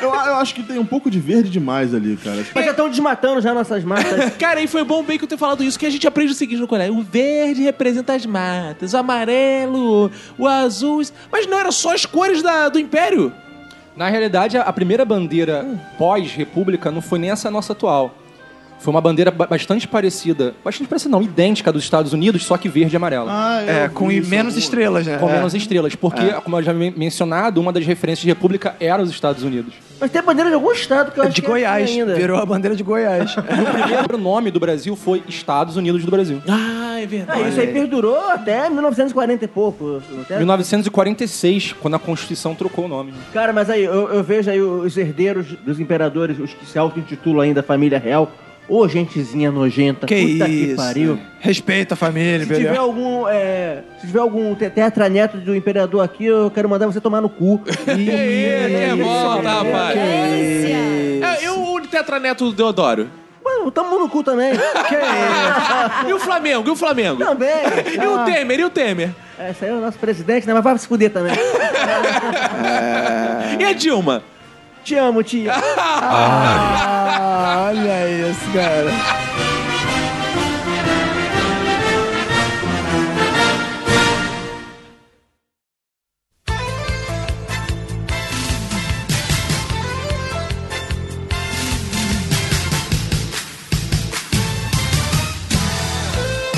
[SPEAKER 13] Eu, eu acho que tem um pouco de verde demais ali, cara.
[SPEAKER 5] Mas já estão desmatando já nossas matas.
[SPEAKER 1] Cara, e foi bom bem que eu ter falado isso, que a gente aprende o seguinte no colégio. O verde representa as matas, o amarelo, o azul... isso- Mas não, era só as cores da- do Império.
[SPEAKER 7] Na realidade, a- a primeira bandeira pós-república não foi nem essa nossa atual. Foi uma bandeira ba- bastante parecida, bastante parecida não, idêntica à dos Estados Unidos, só que verde e amarela.
[SPEAKER 13] Ah, eu
[SPEAKER 12] É, com
[SPEAKER 13] vi isso
[SPEAKER 12] menos
[SPEAKER 13] algum-
[SPEAKER 12] estrelas, né?
[SPEAKER 7] com
[SPEAKER 12] É.
[SPEAKER 7] menos estrelas, porque, como eu já men- mencionado, uma das referências de república era os Estados Unidos.
[SPEAKER 5] Mas tem bandeira de algum estado que eu acho
[SPEAKER 12] De
[SPEAKER 5] que é assim
[SPEAKER 12] Goiás.
[SPEAKER 5] ainda.
[SPEAKER 12] Virou a bandeira de Goiás.
[SPEAKER 7] O primeiro nome do Brasil foi Estados Unidos do Brasil.
[SPEAKER 1] Ah, é
[SPEAKER 5] Ah,
[SPEAKER 1] verdade.
[SPEAKER 5] isso aí perdurou até 1940 e pouco.
[SPEAKER 12] É.
[SPEAKER 5] até-
[SPEAKER 7] 1946, quando a Constituição trocou o nome.
[SPEAKER 5] Cara, mas aí, eu, eu vejo aí os herdeiros dos imperadores, os que se auto-intitulam ainda família real. Ô, gentezinha nojenta.
[SPEAKER 12] que
[SPEAKER 5] puta
[SPEAKER 12] isso. né?
[SPEAKER 5] que pariu.
[SPEAKER 12] Respeita a família,
[SPEAKER 5] Se tiver
[SPEAKER 12] entendeu?
[SPEAKER 5] algum, é, se tiver algum te- tetraneto do imperador aqui, eu quero mandar você tomar no cu.
[SPEAKER 1] É,
[SPEAKER 5] É.
[SPEAKER 1] Que isso, volta, rapaz.
[SPEAKER 3] Esse-
[SPEAKER 1] É, e o o tetraneto do Deodoro?
[SPEAKER 5] Mano, tamo no cu também. que
[SPEAKER 1] E o Flamengo? E o Flamengo?
[SPEAKER 5] Também.
[SPEAKER 1] E o Temer? E o Temer?
[SPEAKER 5] É, Esse aí é o nosso presidente, né? Mas vai se fuder também.
[SPEAKER 1] E a Dilma?
[SPEAKER 5] Te amo, tia.
[SPEAKER 12] Ah, olha isso, cara.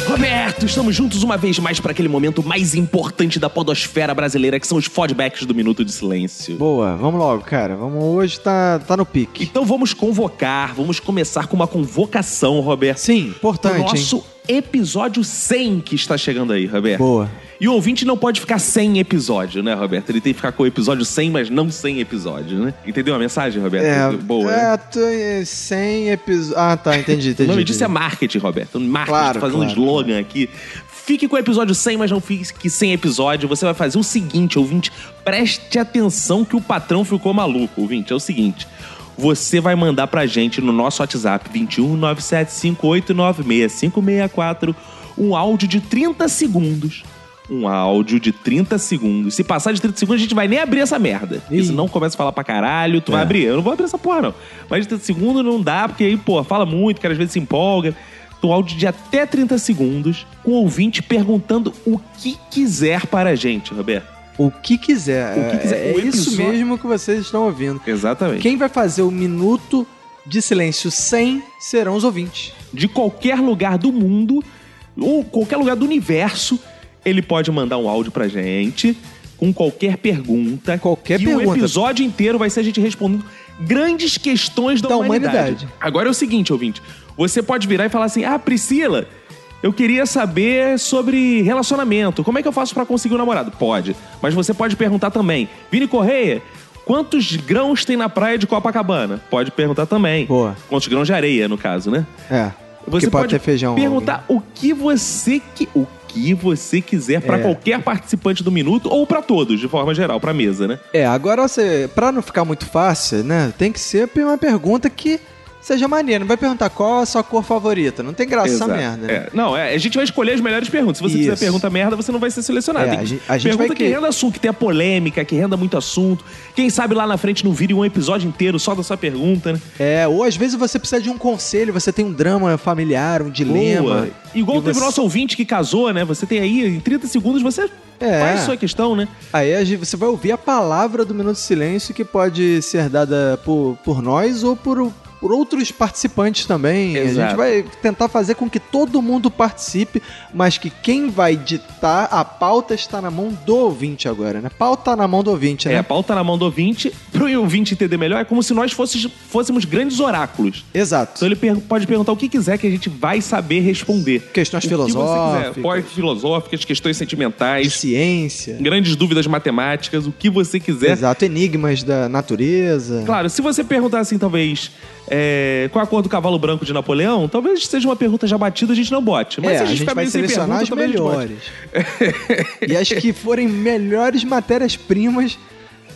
[SPEAKER 1] Roberto, estamos juntos uma vez mais para aquele momento mais importante da podosfera brasileira, que são os fodbacks do Minuto de Silêncio.
[SPEAKER 2] Boa, vamos logo, cara. Vamos hoje, tá, tá no pique.
[SPEAKER 1] Então vamos convocar, vamos começar com uma convocação, Roberto.
[SPEAKER 2] Sim,
[SPEAKER 1] Pro
[SPEAKER 2] importante, hein?
[SPEAKER 1] nosso episódio 100 que está chegando aí, Roberto.
[SPEAKER 2] Boa.
[SPEAKER 1] E o ouvinte não pode ficar sem episódio, né, Roberto? Ele tem que ficar com o episódio 100, mas não sem episódio, né? Entendeu a mensagem, Roberto? Boa, né?
[SPEAKER 2] é, tô, é, 100 episódios. Ah, tá, entendi, entendi.
[SPEAKER 1] O nome
[SPEAKER 2] entendi.
[SPEAKER 1] disso é marketing, Roberto. Marketing,
[SPEAKER 2] Claro,
[SPEAKER 1] fazendo um
[SPEAKER 2] claro,
[SPEAKER 1] slogan aqui. Fique com o episódio 100, mas não fique sem episódio. Você vai fazer o seguinte, ouvinte. Preste atenção que o patrão ficou maluco, ouvinte. É o seguinte. Você vai mandar pra gente no nosso WhatsApp 21975896564 um áudio de 30 segundos. Um áudio de 30 segundos. Se passar de 30 segundos, a gente vai nem abrir essa merda. Porque senão começa a falar pra caralho, tu vai abrir. Eu não vou abrir essa porra, não. Mas de 30 segundos não dá, porque aí, pô, fala muito, cara às vezes se empolga. Então, áudio de até 30 segundos, com o ouvinte perguntando o que quiser para a gente, Roberto.
[SPEAKER 2] O que quiser.
[SPEAKER 1] O que quiser.
[SPEAKER 2] É,
[SPEAKER 1] O
[SPEAKER 2] isso
[SPEAKER 1] episódio-
[SPEAKER 2] mesmo que vocês estão ouvindo.
[SPEAKER 1] Exatamente.
[SPEAKER 2] Quem vai fazer o minuto de silêncio 100 serão os ouvintes.
[SPEAKER 1] De qualquer lugar do mundo, ou qualquer lugar do universo, ele pode mandar um áudio pra gente, com qualquer pergunta.
[SPEAKER 2] Qualquer
[SPEAKER 1] e o
[SPEAKER 2] pergunta.
[SPEAKER 1] episódio inteiro vai ser a gente respondendo grandes questões da,
[SPEAKER 2] Da
[SPEAKER 1] humanidade.
[SPEAKER 2] humanidade.
[SPEAKER 1] Agora é o seguinte, ouvinte. Você pode virar e falar assim: Ah, Priscila, eu queria saber sobre relacionamento. Como é que eu faço pra conseguir um namorado? Pode. Mas você pode perguntar também: Vini Correia, quantos grãos tem na praia de Copacabana? Pode perguntar também.
[SPEAKER 2] Boa.
[SPEAKER 1] Quantos grãos de areia, no caso, né?
[SPEAKER 2] É.
[SPEAKER 1] Você
[SPEAKER 12] Que pode ter feijão,
[SPEAKER 1] perguntar o que você que o que você quiser
[SPEAKER 2] É.
[SPEAKER 1] pra qualquer participante do minuto ou pra todos, de forma geral, pra mesa, né?
[SPEAKER 2] É, agora você, pra não ficar muito fácil, né? Tem que ser uma pergunta que seja maneira. Não vai perguntar qual é a sua cor favorita. Não tem graça
[SPEAKER 1] Exato.
[SPEAKER 2] essa merda. né?
[SPEAKER 1] É, não, é, a gente vai escolher as melhores perguntas. Se você
[SPEAKER 2] Isso.
[SPEAKER 1] quiser pergunta merda, você não vai ser selecionado.
[SPEAKER 2] É,
[SPEAKER 1] Tem
[SPEAKER 2] a
[SPEAKER 1] que-
[SPEAKER 2] gente- a gente
[SPEAKER 1] pergunta
[SPEAKER 2] vai
[SPEAKER 1] que...
[SPEAKER 2] que-
[SPEAKER 1] renda assunto, que tenha polêmica, que renda muito assunto. Quem sabe lá na frente não vire um episódio inteiro só da sua pergunta, né?
[SPEAKER 2] É, ou às vezes você precisa de um conselho, você tem um drama familiar, um dilema.
[SPEAKER 1] Boa. Igual
[SPEAKER 2] E
[SPEAKER 1] teve o
[SPEAKER 2] você-
[SPEAKER 1] nosso ouvinte que casou, né? Você tem aí, em 30 segundos, você
[SPEAKER 2] É.
[SPEAKER 1] faz sua questão, né?
[SPEAKER 2] Aí a gente- você vai ouvir a palavra do Minuto de Silêncio que pode ser dada por, por nós ou por, por outros participantes também. A
[SPEAKER 1] Exato.
[SPEAKER 2] gente vai tentar fazer com que todo mundo participe, mas que quem vai ditar a pauta está na mão do ouvinte agora, né? Pauta na mão do ouvinte,
[SPEAKER 1] É, a
[SPEAKER 2] né?
[SPEAKER 1] pauta na mão do ouvinte. Pro ouvinte entender melhor, é como se nós fosses- fôssemos grandes oráculos.
[SPEAKER 2] Exato.
[SPEAKER 1] Então ele per- pode perguntar o que quiser que a gente vai saber responder.
[SPEAKER 2] Questões
[SPEAKER 1] O que você quiser.
[SPEAKER 2] filosóficas.
[SPEAKER 1] Pode filosóficas, questões
[SPEAKER 2] de
[SPEAKER 1] sentimentais,
[SPEAKER 2] ciência.
[SPEAKER 1] grandes dúvidas matemáticas, o que você quiser.
[SPEAKER 2] Exato, enigmas da natureza.
[SPEAKER 1] Claro, se você perguntar assim, talvez, é, qual a cor do cavalo branco de Napoleão, talvez seja uma pergunta já batida, a gente não bote. Mas
[SPEAKER 2] É,
[SPEAKER 1] se a gente, ficar
[SPEAKER 2] vai
[SPEAKER 1] meio sem
[SPEAKER 2] selecionar
[SPEAKER 1] pergunta,
[SPEAKER 2] as
[SPEAKER 1] talvez a gente bote.
[SPEAKER 2] melhores. e as que forem melhores matérias-primas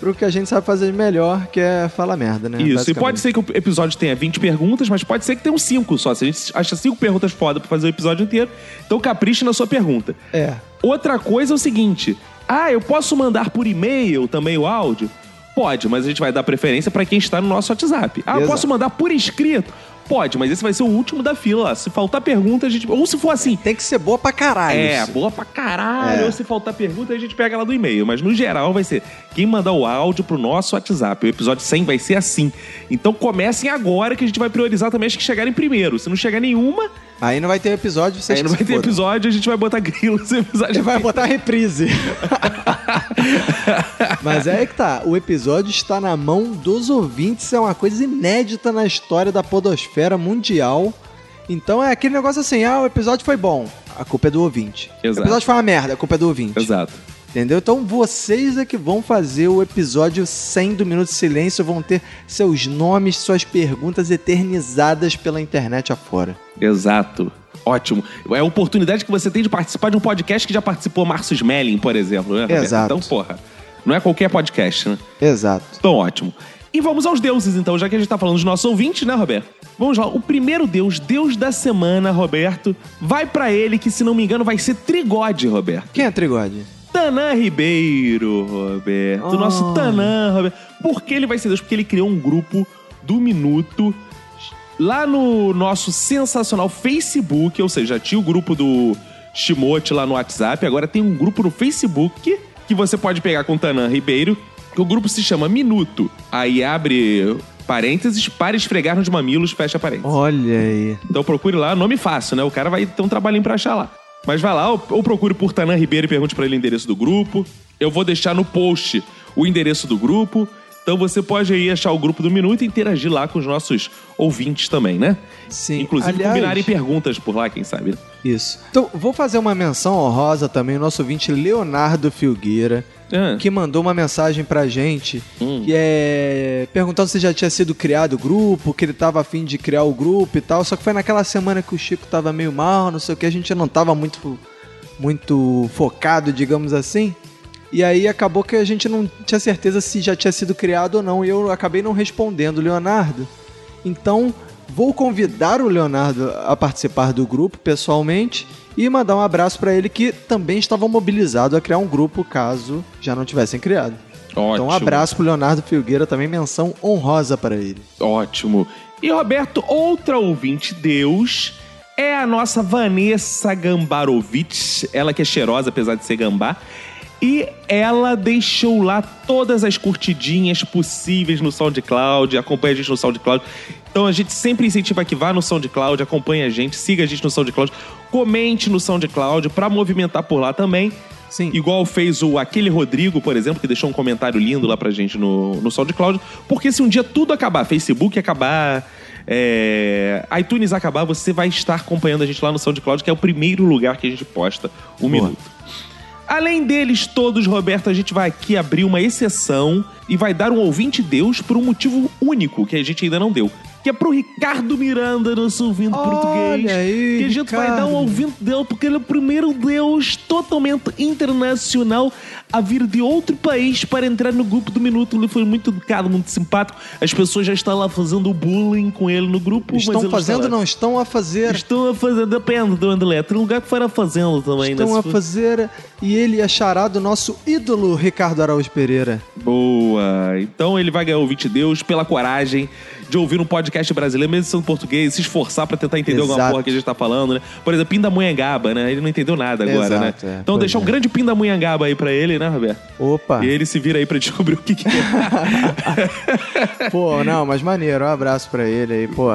[SPEAKER 2] pro que a gente sabe fazer de melhor, que é falar merda, né?
[SPEAKER 1] Isso, e
[SPEAKER 2] Basicamente.
[SPEAKER 1] pode ser que o episódio tenha 20 perguntas, mas pode ser que tenha 5 só. Se a gente acha 5 perguntas foda pra fazer o episódio inteiro, então capriche na sua pergunta.
[SPEAKER 2] É.
[SPEAKER 1] Outra coisa é o seguinte: ah, eu posso mandar por e-mail também o áudio? Pode, mas a gente vai dar preferência pra quem está no nosso WhatsApp. Ah, eu
[SPEAKER 2] Exato.
[SPEAKER 1] posso mandar por escrito? Pode, mas esse vai ser o último da fila. lá. Se faltar pergunta, a gente. Ou se for assim.
[SPEAKER 2] Tem que ser boa pra caralho.
[SPEAKER 1] É,
[SPEAKER 2] isso.
[SPEAKER 1] boa pra caralho.
[SPEAKER 2] É.
[SPEAKER 1] Ou se faltar pergunta, a gente pega lá do e-mail. Mas no geral vai ser quem mandar o áudio pro nosso WhatsApp. O episódio 100 vai ser assim. Então comecem agora que a gente vai priorizar também as que chegarem primeiro. Se não chegar nenhuma,
[SPEAKER 2] Aí não vai ter episódio, vocês
[SPEAKER 1] aí não vai ter episódio, a gente vai botar grilo nesse
[SPEAKER 2] Ele
[SPEAKER 1] episódio.
[SPEAKER 2] vai botar reprise. Mas é aí que tá. O episódio está na mão dos ouvintes. É uma coisa inédita na história da podosfera mundial. Então é aquele negócio assim: ah, o episódio foi bom. A culpa é do ouvinte.
[SPEAKER 1] Exato.
[SPEAKER 2] O episódio foi uma merda. A culpa é do ouvinte.
[SPEAKER 1] Exato.
[SPEAKER 2] Entendeu? Então vocês é que vão fazer o episódio 100 do Minuto de Silêncio. Vão ter seus nomes, suas perguntas eternizadas pela internet afora.
[SPEAKER 1] Exato. Ótimo. É a oportunidade que você tem de participar de um podcast que já participou Márcio Smelling, por exemplo, né? Roberto?
[SPEAKER 2] Exato.
[SPEAKER 1] Então, porra. Não é qualquer podcast, né?
[SPEAKER 2] Exato.
[SPEAKER 1] Então, ótimo. E vamos aos deuses, então, já que a gente tá falando dos nossos ouvintes, né, Roberto? Vamos lá. O primeiro deus, deus da semana, Roberto, vai pra ele, que se não me engano vai ser Trigode, Roberto.
[SPEAKER 2] Quem é Trigode?
[SPEAKER 1] Tanã Ribeiro, Roberto. O Nosso Tanã, Roberto. Por que ele vai ser Deus? Porque ele criou um grupo do Minuto lá no nosso sensacional Facebook, ou seja, já tinha o grupo do Shimote lá no WhatsApp, agora tem um grupo no Facebook que você pode pegar com o Tanã Ribeiro, que o grupo se chama Minuto. Aí abre parênteses, para esfregar nos mamilos, fecha parênteses.
[SPEAKER 2] Olha aí.
[SPEAKER 1] Então procure lá, nome fácil, né? O cara vai ter um trabalhinho pra achar lá. Mas vai lá, ou, ou procure por Tanã Ribeiro e pergunte pra ele o endereço do grupo. Eu vou deixar no post o endereço do grupo. Então você pode aí achar o grupo do Minuto e interagir lá com os nossos ouvintes também, né?
[SPEAKER 2] Sim.
[SPEAKER 1] Inclusive
[SPEAKER 2] Aliás-
[SPEAKER 1] combinarem perguntas por lá, quem sabe. né?
[SPEAKER 2] Isso. Então, vou fazer uma menção honrosa também, o nosso ouvinte Leonardo Filgueira,
[SPEAKER 1] Ah,
[SPEAKER 2] que mandou uma mensagem pra gente, que é perguntando se já tinha sido criado o grupo, que ele tava afim de criar o grupo e tal, só que foi naquela semana que o Chico tava meio mal, não sei o que, a gente não tava muito, muito focado, digamos assim. E aí acabou que a gente não tinha certeza se já tinha sido criado ou não, e eu acabei não respondendo o Leonardo. Então, vou convidar o Leonardo a participar do grupo pessoalmente e mandar um abraço para ele que também estava mobilizado a criar um grupo caso já não tivessem criado.
[SPEAKER 1] ótimo.
[SPEAKER 2] Então, um abraço pro Leonardo Filgueira também, menção honrosa para ele.
[SPEAKER 1] Ótimo. E Roberto, outra ouvinte Deus é a nossa Vanessa Gambarovitch, ela que é cheirosa apesar de ser gambá. E ela deixou lá todas as curtidinhas possíveis no SoundCloud, acompanha a gente no SoundCloud. Então a gente sempre incentiva que vá no SoundCloud, acompanhe a gente, siga a gente no SoundCloud, comente no SoundCloud pra movimentar por lá também.
[SPEAKER 2] Sim.
[SPEAKER 1] Igual fez o aquele Rodrigo, por exemplo, que deixou um comentário lindo lá pra gente no, no SoundCloud. Porque se um dia tudo acabar, Facebook acabar, é, iTunes acabar, você vai estar acompanhando a gente lá no SoundCloud, que é o primeiro lugar que a gente posta um minuto. Além deles todos, Roberto, a gente vai aqui abrir uma exceção e vai dar um ouvinte Deus por um motivo único que a gente ainda não deu. que é pro Ricardo Miranda, nosso ouvinte português.
[SPEAKER 2] aí,
[SPEAKER 1] que a gente vai dar um
[SPEAKER 2] Ricardo.
[SPEAKER 1] ouvinte dele, porque ele é o primeiro deus totalmente internacional a vir de outro país para entrar no grupo do Minuto. Ele foi muito educado, muito simpático. As pessoas já estão lá fazendo bullying com ele no grupo. mas ele
[SPEAKER 2] Estão
[SPEAKER 1] está lá.
[SPEAKER 2] fazendo, não estão a fazer.
[SPEAKER 1] Estão a fazer, depende do André. é. Tem lugar que fará fazendo também. né?
[SPEAKER 2] Estão
[SPEAKER 1] Se
[SPEAKER 2] a
[SPEAKER 1] for-
[SPEAKER 2] fazer. E ele achará do nosso ídolo Ricardo Araújo Pereira.
[SPEAKER 1] Boa! Então ele vai ganhar o 20 Deus pela coragem de ouvir um podcast brasileiro, mesmo sendo português, se esforçar pra tentar entender alguma
[SPEAKER 2] Exato.
[SPEAKER 1] porra que a gente tá falando, né? Por exemplo, Pindamonhangaba, né? Ele não entendeu nada agora,
[SPEAKER 2] Exato,
[SPEAKER 1] né?
[SPEAKER 2] é,
[SPEAKER 1] então
[SPEAKER 2] pois
[SPEAKER 1] deixar um
[SPEAKER 2] é. Ah.
[SPEAKER 1] grande Pindamonhangaba aí pra ele, né, Roberto?
[SPEAKER 2] Opa!
[SPEAKER 1] E ele se vira aí pra descobrir o que, que é.
[SPEAKER 2] Pô, não, mas maneiro, um abraço pra ele aí, pô.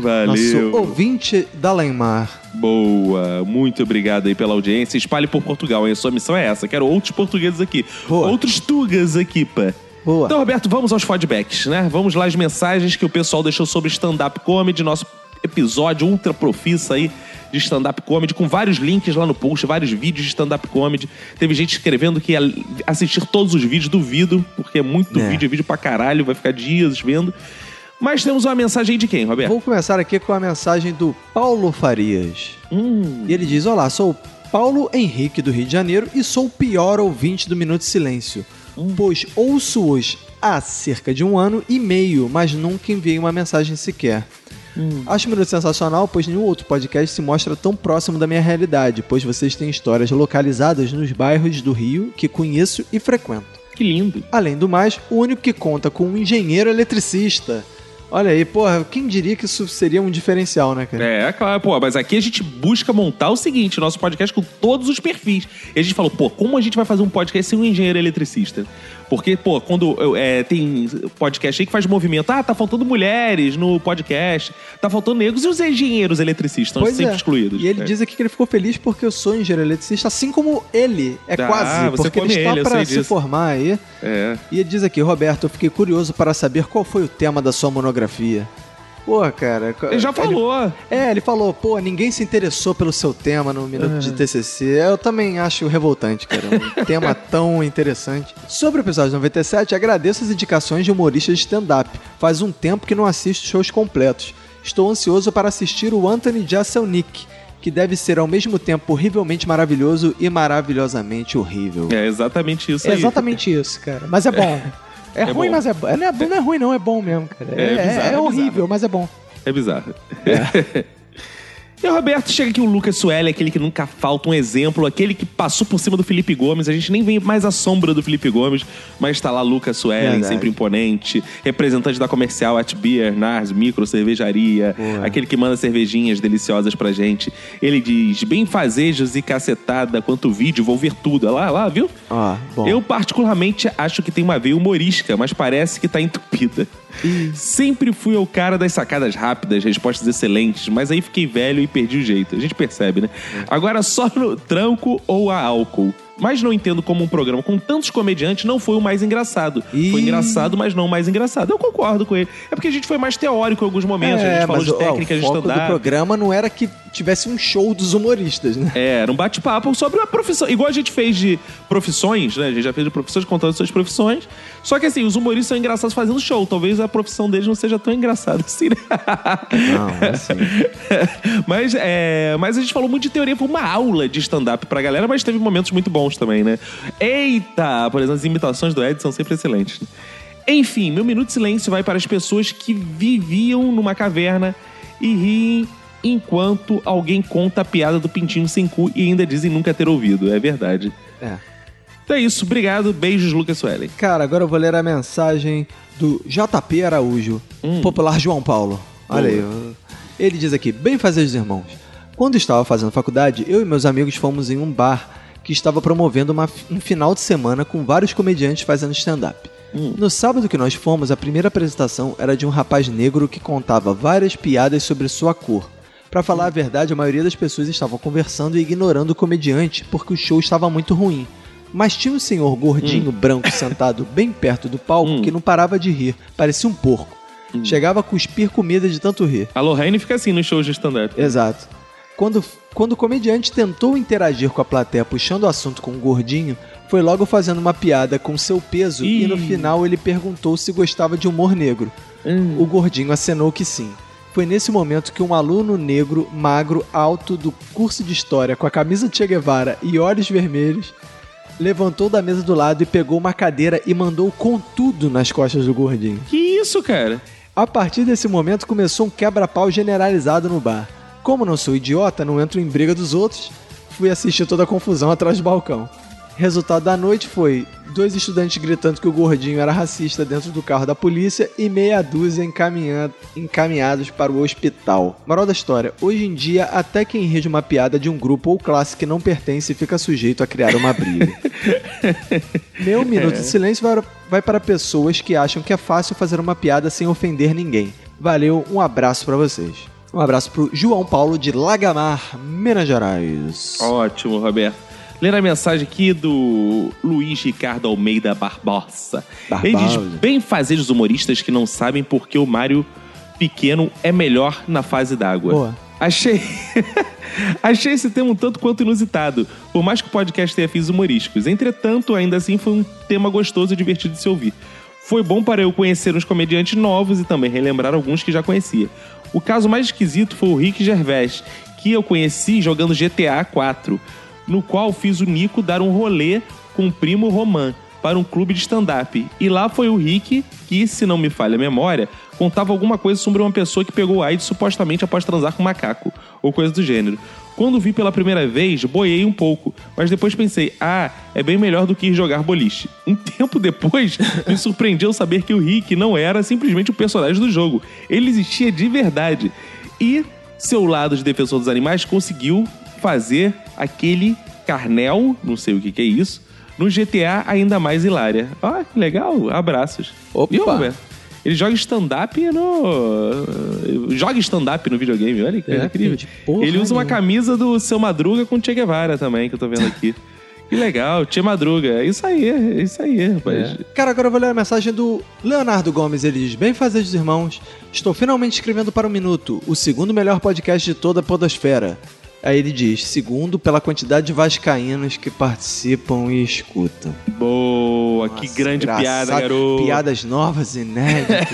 [SPEAKER 1] Valeu!
[SPEAKER 2] Nosso ouvinte da Lenmar.
[SPEAKER 1] Boa, muito obrigado aí pela audiência. Espalhe por Portugal, hein? Sua missão é essa. Quero outros portugueses aqui. Outros tugas aqui, pá.
[SPEAKER 2] Boa.
[SPEAKER 1] Então, Roberto, vamos aos feedbacks, né? Vamos lá as mensagens que o pessoal deixou sobre stand-up comedy, nosso episódio ultra profissa aí de stand-up comedy, com vários links lá no post, vários vídeos de stand-up comedy. Teve gente escrevendo que ia assistir todos os vídeos, duvido, porque é muito
[SPEAKER 2] É.
[SPEAKER 1] vídeo, é vídeo pra caralho, vai ficar dias vendo. Mas temos uma mensagem aí de quem, Roberto?
[SPEAKER 2] Vou começar aqui com a mensagem do Paulo Farias.
[SPEAKER 1] Hum,
[SPEAKER 2] E ele diz: Olá, sou Paulo Henrique do Rio de Janeiro e sou o pior ouvinte do Minuto de Silêncio, pois ouço-os há cerca de um ano e meio, mas nunca enviei uma mensagem sequer. Acho o Minuto sensacional, pois nenhum outro podcast se mostra tão próximo da minha realidade, pois vocês têm histórias localizadas nos bairros do Rio que conheço e frequento.
[SPEAKER 1] Que lindo.
[SPEAKER 2] Além do mais, o único que conta com um engenheiro eletricista. Olha aí, porra, quem diria que isso seria um diferencial, né, cara?
[SPEAKER 1] É, claro, pô, mas aqui a gente busca montar o seguinte, nosso podcast com todos os perfis. E a gente falou, pô, como a gente vai fazer um podcast sem um engenheiro eletricista? Porque, pô, quando eu, é, tem podcast aí que faz movimento, ah, tá faltando mulheres no podcast, tá faltando negros e os engenheiros eletricistas,
[SPEAKER 2] Pois
[SPEAKER 1] sempre
[SPEAKER 2] é.
[SPEAKER 1] excluídos.
[SPEAKER 2] E ele
[SPEAKER 1] É.
[SPEAKER 2] diz aqui que ele ficou feliz porque eu sou engenheiro eletricista, assim como ele. É
[SPEAKER 1] Ah,
[SPEAKER 2] quase,
[SPEAKER 1] você
[SPEAKER 2] porque ele
[SPEAKER 1] come ele,
[SPEAKER 2] está
[SPEAKER 1] eu sei
[SPEAKER 2] para se
[SPEAKER 1] disso.
[SPEAKER 2] formar aí.
[SPEAKER 1] É.
[SPEAKER 2] E ele diz aqui, Roberto, eu fiquei curioso para saber qual foi o tema da sua monografia. Pô, cara. co-
[SPEAKER 1] Ele já falou.
[SPEAKER 2] É, ele falou, pô, ninguém se interessou pelo seu tema no minuto
[SPEAKER 1] É.
[SPEAKER 2] de TCC. Eu também acho revoltante, cara. Um tema tão interessante. Sobre o episódio 97, agradeço as indicações de humoristas de stand-up. Faz um tempo que não assisto shows completos. Estou ansioso para assistir o Anthony Jeselnik, que deve ser ao mesmo tempo horrivelmente maravilhoso e maravilhosamente horrível.
[SPEAKER 1] É exatamente isso
[SPEAKER 16] É
[SPEAKER 1] aí.
[SPEAKER 16] exatamente isso, cara. Mas é bom. É,
[SPEAKER 1] É
[SPEAKER 16] ruim,
[SPEAKER 1] bom.
[SPEAKER 16] mas é bom. Não é, bom- não é ruim, não. É bom mesmo, cara.
[SPEAKER 1] É
[SPEAKER 16] É, é-
[SPEAKER 1] bizarro,
[SPEAKER 16] é
[SPEAKER 1] é
[SPEAKER 16] horrível, mas é bom.
[SPEAKER 1] É bizarro. E o Roberto, chega aqui o Lucas Sueli, aquele que nunca falta um exemplo, aquele que passou por cima do Felipe Gomes. A gente nem vem mais à sombra do Felipe Gomes, mas tá lá Lucas Sueli,
[SPEAKER 2] Verdade.
[SPEAKER 1] sempre imponente, representante da comercial At Beer, Nars, Micro, Cervejaria, aquele que manda cervejinhas deliciosas pra gente. Ele diz: bem fazejos e cacetada, quanto vídeo, vou ver tudo. Olha lá, olha lá, viu?
[SPEAKER 2] Ó, bom.
[SPEAKER 1] Eu particularmente acho que tem uma veia humorística, mas parece que tá entupida. Sempre fui o cara das sacadas rápidas, respostas excelentes, mas aí fiquei velho e perdi o jeito. A gente percebe, né?
[SPEAKER 2] É.
[SPEAKER 1] Agora só no tranco ou a álcool. Mas não entendo como um programa com tantos comediantes não foi o mais engraçado. Foi engraçado, mas não o mais engraçado. Eu concordo com ele. É porque a gente foi mais teórico em alguns momentos. a gente falou de
[SPEAKER 2] ó,
[SPEAKER 1] técnicas
[SPEAKER 2] É, o
[SPEAKER 1] de
[SPEAKER 2] foco do
[SPEAKER 1] stand-up.
[SPEAKER 2] programa não era que tivesse um show dos humoristas, né?
[SPEAKER 1] É, era um bate-papo sobre a profissão. Igual a gente fez de profissões, né? A gente já fez de profissões contando suas profissões. Só que assim, os humoristas são engraçados fazendo show. Talvez a profissão deles não seja tão engraçada assim, né?
[SPEAKER 2] Não, assim.
[SPEAKER 1] mas, é, mas a gente falou muito de teoria, foi uma aula de stand-up pra galera, mas teve momentos muito bons também, né? Eita! Por exemplo, as imitações do Ed são sempre excelentes. né? Enfim, meu minuto de silêncio vai para as pessoas que viviam numa caverna e riem enquanto alguém conta a piada do pintinho sem cu e ainda dizem nunca ter ouvido. É verdade.
[SPEAKER 2] É.
[SPEAKER 1] Então é isso. Obrigado. Beijos, Lucas Suelen.
[SPEAKER 2] Cara, agora eu vou ler a mensagem do JP Araújo,
[SPEAKER 1] Hum.
[SPEAKER 2] popular João Paulo. Olha aí. eu- Ele diz aqui: Bem fazer os irmãos. Quando estava fazendo faculdade, eu e meus amigos fomos em um bar que estava promovendo uma- um final de semana com vários comediantes fazendo stand-up.
[SPEAKER 1] Hum.
[SPEAKER 2] No sábado que nós fomos, a primeira apresentação era de um rapaz negro que contava várias piadas sobre sua cor. Pra falar a verdade, a maioria das pessoas estavam conversando e ignorando o comediante porque o show estava muito ruim. Mas tinha um senhor gordinho branco sentado bem perto do palco que não parava de rir, parecia um porco. Chegava a cuspir comida de tanto rir.
[SPEAKER 1] A Lorraine fica assim nos shows de stand-up.
[SPEAKER 2] Exato. Quando, quando o comediante tentou interagir com a plateia puxando o assunto com o gordinho, foi logo fazendo uma piada com seu peso e no
[SPEAKER 17] Ih.
[SPEAKER 2] final ele perguntou se gostava de humor negro. O gordinho acenou que sim. Foi nesse momento que um aluno negro, magro, alto do curso de história, com a camisa de Che Guevara e olhos vermelhos, levantou da mesa do lado e pegou uma cadeira e mandou com tudo nas costas do gordinho.
[SPEAKER 1] Que isso, cara?
[SPEAKER 2] A partir desse momento começou um quebra-pau generalizado no bar. Como não sou idiota, não entro em briga dos outros, fui assistir toda a confusão atrás do balcão. Resultado da noite foi dois estudantes gritando que o gordinho era racista dentro do carro da polícia e meia dúzia encaminha- encaminhados para o hospital. Moral da história: hoje em dia, até quem ri de uma piada de um grupo ou classe que não pertence fica sujeito a criar uma briga. Meu
[SPEAKER 1] É.
[SPEAKER 2] minuto de silêncio vai, vai para pessoas que acham que é fácil fazer uma piada sem ofender ninguém. Valeu, um abraço pra vocês. Um abraço pro João Paulo de Lagamar, Minas Gerais.
[SPEAKER 1] Ótimo, Roberto. Ler a mensagem aqui do Luiz Ricardo Almeida Barbosa. Ele diz: bem fazer os humoristas que não sabem porque o Mário pequeno é melhor na fase d'água.
[SPEAKER 2] Boa.
[SPEAKER 1] Achei. Achei esse tema um tanto quanto inusitado, por mais que o podcast tenha fins humorísticos. Entretanto, ainda assim foi um tema gostoso e divertido de se ouvir. Foi bom para eu conhecer uns comediantes novos e também relembrar alguns que já conhecia. O caso mais esquisito foi o Rick Gervais, que eu conheci jogando GTA 4, no qual fiz o Nico dar um rolê com o primo Roman para um clube de stand-up. E lá foi o Rick que, se não me falha a memória, contava alguma coisa sobre uma pessoa que pegou AIDS supostamente após transar com um macaco, ou coisa do gênero. Quando vi pela primeira vez, boiei um pouco, mas depois pensei, ah, é bem melhor do que ir jogar boliche. Um tempo depois, me surpreendeu saber que o Rick não era simplesmente o personagem do jogo. Ele existia de verdade. E seu lado de defensor dos animais conseguiu fazer aquele carnel, não sei o que, que é isso, no GTA ainda mais hilária. Ah, que legal, abraços. Opa! Ele joga stand-up no. Joga stand-up no videogame, olha que coisa
[SPEAKER 9] É,
[SPEAKER 1] incrível.
[SPEAKER 9] gente, porra
[SPEAKER 1] Ele usa uma
[SPEAKER 9] nenhuma.
[SPEAKER 1] camisa do seu Madruga com Che Guevara também, que eu tô vendo aqui. que legal, Che Madruga. É isso aí, é isso aí, rapaz.
[SPEAKER 2] Cara, agora eu vou ler a mensagem do Leonardo Gomes. Ele diz: Bem fazer dos irmãos, estou finalmente escrevendo para o Minuto, o segundo melhor podcast de toda a Podosfera. Aí ele diz: segundo pela quantidade de vascaínos que participam e escutam.
[SPEAKER 1] Boa, que grande piada,
[SPEAKER 2] Engraçado.
[SPEAKER 1] garoto.
[SPEAKER 2] Piadas novas, inéditas.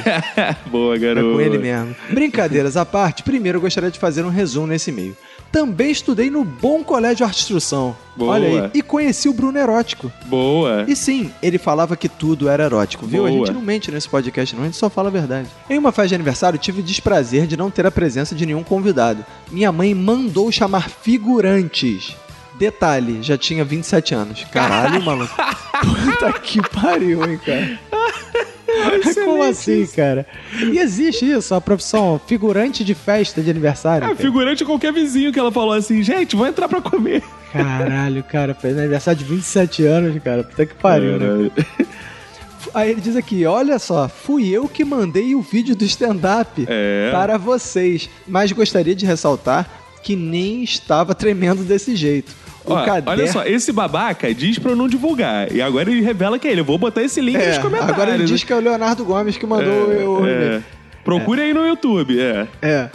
[SPEAKER 1] Boa,
[SPEAKER 2] É
[SPEAKER 1] garoto.
[SPEAKER 2] com ele mesmo. Brincadeiras à parte, primeiro eu gostaria de fazer um resumo nesse e-mail. Também estudei no Bom Colégio Arte e Instrução.
[SPEAKER 1] Boa.
[SPEAKER 2] Olha aí. E conheci o Bruno Erótico.
[SPEAKER 1] Boa.
[SPEAKER 2] E sim, ele falava que tudo era erótico, viu? A
[SPEAKER 1] Boa.
[SPEAKER 2] gente não mente nesse podcast, não, a gente só fala a verdade. Em uma festa de aniversário, tive o desprazer de não ter a presença de nenhum convidado. Minha mãe mandou chamar figurantes. Detalhe, já tinha 27 anos. Caralho, maluco. Puta que pariu, hein, cara.
[SPEAKER 1] é
[SPEAKER 17] Como assim, cara? E existe isso, a profissão figurante de festa de aniversário.
[SPEAKER 1] É,
[SPEAKER 17] cara?
[SPEAKER 1] figurante qualquer vizinho que ela falou assim, gente, vou entrar pra comer.
[SPEAKER 17] Caralho, cara, fez aniversário de 27 anos, cara. Puta que pariu, né?
[SPEAKER 2] Aí ele diz aqui, olha só, fui eu que mandei o vídeo do stand-up
[SPEAKER 1] É.
[SPEAKER 2] para vocês, mas gostaria de ressaltar que nem estava tremendo desse jeito. O
[SPEAKER 1] Ó,
[SPEAKER 2] caderno...
[SPEAKER 1] Olha só, esse babaca diz pra eu não divulgar. E agora ele revela que é ele. Eu vou botar esse link
[SPEAKER 2] É,
[SPEAKER 1] nos comentários. né?
[SPEAKER 2] Agora ele diz que é o Leonardo Gomes que mandou
[SPEAKER 1] É,
[SPEAKER 2] eu.
[SPEAKER 1] é. Procure aí no YouTube, é.
[SPEAKER 2] É.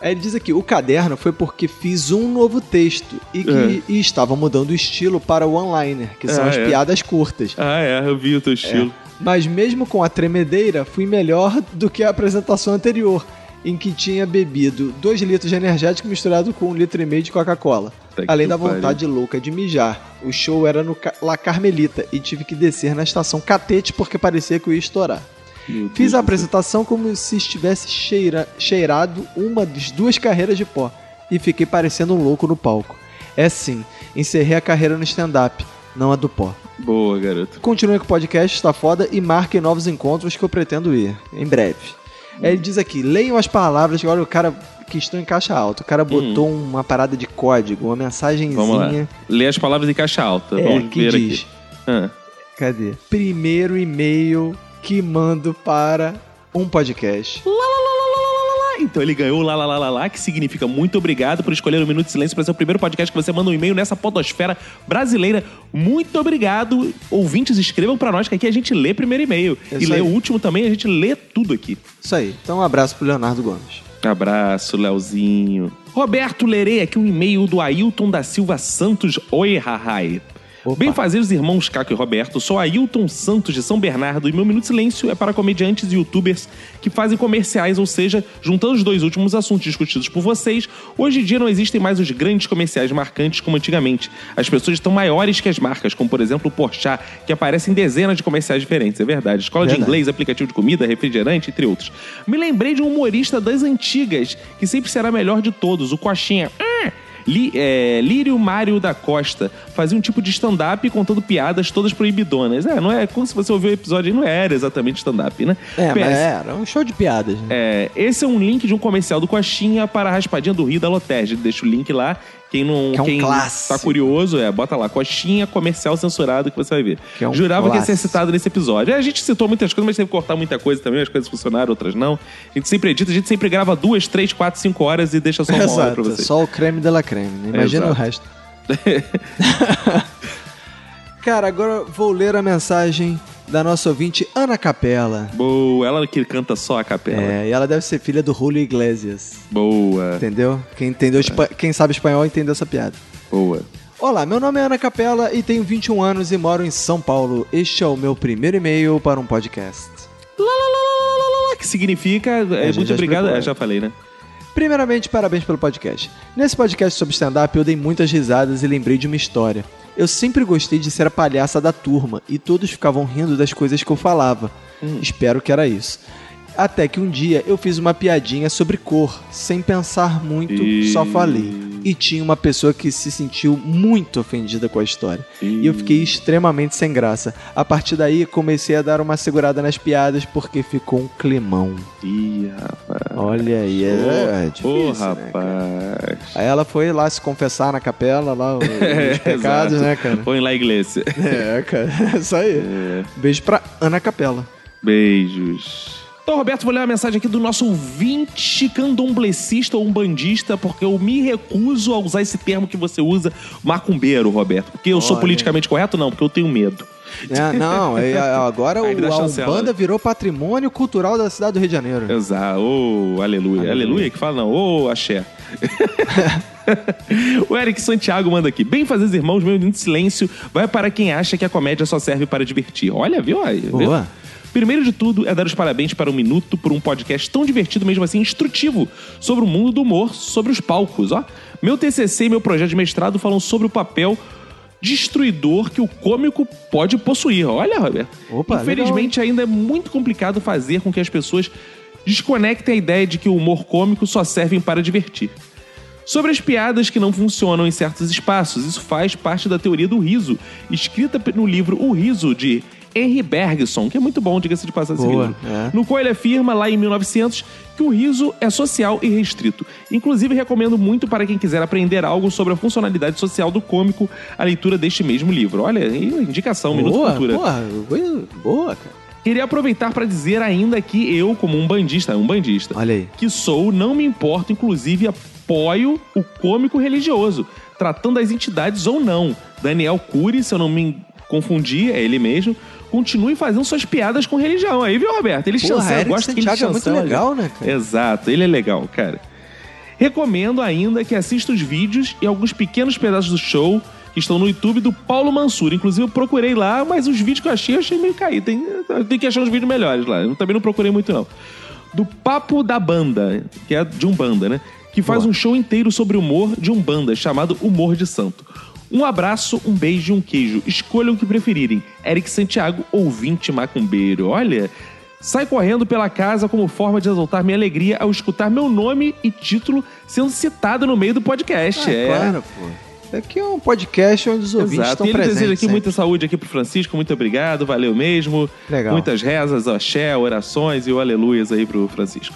[SPEAKER 2] Aí Ele diz aqui, o caderno foi porque fiz um novo texto e, que,
[SPEAKER 1] É.
[SPEAKER 2] e estava mudando o estilo para o one-liner, que são
[SPEAKER 1] Ah,
[SPEAKER 2] as
[SPEAKER 1] é.
[SPEAKER 2] piadas curtas.
[SPEAKER 1] Ah, é, eu vi o teu estilo.
[SPEAKER 2] Mas mesmo com a tremedeira, fui melhor do que a apresentação anterior, em que tinha bebido 2 litros de energético misturado com 1,5 litro e meio de Coca-Cola.
[SPEAKER 1] Puta que
[SPEAKER 2] Além da
[SPEAKER 1] pariu.
[SPEAKER 2] vontade louca de mijar. O show era no Ca- La Carmelita e tive que descer na estação Catete porque parecia que eu ia estourar. É. Fiz a apresentação como se estivesse cheira- cheirado uma das duas carreiras de pó e fiquei parecendo um louco no palco. É sim, encerrei a carreira no stand-up, não a do pó.
[SPEAKER 1] Boa, garoto.
[SPEAKER 2] Continue com o podcast, está foda, e marquem novos encontros que eu pretendo ir, em breve. Aí Ele diz aqui, leiam as palavras, olha o cara que estão em caixa alta, o cara botou uma parada de código, uma mensagenzinha.
[SPEAKER 1] Hum. Vamos lá. Lê as palavras em caixa alta.
[SPEAKER 2] É,
[SPEAKER 1] Vamos
[SPEAKER 2] que
[SPEAKER 1] ver
[SPEAKER 2] diz.
[SPEAKER 1] aqui. Ah.
[SPEAKER 2] Cadê? Primeiro e-mail que mando para um podcast.
[SPEAKER 1] Lá, lá, lá, lá, lá, lá, lá, lá. Então ele ganhou o lá, lá, lá, lá, lá, que significa muito obrigado por escolher o Minuto de Silêncio para ser o primeiro podcast que você manda um e-mail nessa podosfera brasileira. Muito obrigado. Ouvintes, escrevam para nós que aqui a gente lê primeiro e-mail.
[SPEAKER 2] É
[SPEAKER 1] e
[SPEAKER 2] isso
[SPEAKER 1] lê
[SPEAKER 2] aí.
[SPEAKER 1] o último também, a gente lê tudo aqui.
[SPEAKER 2] Isso aí. Então um abraço pro Leonardo Gomes.
[SPEAKER 1] Abraço, Leozinho. Roberto, lerei aqui um e-mail do Ailton da Silva Santos Oi, Hahai. Bem fazer os irmãos Caco e Roberto, sou Ailton Santos de São Bernardo e meu Minuto de Silêncio é para comediantes e youtubers que fazem comerciais, ou seja, juntando os dois últimos assuntos discutidos por vocês, hoje em dia não existem mais os grandes comerciais marcantes como antigamente. As pessoas estão maiores que as marcas, como por exemplo o Porchat, que aparece em dezenas de comerciais diferentes, é verdade. Escola de
[SPEAKER 18] Verdade.
[SPEAKER 1] inglês inglês, aplicativo de comida, refrigerante, entre outros. Me lembrei de um humorista das antigas, que sempre será melhor de todos, o Coxinha. Ah! Li- é, Lírio Mário da Costa fazia um tipo de stand-up contando piadas todas proibidonas. É, não é como se você ouviu o episódio, não era exatamente stand-up, né?
[SPEAKER 19] É, mas
[SPEAKER 1] PS.
[SPEAKER 19] era um show de piadas. né?
[SPEAKER 1] É, esse é um link de um comercial do Coxinha para a raspadinha do Rio da Loterge. Ele Deixa o link lá. Quem não
[SPEAKER 19] Que é um
[SPEAKER 1] quem
[SPEAKER 19] clássico.
[SPEAKER 1] tá curioso, é, bota lá, coxinha comercial censurado que você vai ver.
[SPEAKER 19] é um
[SPEAKER 1] Jurava que ia ser
[SPEAKER 19] clássico.
[SPEAKER 1] citado nesse episódio. É, a gente citou muitas coisas, mas teve que cortar muita coisa também, as coisas funcionaram, outras não. A gente sempre edita, a gente sempre grava duas, três, quatro, cinco horas e deixa só uma hora pra
[SPEAKER 19] Exato,
[SPEAKER 1] vocês.
[SPEAKER 19] só o creme de la creme. Né? Imagina
[SPEAKER 1] Exato.
[SPEAKER 19] o resto.
[SPEAKER 2] Cara, agora eu vou ler a mensagem da nossa ouvinte Ana Capela.
[SPEAKER 1] Boa, ela que canta só a capela.
[SPEAKER 2] É, e ela deve ser filha do Julio Iglesias.
[SPEAKER 1] Boa.
[SPEAKER 2] Entendeu? Quem, entendeu
[SPEAKER 1] É.
[SPEAKER 2] espa- quem sabe espanhol entendeu essa piada.
[SPEAKER 1] Boa.
[SPEAKER 2] Olá, meu nome é Ana Capela e tenho 21 anos e moro em São Paulo. Este é o meu primeiro e-mail para um podcast.
[SPEAKER 1] Lá que significa,
[SPEAKER 2] a
[SPEAKER 1] é,
[SPEAKER 2] gente
[SPEAKER 1] muito obrigado.
[SPEAKER 2] já explicou,
[SPEAKER 1] é,
[SPEAKER 2] né?
[SPEAKER 1] já falei, né?
[SPEAKER 2] Primeiramente, parabéns pelo podcast. Nesse podcast sobre stand-up, eu dei muitas risadas e lembrei de uma história. Eu sempre gostei de ser a palhaça da turma e todos ficavam rindo das coisas que eu falava. Espero que era isso. Até que um dia eu fiz uma piadinha sobre cor, sem pensar muito, só falei. E tinha uma pessoa que se sentiu muito ofendida com a história. E eu fiquei extremamente sem graça. A partir daí, comecei a dar uma segurada nas piadas porque ficou um climão.
[SPEAKER 1] Ih, rapaz.
[SPEAKER 2] Olha aí, é
[SPEAKER 1] Ô,
[SPEAKER 2] difícil,
[SPEAKER 1] ô,
[SPEAKER 2] né,
[SPEAKER 1] rapaz.
[SPEAKER 2] Aí ela foi lá se confessar na capela, lá os
[SPEAKER 1] É,
[SPEAKER 2] pecados,
[SPEAKER 1] exato.
[SPEAKER 2] né, cara?
[SPEAKER 1] Põe lá a igreja.
[SPEAKER 2] É, cara, é isso aí. Beijo pra Ana Capela.
[SPEAKER 1] Beijos. Então, Roberto, vou ler uma mensagem aqui do nosso ouvinte candomblecista ou umbandista, porque eu me recuso a usar esse termo que você usa, macumbeiro, Roberto. Porque eu sou
[SPEAKER 2] Olha.
[SPEAKER 1] politicamente correto? Não, porque eu tenho medo.
[SPEAKER 2] É, não, é, agora
[SPEAKER 1] Aí ele
[SPEAKER 2] o,
[SPEAKER 1] dá
[SPEAKER 2] a
[SPEAKER 1] chancela.
[SPEAKER 2] Umbanda virou patrimônio cultural da cidade do Rio de Janeiro.
[SPEAKER 1] Exato. Ô, aleluia. aleluia. que fala não. Ô, axé. o Eric Santiago manda aqui. Bem fazer irmãos, meu minuto de silêncio vai para quem acha que a comédia só serve para divertir. Olha, viu? Aí, viu?
[SPEAKER 19] Boa.
[SPEAKER 1] Primeiro de tudo é dar os parabéns para o Minuto por um podcast tão divertido, mesmo assim instrutivo, sobre o mundo do humor, sobre os palcos, ó. Meu TCC e meu projeto de mestrado falam sobre o papel destruidor que o cômico pode possuir. Olha, Roberto.
[SPEAKER 19] Opa,
[SPEAKER 1] Infelizmente, ainda é muito complicado fazer com que as pessoas desconectem a ideia de que o humor cômico só servem para divertir. Sobre as piadas que não funcionam em certos espaços, isso faz parte da teoria do riso, escrita no livro O Riso, de Henry Bergson, que é muito bom, diga-se de passagem. esse
[SPEAKER 19] Boa,
[SPEAKER 1] livro.
[SPEAKER 19] é.
[SPEAKER 1] No qual ele afirma, lá em 1900, que o riso é social e restrito. Inclusive, recomendo muito para quem quiser aprender algo sobre a funcionalidade social do cômico, a leitura deste mesmo livro. Olha, aí, indicação, Um Minuto
[SPEAKER 19] Boa,
[SPEAKER 1] Cultura.
[SPEAKER 19] porra, coisa boa, cara.
[SPEAKER 1] Queria aproveitar para dizer ainda que eu, como um bandista, um bandista, que sou, não me importo, inclusive apoio o cômico religioso, tratando as entidades ou não. Daniel Cury, se eu não me confundir, é ele mesmo, continue fazendo suas piadas com religião. Aí, viu, Roberto? Ele
[SPEAKER 2] Porra,
[SPEAKER 1] chancela,
[SPEAKER 2] Eric
[SPEAKER 1] gosta que ele
[SPEAKER 2] Santiago é muito
[SPEAKER 1] chancela,
[SPEAKER 2] legal,
[SPEAKER 1] gente.
[SPEAKER 2] né,
[SPEAKER 1] Exato, ele é legal, cara. Recomendo ainda que assista os vídeos e alguns pequenos pedaços do show que estão no YouTube do Paulo Mansur. Inclusive, eu procurei lá, mas os vídeos que eu achei, eu achei meio caído. Tem, tem que achar uns vídeos melhores lá. Eu também não procurei muito, não. Do Papo da Banda, que é de Umbanda, né? Que faz um show inteiro sobre humor de Umbanda, chamado Humor de Santo. Um abraço, um beijo e um queijo. Escolham o que preferirem. Eric Santiago, ouvinte macumbeiro. Olha, Sai correndo pela casa como forma de exaltar minha alegria ao escutar meu nome e título sendo citado no meio do podcast.
[SPEAKER 2] Ah,
[SPEAKER 1] é.
[SPEAKER 2] Claro, pô. Aqui é um podcast onde os ouvintes
[SPEAKER 1] Exato.
[SPEAKER 2] estão
[SPEAKER 1] E ele
[SPEAKER 2] presentes. né?
[SPEAKER 1] deseja aqui
[SPEAKER 2] sempre.
[SPEAKER 1] muita saúde aqui pro Francisco, muito obrigado, valeu mesmo.
[SPEAKER 2] Legal.
[SPEAKER 1] Muitas rezas, axé, orações e o aleluias aí pro Francisco.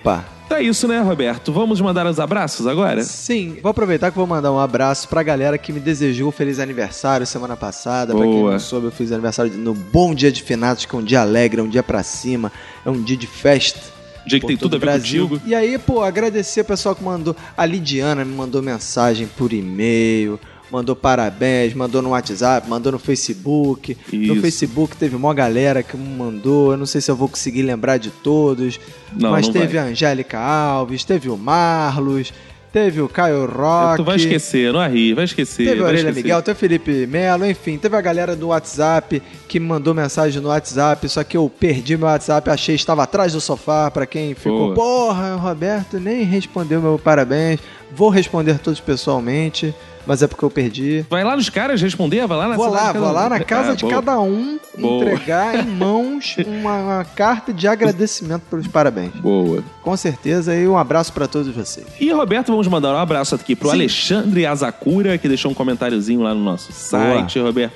[SPEAKER 2] Opa.
[SPEAKER 1] Tá isso, né, Roberto? Vamos mandar os abraços agora?
[SPEAKER 2] Sim, vou aproveitar que vou mandar um abraço pra galera que me desejou um feliz aniversário semana passada. Pra quem
[SPEAKER 1] Boa.
[SPEAKER 2] não soube, eu fiz aniversário no Bom Dia de Finados, que é um dia alegre, é um dia pra cima, é um dia de festa.
[SPEAKER 1] Um Dia que
[SPEAKER 2] por
[SPEAKER 1] tem
[SPEAKER 2] todo
[SPEAKER 1] tudo a
[SPEAKER 2] o
[SPEAKER 1] ver
[SPEAKER 2] Brasil.
[SPEAKER 1] contigo.
[SPEAKER 2] E aí, pô, agradecer o pessoal que mandou. A Lidiana me mandou mensagem por e-mail, mandou parabéns, mandou no WhatsApp, mandou no Facebook.
[SPEAKER 1] Isso.
[SPEAKER 2] No Facebook teve uma galera que me mandou. Eu não sei se eu vou conseguir lembrar de todos.
[SPEAKER 1] Não,
[SPEAKER 2] mas
[SPEAKER 1] não
[SPEAKER 2] teve
[SPEAKER 1] vai.
[SPEAKER 2] a Angélica Alves, teve o Marlos, Teve o Caio Rock.
[SPEAKER 1] Tu vai esquecer, não arri, vai esquecer.
[SPEAKER 2] Teve
[SPEAKER 1] vai
[SPEAKER 2] a Orelha
[SPEAKER 1] esquecer.
[SPEAKER 2] Miguel, teve o Felipe Melo, enfim, teve a galera do WhatsApp que me mandou mensagem no WhatsApp, só que eu perdi meu WhatsApp, achei que estava atrás do sofá, pra quem
[SPEAKER 20] Boa.
[SPEAKER 2] ficou, porra, o Roberto nem respondeu meu parabéns, vou responder todos pessoalmente, mas é porque eu perdi.
[SPEAKER 1] Vai lá nos caras responder, vai lá na
[SPEAKER 2] Vou
[SPEAKER 1] sala
[SPEAKER 2] lá,
[SPEAKER 1] de
[SPEAKER 2] vou lá na
[SPEAKER 1] Ah,
[SPEAKER 2] casa de
[SPEAKER 1] boa.
[SPEAKER 2] cada um
[SPEAKER 1] Boa.
[SPEAKER 2] entregar em mãos uma, uma carta de agradecimento pelos parabéns.
[SPEAKER 1] Boa.
[SPEAKER 2] Com certeza, e um abraço pra todos vocês.
[SPEAKER 1] E, Roberto, vamos mandar um abraço aqui pro Alexandre Azakura, que deixou um comentáriozinho lá no nosso site, Roberto.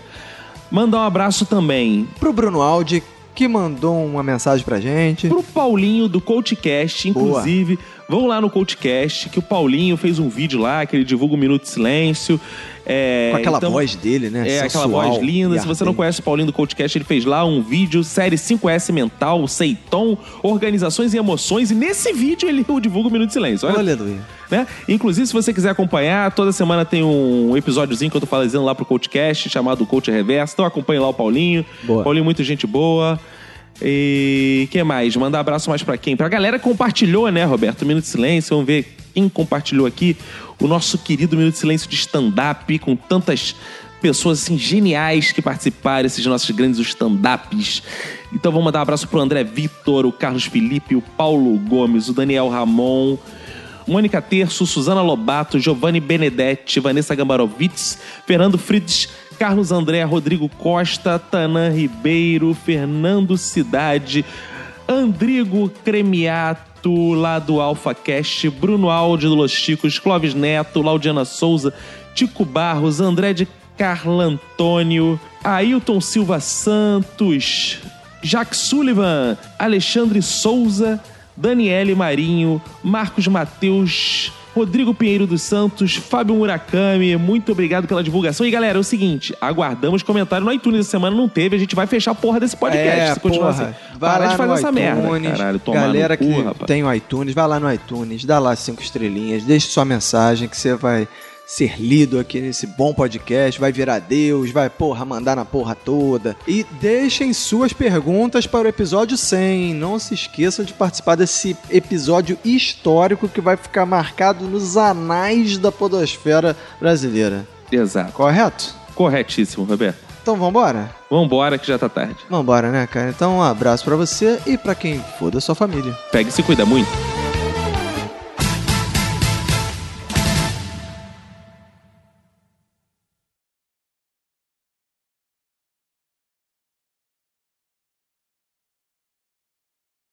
[SPEAKER 1] Mandar um abraço também.
[SPEAKER 2] Pro Bruno Aldi, que mandou uma mensagem pra gente.
[SPEAKER 1] Pro Paulinho do CoachCast, inclusive. Vão lá no CoachCast, que o Paulinho fez um vídeo lá, que ele divulga um Minuto de Silêncio. É,
[SPEAKER 2] Com aquela
[SPEAKER 1] então-
[SPEAKER 2] voz dele, né?
[SPEAKER 1] É, aquela
[SPEAKER 2] Sensual
[SPEAKER 1] voz linda.
[SPEAKER 2] e
[SPEAKER 1] Se você não
[SPEAKER 2] ardente.
[SPEAKER 1] conhece o Paulinho do CoachCast, ele fez lá um vídeo, série 5S Mental, Seiton, Organizações e Emoções. E nesse vídeo ele divulga o Minuto de Silêncio. Olha,
[SPEAKER 2] Aleluia.
[SPEAKER 1] Né? Inclusive, se você quiser acompanhar, toda semana tem um episódiozinho que eu tô fazendo lá pro CoachCast, chamado Coach Reverso. Então acompanhe lá o Paulinho. Paulinho, muito gente boa. E que mais? Mandar abraço mais pra quem? Pra galera que compartilhou, né, Roberto? Minuto de Silêncio. Vamos ver quem compartilhou aqui o nosso querido Minuto de Silêncio de stand-up, com tantas pessoas assim geniais que participaram, esses nossos grandes stand-ups. Então vamos mandar um abraço pro André Vitor, o Carlos Felipe, o Paulo Gomes, o Daniel Ramon, Mônica Terço, Suzana Lobato, Giovanni Benedetti, Vanessa Gambarovitz, Fernando Fritz, Carlos André, Rodrigo Costa, Tanã Ribeiro, Fernando Cidade, Andrigo Cremiato, lá do AlphaCast, Bruno Aldi do Los Chicos, Clóvis Neto, Laudiana Souza, Tico Barros, André de Carlo Antônio, Ailton Silva Santos, Jacques Sullivan, Alexandre Souza, Daniele Marinho, Marcos Mateus, Rodrigo Pinheiro dos Santos, Fábio Murakami, muito obrigado pela divulgação. E galera, é o seguinte, aguardamos comentário no iTunes essa semana, não teve, a gente vai fechar a porra desse podcast.
[SPEAKER 2] É,
[SPEAKER 1] se continuar
[SPEAKER 2] porra.
[SPEAKER 1] assim.
[SPEAKER 2] Vai
[SPEAKER 1] Parar
[SPEAKER 2] lá
[SPEAKER 1] de fazer
[SPEAKER 2] no
[SPEAKER 1] essa merda.
[SPEAKER 2] iTunes,
[SPEAKER 1] Caralho, tomar
[SPEAKER 2] galera
[SPEAKER 1] no cu,
[SPEAKER 2] que
[SPEAKER 1] rapaz.
[SPEAKER 2] tem o iTunes, vai lá no iTunes, dá lá cinco estrelinhas, deixa sua mensagem que você vai ser lido aqui nesse bom podcast, vai virar Deus, vai, porra, mandar na porra toda. E deixem suas perguntas para o episódio 100. Não se esqueça de participar desse episódio histórico que vai ficar marcado nos anais da podosfera brasileira.
[SPEAKER 1] Exato.
[SPEAKER 2] Correto?
[SPEAKER 1] Corretíssimo, Roberto.
[SPEAKER 2] Então vambora?
[SPEAKER 1] Vambora que já tá tarde.
[SPEAKER 2] Vambora, né, cara? Então um abraço pra você e pra quem for da sua família.
[SPEAKER 1] Pega e se cuida muito.